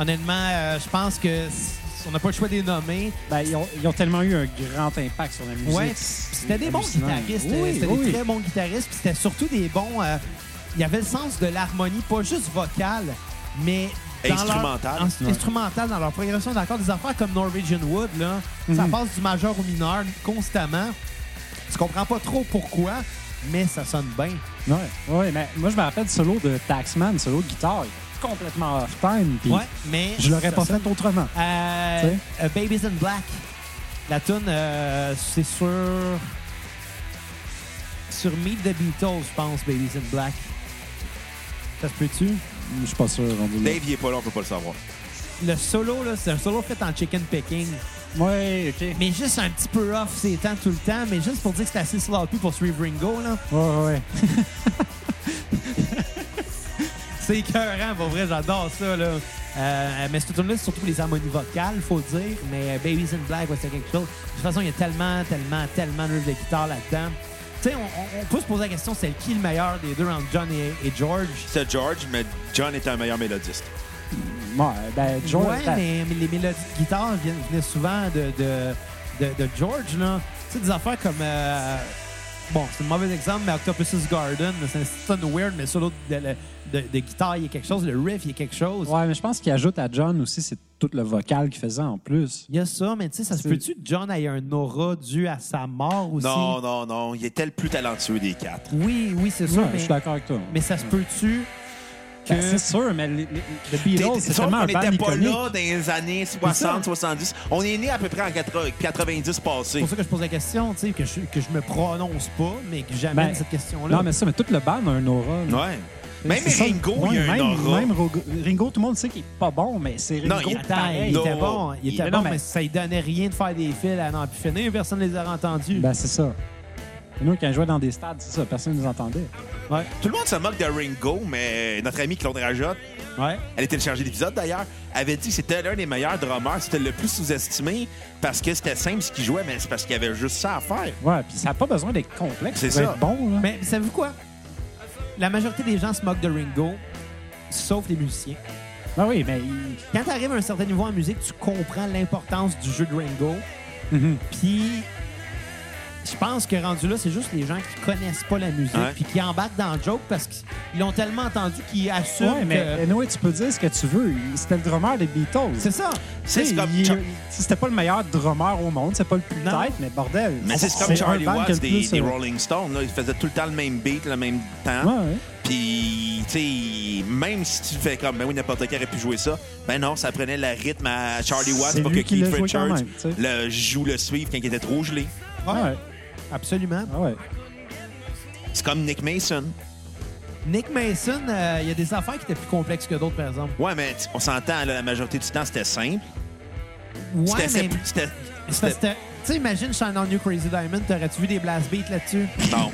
Honnêtement, euh, je pense que c- on n'a pas le choix de les nommer.
Ben, ils, ont, ils ont tellement eu un grand impact sur la musique.
Ouais,
C'est
C'était des bons
hallucinant.
guitaristes. euh,
Oui,
c'était
oui.
des très bons guitaristes. Puis c'était surtout des bons. euh, Il y avait le sens de l'harmonie, pas juste vocale, mais. dans leur-
Instrumentale.
en-
Ouais.
Instrumentale dans leur progression d'accord. Des affaires comme Norwegian Wood, là, ça
Mhm.
passe du majeur au mineur constamment. Tu comprends pas trop pourquoi, mais ça sonne bien.
Ouais, ouais, mais moi, je me rappelle du solo de Taxman, le solo de guitare. il est Complètement off-time. puis
Ouais, mais.
Je l'aurais
ça
pas
sonne
fait autrement.
Euh,
Tu sais?
euh, Babies in Black. La tune, c'est sur. Sur Meet the Beatles, je pense, Babies in Black. Ça se peut-tu?
Je suis pas sûr. rendu là.
Dave, il est pas là, on peut pas le savoir.
Le solo, là, c'est un solo fait en chicken picking.
Ouais, OK.
Mais juste un petit peu off ces temps tout le temps. Mais juste pour dire que c'est assez sloppy pour suivre Ringo, là.
Ouais, ouais.
C'est écœurant, pour vrai, j'adore ça, là. Euh, mais cette tune-là, c'est surtout les harmonies vocales, faut dire. Mais euh, Babies in Black, ouais, c'est quelque chose. De toute façon, il y a tellement, tellement, tellement de riffs de guitare là-dedans. Tu sais, on, on- on peut se poser la question, c'est qui le meilleur des deux entre John et, et George?
C'est George, mais John est un meilleur mélodiste.
Ouais, ben, Joe,
ouais,
ben,
mais, mais les mélodies de guitare viennent- venaient souvent de, de, de- de George, là. Tu sais, des affaires comme... euh, bon, c'est un mauvais exemple, mais Octopus's Garden, c'est un stun weird, mais solo de, de, de- de guitare, il y a quelque chose. Le riff, il y a quelque chose.
ouais, mais je pense qu'il ajoute à John aussi, c'est tout le vocal qu'il faisait en plus.
Il y a ça, mais tu sais, ça se
C'est-
peut-tu que John ait un aura dû à sa mort aussi?
Non, non, non. Il était le plus talentueux des quatre.
Oui, oui, c'est sûr,
Ouais, je
mais,
suis d'accord avec toi.
mais ça se peut-tu que...
Ben, c'est sûr, mais les, les- les Beatles, c'est
Sauf
tellement
qu'on
un band
n'était pas
iconique.
là dans les années 60, 70. On est né à peu près en 80 90
c'est
passé.
pour ça que je pose la question, tu sais, que je, que je me prononce pas, mais que j'amène
Ben,
cette question-là.
Non, mais ça, mais tout le band a un aura. là.
Ouais. Même
C'est ça,
Ringo,
ouais,
il y a
même,
un aura.
Même Rogo- Ringo, tout le monde sait qu'il est pas bon, mais c'est Ringo.
Non, il est
Attends, il
pareil.
Non.
était bon, il était
Mais
bon,
non,
mais...
mais-
ça lui donnait rien de faire des fils à n'en plus finir, personne ne les a entendus.
Ben, c'est ça. Et nous, quand on jouait dans des stades, c'est ça, personne ne nous entendait.
Ouais,
Tout le monde se moque de Ringo, mais notre ami Claude Rajotte,
ouais.
elle a téléchargé l'épisode d'ailleurs, avait dit que c'était l'un des meilleurs drummers, c'était le plus sous-estimé parce que c'était simple ce qu'il jouait, mais c'est parce qu'il y avait juste ça à faire.
Ouais, puis ça n'a pas besoin d'être complexe.
C'est
pour
ça.
être bon, là.
Mais savez-vous quoi? La majorité des gens se moquent de Ringo, sauf les musiciens.
Ben oui, mais il-
Quand tu arrives à un certain niveau en musique, tu comprends l'importance du jeu de Ringo.
Mhm.
Puis, je pense que rendu là, c'est juste les gens qui connaissent pas la musique
Ouais.
puis qui embarquent dans le joke parce qu'ils l'ont tellement entendu qu'ils assument
Ouais, mais
que...
anyway, tu peux dire ce que tu veux. Il- C'était le drummer des Beatles.
C'est ça.
C'est
Tu sais,
comme
il-
Chuck-
il- C'était pas le meilleur drummer au monde, c'est pas le plus
Non.
tête, mais bordel.
Mais c'est
on-
comme
un
Charlie
band qui a
Watts
le
des,
plus,
des
euh,
Rolling Stones. Là. Ils faisaient tout le temps le même beat, le même
Ouais,
temps.
ouais.
Puis, tu sais, même si tu fais comme, ben oui, n'importe qui aurait pu jouer ça, ben non, ça prenait le rythme à Charlie Watts
C'est
pour que
lui qui
Keith
l'a joué quand
Richards
même, tu sais.
le joue le suive quand il était trop gelé.
Ah ouais.
Absolument.
Ah ouais.
C'est comme Nick Mason.
Nick Mason, euh, il y a des affaires qui étaient plus complexes que d'autres, par exemple.
Ouais, mais t- on s'entend, là, la majorité du temps, c'était simple.
Ouais,
c'était,
mais...
c'est- c'était-
c'est parce que t'as- Tu sais, imagine Shannon New Crazy Diamond, t'aurais-tu vu des blast beats là-dessus?
Non.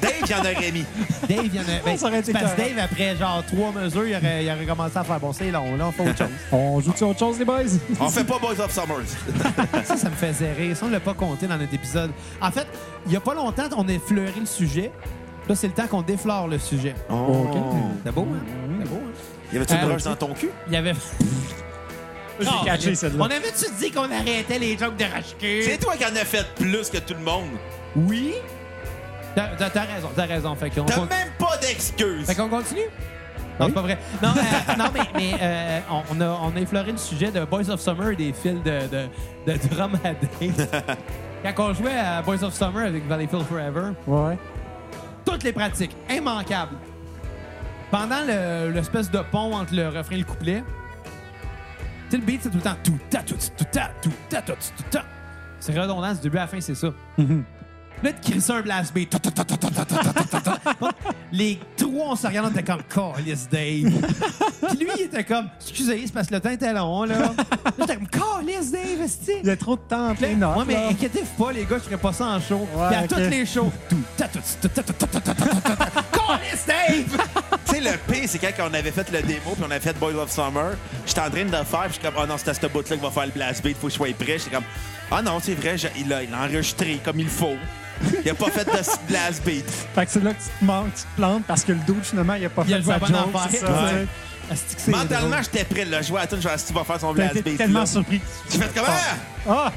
Dave, il y en aurait mis.
Dave, il y en a... ben,
Ça aurait été
parce que
écœurant.
Dave, après genre trois mesures, il aurait, il aurait commencé à faire « Bon, c'est long, là, on fait autre chose. »
On joue-tu autre chose, les boys?
On fait pas Boys of Summers.
Ça, ça me faisait rire. Ça, on ne l'a pas compté dans notre épisode. En fait, il n'y a pas longtemps, on a effleuré le sujet. Là, c'est le temps qu'on déflore le sujet.
Oh, ok.
C'était beau, hein? C'était beau, hein?
Y avait-tu
Euh,
une broche dans ton cul?
Il y avait...
J'ai
Oh,
catché
mais-
celle-là.
On avait-tu dit qu'on arrêtait les jokes de Rashke?
C'est toi qui en as fait plus que tout le monde.
Oui. T'as t'as- t'as raison, t'as raison. Fait qu'on
T'as
con-
même pas d'excuses.
fait qu'on continue? Non,
Oui.
c'est pas vrai. Non, euh, non mais, mais, euh, on, on a, on a effleuré le sujet de Boys of Summer et des fils de, de, de drum à Dave. Quand on jouait à Boys of Summer avec Valleyfield Forever,
Ouais.
toutes les pratiques, immanquables. Pendant le- l'espèce de pont entre le refrain et le couplet, tu sais, le beat, c'est tout le temps tout ta, tout tout ta, tout ta, tout tout ta. C'est redondant, du début à la fin, c'est ça. Là, tu crisses un blast beat. tout, tout, tout, tout, tout, tout, tout, tout, tout. Les trois, on se regarde, on était comme Callis Dave. Puis lui, il était comme, excusez, c'est parce que le temps était long, là. Là, J'étais comme Callis Dave, esti.
Il y a trop de temps en
Là,
plein nord.
ouais, mais
là.
inquiétez-vous pas, les gars, je ferai pas ça en show. Puis à
ok.
toutes les shows. Tout, ta, tout, ta, ta, ta, ta, ta, ta, ta, ta, ta. Calisse, Dave!
Tu sais, le pire, c'est quand on avait fait le démo puis on avait fait Boy Love Summer, j'étais en train de le faire, puis je suis comme, ah non, c'est à ce bout-là qu'il va faire le blast beat, faut que je sois prêt. J'étais comme, ah non, c'est vrai, j'ai- il l'a il l'a enregistré comme il faut. Il a pas fait de blast beat.
Fait que c'est là que tu te, manques, tu te plantes parce que le dude, finalement, il a pas
Il a
fait
le
sa
fait
joke.
bonne affaire.
c'est ça,
Ouais.
tu sais.
Esti Ah, que c'est
Mentalement,
drôle.
j'étais prêt, là. Je vois à tout, je vais si tu vas faire son
T'as
blast
été
beat.
tellement
là.
surpris.
J'ai fait comment?
Ah!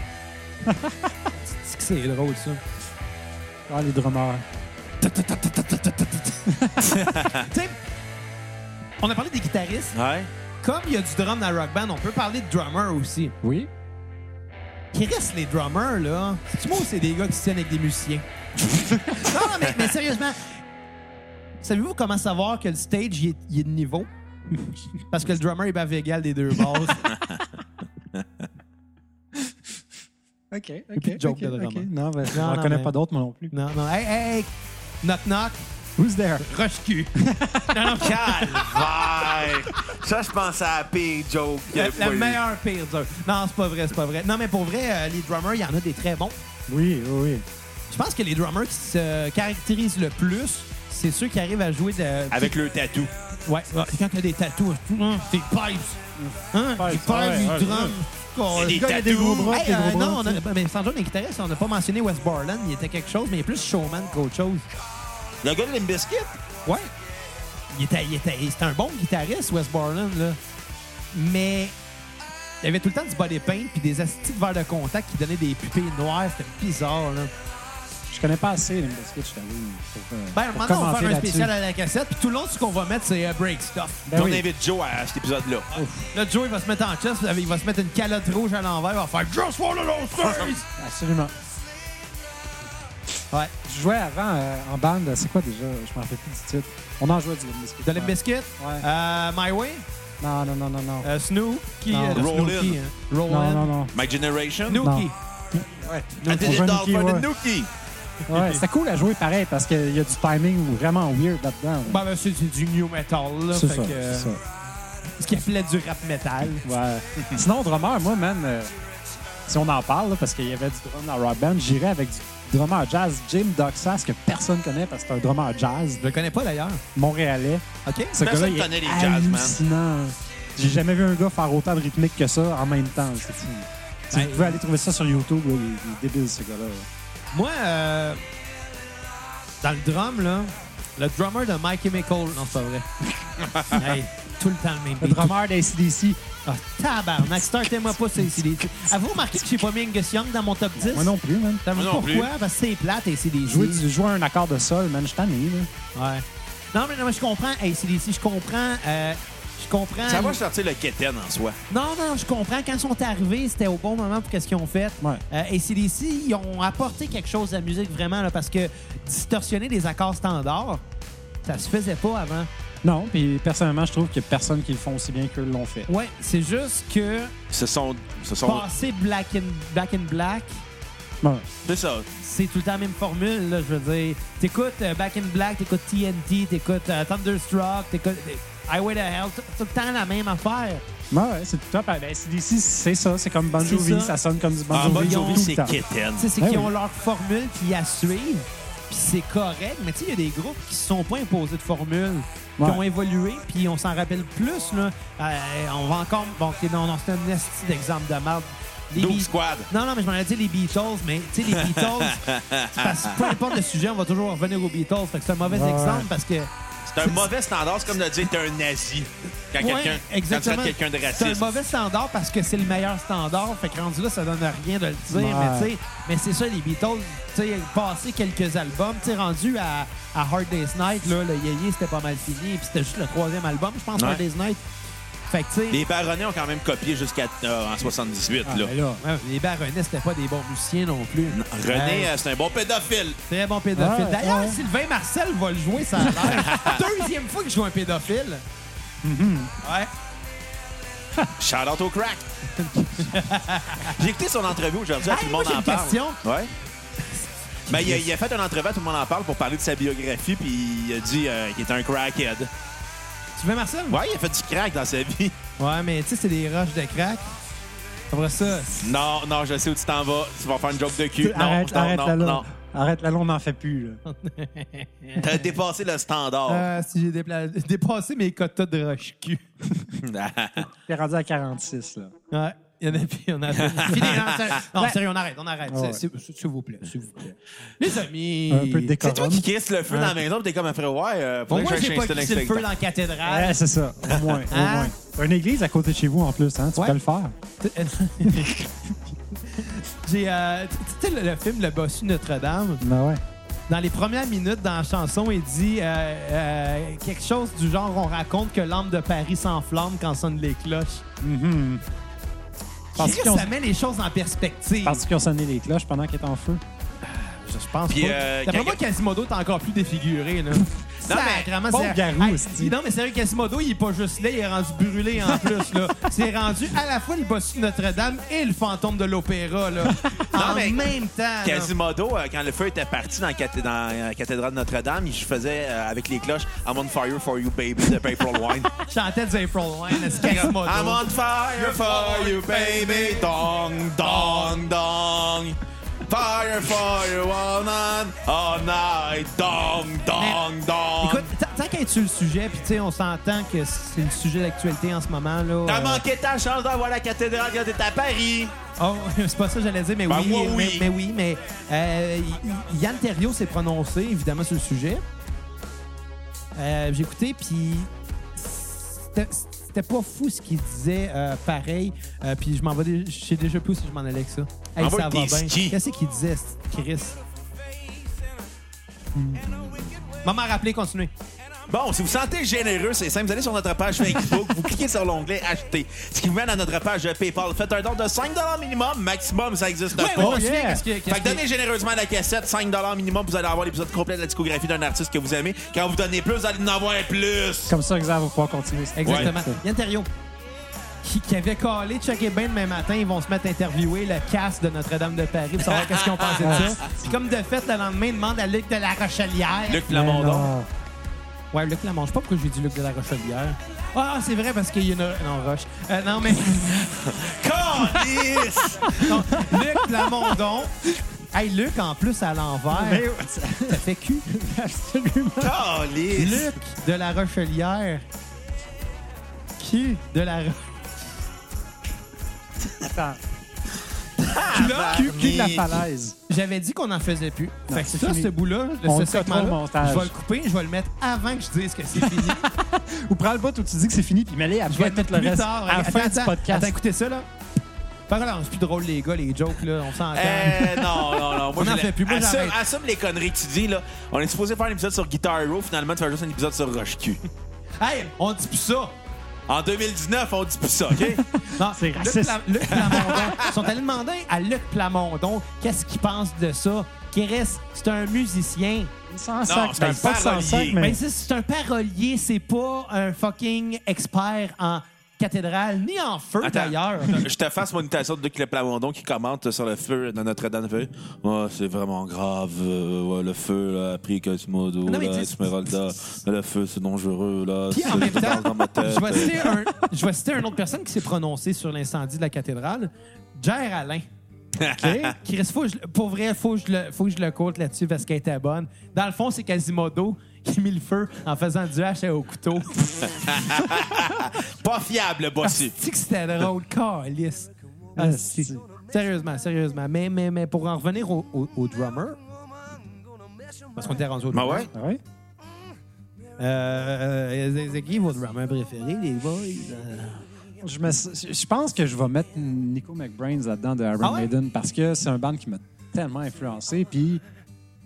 Esti que c'est drôle, ça.
Ah, les drummers.
Tu sais, on a parlé des guitaristes.
Ouais.
Comme il y a du drum dans Rock Band, on peut parler de drummer aussi.
Oui.
Qui reste les drummers, là? C'est-tu moi ou c'est des gars qui se tiennent avec des musiciens? non, non, mais, mais sérieusement, savez-vous comment savoir que le stage, il est, il est de niveau? Parce que le drummer est bave égal des deux bases.
OK, OK.
plus de joke
ok,
de drummer.
ok. Non, ben,
Non,
j'en
non,
connais
mais-
pas d'autres, moi non plus.
non, non. Hey, hey, hey! Knock, knock.
Who's there?
Roche-cul. non, non,
Calvaire! Ça, je pense à la pire joke. qu'il y a
la, la
pas eu.
meilleure pire dur. Non, c'est pas vrai, c'est pas vrai. Non, mais pour vrai, euh, les drummers, il y en a des très bons.
Oui, oui, oui.
Je pense que les drummers qui se caractérisent le plus, c'est ceux qui arrivent à jouer de...
Avec le tatou.
Ouais, ouais. quelqu'un qui a des tatous, hein, des pipes. Hein, des
Pipes,
pipes,
ouais,
du
ouais,
drum. Oh,
C'est
le
des
gars, il a des
tatous.
gros bras,
Hey,
des gros
euh,
bras,
non,
tu sais. mais sans doute, les guitaristes, on n'a pas mentionné Wes Borland, il était quelque chose, mais il est plus showman qu'autre chose.
Le gars de Limbiskit?
Ouais. Il était, il était, c'était un bon guitariste, Wes Borland, là. Mais il avait tout le temps du body paint puis des astis de verre de contact qui donnaient des pupilles noires. C'était bizarre, là.
Je connais pas assez les biscuits, je t'avoue. pour, euh,
Ben,
pour
maintenant, on va
commenter
faire un
là-dessus.
spécial à la cassette. Puis tout le long, ce qu'on va mettre, c'est euh, Break Stuff.
Ben
on
oui. Ah.
invite Joe à cet épisode-là.
Là, Joe, il va se mettre en chest, il va se mettre une calotte rouge à l'envers, il va faire Just for the Losers!
Absolument.
ouais.
Je jouais avant euh, en bande, c'est quoi déjà? Je m'en rappelle plus du titre. On en jouait du biscuit.
The Limp Bizkit,
Ouais.
euh, My Way,
Non, non, non, non, non.
euh, Snooki,
Non.
euh,
Roll
Snooki,
In.
hein. Roll
non,
In.
non, non.
My Generation?
Snooki.
Ouais.
I
On
did
jouait
it all
Nookie,
for the
ouais.
Nookie!
Ouais, c'était cool à jouer pareil parce qu'il y a du timing vraiment weird là-dedans.
Ben, ben, c'est c'est du new metal, là.
c'est
fait
ça,
que,
c'est ça.
Ce qui appelait du rap metal.
Ouais. Sinon, drummer, moi, man, euh, si on en parle, là, parce qu'il y avait du drum dans Rock Band, j'irais avec du drummer jazz Jim Doxas, que personne connaît parce que c'est un drummer jazz
Je le connais pas d'ailleurs.
montréalais.
OK?
Ce gars-là,
Personne
il
connaît
est
les jazz, man.
hallucinant. J'ai jamais vu un gars faire autant de rythmique que ça en même temps. C'est fou. Si
Ben,
vous pouvez aller trouver ça sur YouTube, là, il il est débile, ce gars-là.
Moi, euh, dans le drum, là, le drummer de My Chemical. Non, c'est pas vrai. Hey, tout le temps le même
Le
beat.
drummer d'ACDC.
Ah, tabarnak, startez-moi pas ces CDC. Avez-vous remarqué que j'ai pas mis Angus Young dans mon top 10?
Moi non plus, man.
Savez-vous
Moi non
pourquoi? Parce que c'est plate, ACDC.
Jouer, du- jouer un accord de sol, man, je suis tanné, là.
Ouais. Non, mais, non, mais je comprends ACDC, je comprends... euh, je comprends...
Ah.
Ça va sortir le keten en soi.
Non, non, je comprends. Quand ils sont arrivés, c'était au bon moment pour qu'est-ce qu'ils ont fait.
Ouais.
Euh, ACDC, ils ont apporté quelque chose à la musique, vraiment, là, parce que distorsionner des accords standards, ça se faisait pas avant.
Non, puis personnellement, je trouve qu'il y a personne qui le font aussi bien qu'eux l'ont fait.
Ouais, c'est juste que
Ce sont. Ce sont
passer Black in Black, in black
Ouais.
c'est ça.
c'est tout le temps la même formule, là, je veux dire. T'écoutes euh, Back in Black, t'écoutes TNT, t'écoutes euh, Thunderstruck, t'écoutes euh, Highway to Hell, tout, tout le temps la même affaire.
Ouais, ouais, c'est tout top. Ben, CDC, c'est ça. C'est comme Bon
C'est
Jovi.
ça.
Ça. sonne comme du Bon
En
Jovi.
mode
tout
Jovi,
le
c'est
temps.
keten.
Tu sais, c'est
Ben
qu'ils
oui.
ont leur formule qui la suivent, puis c'est correct. Mais tu sais, il y a des groupes qui se sont pas imposés de formule,
Ouais.
qui ont évolué, puis on s'en rappelle plus, là. Euh, on va encore... Bon, ok, non, non, c'est un esti d'exemple de merde. Les
Doom
Beat-
Squad.
Non, non, mais je m'en ai dit les Beatles, mais tu sais, les Beatles, c'est parce que peu importe le sujet, on va toujours revenir aux Beatles. Fait que c'est un mauvais
Ouais.
exemple parce que...
C'est un mauvais standard, c'est comme de dire t'es un nazi. Quand
Ouais,
quelqu'un quand tu
exactement.
traites quelqu'un de
C'est un
raciste.
mauvais standard parce que c'est le meilleur standard. Fait que rendu là, ça donne rien de le dire.
Ouais.
Mais, tu sais, mais c'est ça, les Beatles, tu sais, passer quelques albums, tu sais, rendu à, à Hard Day's Night, là, le Yeye, c'était pas mal fini. Puis c'était juste le troisième album, je pense,
Ouais.
Hard Day's Night. Fait que, tu sais.
Les baronnets ont quand même copié jusqu'à euh, en 78.
Ah,
là.
ben là, ouais, les baronnets, c'était pas des bons musiciens non plus.
René,
Euh,
euh, c'est un bon pédophile.
très bon pédophile.
Ouais,
D'ailleurs,
ouais.
Sylvain Marcel va le jouer, ça a l'air. Deuxième fois qu'il joue un pédophile. Ouais.
Shout out au crack. J'ai écouté son entrevue aujourd'hui, à
Hey,
tout le
moi,
monde
j'ai
en
une
parle.
question.
Ouais. Ben, il, a, il a fait une entrevue, à tout le monde en parle, pour parler de sa biographie, puis il a dit euh, qu'il était un crackhead.
Sylvain Marcel?
Ouais, il a fait du crack dans sa vie.
Ouais, mais tu sais, c'est des roches de crack. Après ça,
Non, non, je sais où tu t'en vas. Tu vas faire une joke de cul. Non,
arrête,
non,
arrête,
non,
la
non.
longue. Arrête la longue, on n'en fait plus. là.
T'as dépassé le standard.
euh, si j'ai dépla- dépassé mes quotas de roche-cul.
T'es rendu à 46. Là.
Ouais. Il y en a puis on a fini. hein, Non, sérieux, non,
Ouais.
sérieux, on arrête, on arrête.
Ah ouais.
C'est- c'est- S'il vous plaît, s'il vous plaît. Les amis.
Un peu de
C'est
décorum.
toi qui crisses le feu dans la maison, pis t'es comme après, ouais, euh,
Pour
faudrait
moi,
que
j'ai
j'aille
pas
installer
quitté le feu
spectacle.
dans la cathédrale.
Ouais, c'est ça. Au moins, au
Hein?
moins. Une église à côté de chez vous, en plus. Hein? Tu
Ouais.
peux le faire.
J'ai. euh, tu tu sais, le, le film Le Bossu Notre-Dame,
Ben ouais.
dans les premières minutes dans la chanson, il dit euh, euh, quelque chose du genre on raconte que l'âme de Paris s'enflamme quand sonnent les cloches.
Mhm. Parce
Qu'est-ce
qu'ils ont-
que ça met les choses en perspective.
Parce qu'ils ont sonné les cloches pendant qu'il était en feu.
Je je pense
Puis,
pas.
euh,
D'après
quand-
moi, Quasimodo est encore plus défiguré. Là. non, mais,
pauvre garou, hostie.
non, mais sérieux, Quasimodo, il est pas juste là, il est rendu brûlé en plus. là. C'est rendu à la fois le bossu de Notre-Dame et le fantôme de l'opéra. là. en
mais-
même temps. là.
Quasimodo, euh, quand le feu était parti dans, la cathé- dans la cathédrale de Notre-Dame, il faisait euh, avec les cloches I'm on fire for you, baby, de April Wine.
Chantait du April Wine, c'est Quasimodo.
I'm on fire for you, baby, dong, dong, dong. Fire for you all night, all night, dong, dong, dong.
Écoute, tant- tant qu'à être sur le sujet, puis tu sais, on s'entend que c'est le sujet d'actualité en ce moment. là.
T'as
euh,
manqué ta chance d'avoir la cathédrale quand t'es à Paris.
Oh, c'est pas ça que j'allais dire, mais
Ben,
oui,
moi,
mais-
oui.
Mais, oui, mais euh, Y- Y- Yann Terriot s'est prononcé, évidemment, sur le sujet. Euh, J'ai écouté, puis c'était c'était pas fou ce qu'il disait, euh, pareil. Euh, puis je m'en vais, dé- je sais déjà plus si je m'en allais que ça. Hey,
Envoie
ça va
tes
bien.
skis.
Qu'est-ce qu'il disait, ce Chris? Hmm. Maman a rappelé, continuez.
Bon, si vous sentez généreux, c'est simple. Vous allez sur notre page Facebook, vous cliquez sur l'onglet Acheter. Ce qui vous mène à notre page PayPal. Faites un don de 5 minimum. Maximum, ça existe
Ouais,
pas.
ouais, je me souviens,
yeah.
qu'est-ce que- qu'est-ce
Fait que
que-
donnez généreusement la cassette, 5 minimum, vous allez avoir l'épisode complet de la discographie d'un artiste que vous aimez. Quand vous donnez plus, vous allez en avoir plus.
Comme ça, Xav va pouvoir continuer.
Exactement.
Ouais.
Yann Terriot, qui, qui avait collé Chuck et Ben demain matin, ils vont se mettre à interviewer le casse de Notre-Dame de Paris pour savoir qu'est-ce qu'ils ont pensé de ça. Puis comme de fait, le lendemain, il demande à Luc de la Rochelière.
Luc
Mais
Plamondon.
non.
Ouais, Luc la mange pas. Pourquoi j'ai dit Luc de la Rochelière? Ah, c'est vrai, parce qu'il y a une... Non, Roche. Euh, non, mais...
Calice!
non, Luc Lamondon. Hey, Luc, en plus, à l'envers,
Mais ouais, ça-
ça fait cul.
absolument.
Calice!
Luc de la Rochelière. Qui de la Rochelière?
Attends.
Ah,
Cul, cul de la
mais-
falaise.
J'avais dit qu'on n'en faisait plus.
Non,
fait que
c'est
ça,
fini.
ce bout-là, le-
On
ce
le coupera au
segment-là,
montage.
je vais le couper, je vais le mettre avant que je dise que c'est fini.
Ou prends le bout où tu dis que c'est fini, puis mets-les
je vais le
après tout
mettre
le
plus
reste.
tard.
À la
Attends,
fin du
attends,
podcast.
Attends, écoutez ça, là. Par contre, c'est plus drôle, les gars, les jokes, là. On s'entend.
Euh, non, non, non. Moi,
On en
je
fait plus, moi,
assume,
j'arrête.
assume les conneries que tu dis, là. On est supposé faire un épisode sur Guitar Hero. Finalement, tu fais juste un épisode sur Roche Q.
Hey, on dit plus ça.
Ah,
En 2019, on dit plus ça, OK?
Non,
C'est
Luc
raciste.
Pla- Luc Plamondon. Ils sont allés demander à Luc Plamondon qu'est-ce qu'il pense de ça. Kéris, c'est un musicien.
Sans
Non,
sac,
c'est
ben,
un
pas sans sac,
parolier.
Mais
mais.
c'est- c'est un parolier, c'est pas un fucking expert en cathédrale, ni en feu,
Attends.
d'ailleurs.
Je te fasse mon imitation de Luc Le Plamondon qui commente sur le feu de Notre-Dame. Fait, Ouais, c'est vraiment grave. euh, ouais, le feu là, a pris Quasimodo,
Non, mais
là,
tu-
Esmeralda. Mais le feu, c'est dangereux. Là,
Puis en
c'est-
même
ça parle dans ma
temps,
tête.
je vais, citer un- je vais citer une autre personne qui s'est prononcée sur l'incendie de la cathédrale, Jer Alain. Qui reste, faut que je- pour vrai, faut que je le, faut que je le compte là-dessus parce qu'elle était bonne. Dans le fond, c'est Quasimodo qui mit le feu en faisant du hache au couteau.
Pas fiable, le bossu.
Tu que c'était drôle, calice.
Ah,
Asti.
c'est-
Sérieusement, sérieusement. Mais, mais, mais pour en revenir au, au- au drummer, parce qu'on était rendu au
Ben
drummer.
ouais.
Ah ouais?
Euh, euh, c'est qui vos drummers préférés, les boys? Euh,
Je, me- je pense que je vais mettre Nico McBrains là-dedans de Iron
Ah ouais?
Maiden parce que c'est un band qui m'a tellement influencé. Puis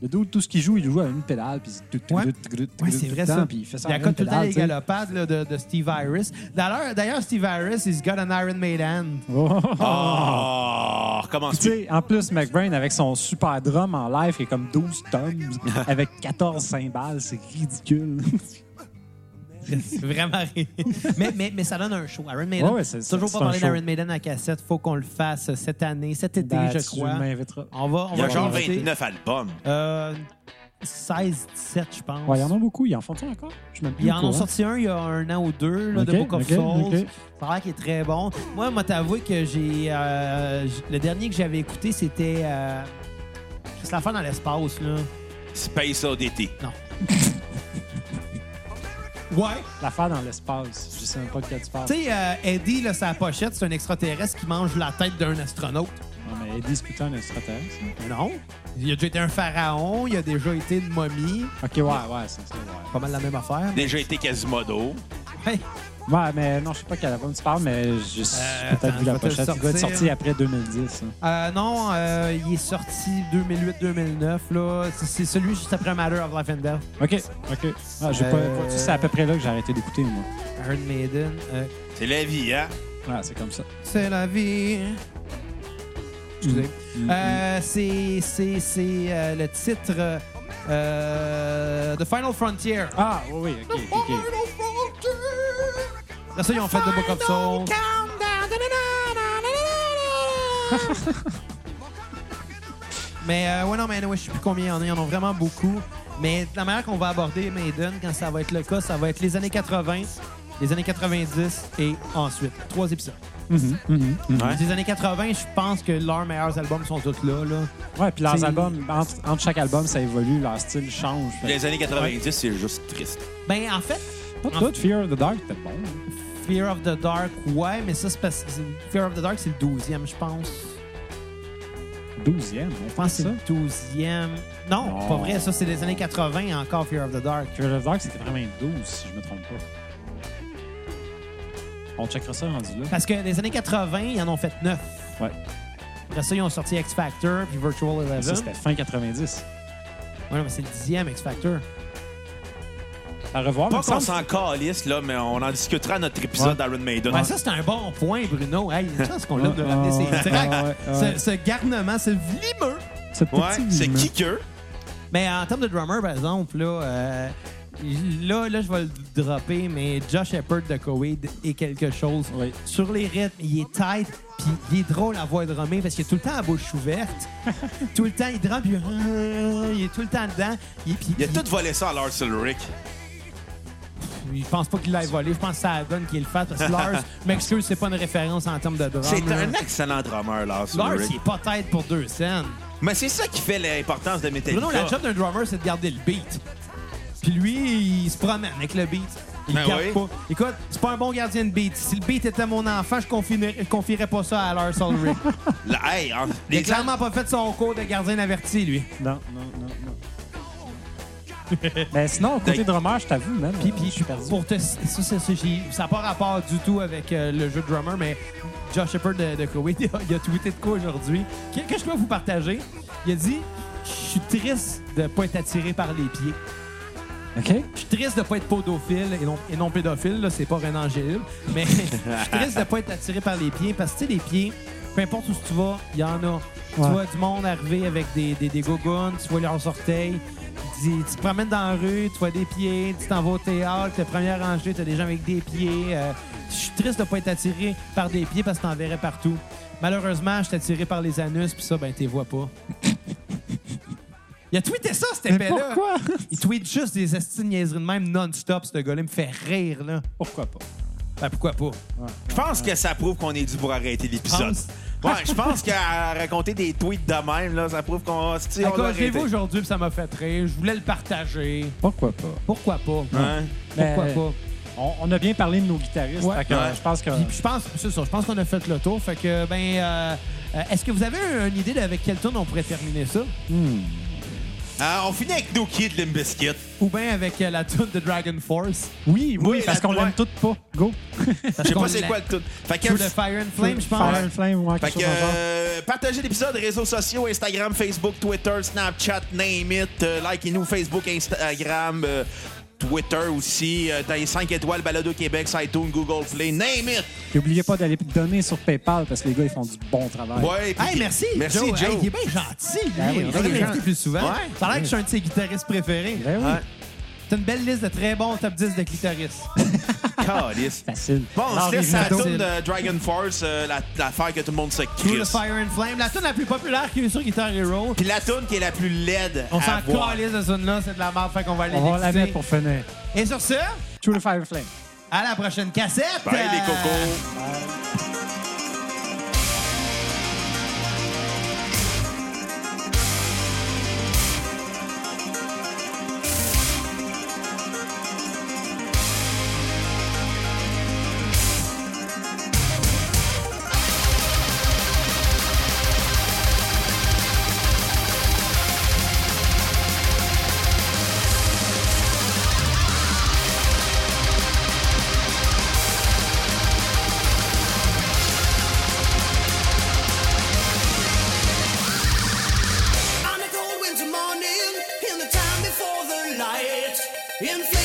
le dude, tout ce qu'il joue, il joue à une pédale. Puis c'est tout-
Ouais.
tout- tout- tout- tout-
Ouais, c'est
tout
vrai
le temps,
ça.
Puis il fait ça
Il
à
accote
une
tout le temps
pédale.
les
tu sais.
galopades là, de, de Steve Iris. D'ailleurs, d'ailleurs, Steve Iris, he's got an Iron Maiden.
Oh!
Ah.
Oh,
Puis
commence
tu sais, en plus, McBrain avec son super drum en live qui est comme 12 tonnes avec 14 cymbales, c'est ridicule.
C'est vraiment rien. mais, mais, mais ça donne un show. Iron Maiden.
Ouais, ouais, c'est-
toujours
c'est
pas
un
parlé
show.
d'Iron Maiden à cassette. Faut qu'on le fasse cet année, cet été,
Ben,
je
tu
crois.
m'inviteras.
On va, on
Il y
va
a genre
l'inviter.
29 albums.
Euh, 16, 17, je pense.
Ouais, il y en a beaucoup. Ils en font-tu encore? Je suis même plus
Ils
au
en ont
courant.
sorti un il y a un an ou deux, là, de
Ok,
Book of
ok,
Souls.
ok.
Ça a l'air qu'il est très bon. Moi, moi t'avouer que j'ai. euh, j- le dernier que j'avais écouté, c'était. Euh, c'est l'affaire dans l'espace, là.
Space Oddity.
Ouais.
hein. L'affaire dans l'espace. Je sais même pas de quoi tu parles.
Tu sais, euh, Eddie, là, sa pochette, c'est un extraterrestre qui mange la tête d'un astronaute.
Non, mais Eddie, c'est plutôt un extraterrestre. hein.
Non. Il a déjà été un pharaon, il a déjà été une momie.
Ok, ouais, ouais, ça serait ouais.
Pas mal la même affaire. mais-
Déjà été Quasimodo.
Ouais.
Ouais, mais non, je sais pas quel album tu parles, mais j'ai
Euh,
peut-être
attends,
vu la
je vais te le
pochette. Il doit être
sortir.
sorti après 2010. hein.
Euh, non, euh, il est sorti 2008-2009. là. C'est- C'est celui juste après Matter of Life and Death.
Ok, ok. Ah, j'ai
Euh,
pas, pas- c'est à peu près là que j'ai arrêté d'écouter, moi.
Iron Maiden. euh,
C'est la vie, hein?
Ouais, c'est comme ça.
c'est la vie. Excusez.
Mm, mm,
Euh, c'est c'est- c'est, euh, le titre euh, euh, The Final Frontier.
Ah, oui, oui, ok, ok. ok.
Là, ça, ils ont fait The Book of Souls. mais euh, ouais, non, mais anyway, je sais plus combien il y en a. Ils en ont vraiment beaucoup. Mais de la manière qu'on va aborder Maiden, quand ça va être le cas, ça va être les années 80, les années 90 et ensuite. Trois épisodes.
Mhm, mhm, mhm.
Ouais.
Les années 80, je pense que leurs meilleurs albums sont tous là. là.
Ouais, puis leurs
C'est-
albums, entre, entre chaque album, ça évolue, leur style change. Fait
Les années 90, c'est juste triste.
Ben, en fait,
que Pas tout, Fear of the Dark, c'était bon. hein.
Fear of the Dark, ouais, mais ça, c'est parce que c'est- Fear of the Dark, c'est le 12e, je pense.
Douzième, on
Je pense
pense
que c'est
ça.
le 12e. Non,
Non.
c'est pas vrai, ça, c'est les années 80 encore, Fear of the Dark.
Fear of the Dark, c'était vraiment 12, si je me trompe pas. On checkera ça rendu là.
Parce que les années 80, ils en ont fait 9.
Ouais.
Après ça, ils ont sorti X Factor puis Virtual Eleven.
Ça, c'était fin 90.
Ouais, mais c'est le 10e X Factor.
À revoir,
Pas
mais il me
qu'on
semble-
s'en calisse, là, mais on en discutera à notre épisode d'Iron Maiden.
Ben, ça, c'est un bon point, Bruno. Hey, une chance qu'on l'a de
Ouais,
ramener ces
ouais, ouais, ouais.
Ce, ce garnement, ce vlimeux.
C'est petit
ouais, c'est
humain.
kicker.
Mais en termes de drummer, par exemple, là, euh, là, là, je vais le dropper, mais Josh Shepard de Coed est quelque chose.
Oui.
Sur les rythmes, il est tight, puis il est drôle à voir drummer parce qu'il est tout le temps à bouche ouverte. tout le temps, il drumme, puis euh, il est tout le temps dedans. Il, puis-
Il a tout volé ça à Lars Ulrich.
Ah, Je pense pas qu'il l'ait volé. Je pense que c'est Adam qui le fait. Parce que Lars, je m'excuse, c'est pas une référence en termes de drum.
C'est
là.
un excellent drummer, Lars
Lars,
Ulrich.
il est pas tête pour deux scènes.
Mais c'est ça qui fait l'importance de Metallica.
Bruno, la job d'un drummer, c'est de garder le beat. Puis lui, il se promène avec le beat. Il
Ben
capte
oui.
pas. Écoute, c'est pas un bon gardien de beat. Si le beat était mon enfant, je confierais, je confierais pas ça à Lars Ulrich.
La- hey, en-
il a
les gens-
clairement pas fait son cours de gardien averti, lui.
Non, non, non, non. Mais sinon, côté drummer, je t'avoue, même.
Puis,
euh,
puis,
je suis perdu.
Pour te, ça, c'est- c'est- j'ai- ça n'a pas rapport du tout avec euh, le jeu de drummer, mais Josh Shepard de, de Koweït, il, a- il a tweeté de quoi aujourd'hui? Que, que je peux vous partager? Il a dit Je suis triste de ne pas être attiré par les pieds.
OK?
Je suis triste de ne pas être podophile et non, et non pédophile, là, c'est pas Renan Gélil, mais je suis triste de ne pas être attiré par les pieds parce que tu sais, les pieds, peu importe où tu vas, il y en a. Tu
Ouais.
vois du monde arriver avec des, des, des gogoons, tu vois leurs orteils. Tu, tu te promènes dans la rue, tu vois des pieds, tu t'en vas au théâtre, t'es première rangée, t'as des gens avec des pieds. euh, je suis triste de ne pas être attiré par des pieds parce que t'en verrais partout. Malheureusement, je suis attiré par les anus, puis ça, ben, t'es vois pas. Il a tweeté ça, cet épais-là.
Pourquoi?
Il tweet juste des esti de niaiseries de même non-stop. Ce gars-là il me fait rire, là.
Pourquoi pas?
Ben, pourquoi pas?
Je pense que ça prouve qu'on est dû pour arrêter l'épisode.
Pense.
Ouais, je pense qu'à raconter des tweets de même, là, ça prouve qu'on si, on doit arrêter.
Engagez-vous aujourd'hui, puis ça m'a fait rire. Je voulais le partager.
Pourquoi pas?
Pourquoi pas?
Hein?
Pourquoi
Mais-
pas?
On, on a bien parlé de nos guitaristes,
Ouais.
fait que,
Ouais.
je pense que...
Puis, puis je pense, c'est ça, je pense qu'on a fait le tour. Fait que, ben, euh, euh, est-ce que vous avez une idée d'avec quel tune on pourrait terminer ça?
Ah, on finit avec Dookie de Limbiskit.
Ou bien avec euh, la tune de Dragon Force?
Oui, oui,
Oui,
parce
la-
qu'on l'aime
ouais.
toutes pas. Go!
Je sais pas c'est quoi le tout. Fait que,
Through the Fire and Flame, je pense.
Fire and Flame, ouais,
fait
quelque
que,
chose dans le genre.
euh, partagez l'épisode, réseaux sociaux, Instagram, Facebook, Twitter, Snapchat, name it. Euh, Likez-nous Facebook, Instagram, euh, Twitter aussi. Euh, dans les 5 étoiles, Balado Québec, iTunes, Google Play, name it.
Puis oubliez pas d'aller donner sur PayPal, parce que les gars, ils font du bon travail.
Ouais, puis-
Hey, merci!
Merci,
Joe.
Joe.
Hey, il est bien gentil, lui.
Ben
on
oui, il est
devrait
bien
l'inviter
gentil.
plus souvent.
Ouais.
Ça a l'air que je suis un de ses guitaristes préférés.
Ben oui.
Ouais.
C'est une belle liste de très bons top 10 de clitoris.
Calice.
Facile.
Bon, on
Alors,
se laisse à la
Ricardo,
toune de Dragon Force, euh, la- l'affaire que tout le monde se
Through the
crisse.
Fire and Flame, la tune la plus populaire qui est sur Guitar Hero.
Puis la toune qui est la plus laide
On
à
s'en
voir.
calisse de ce là c'est de la merde, fait qu'on va aller
On va la mettre pour finir.
Et sur ce,
True Fire Flame.
à la prochaine cassette!
Bye les
Euh,
cocos.
On a cold winter morning, in the time before the light, in flames.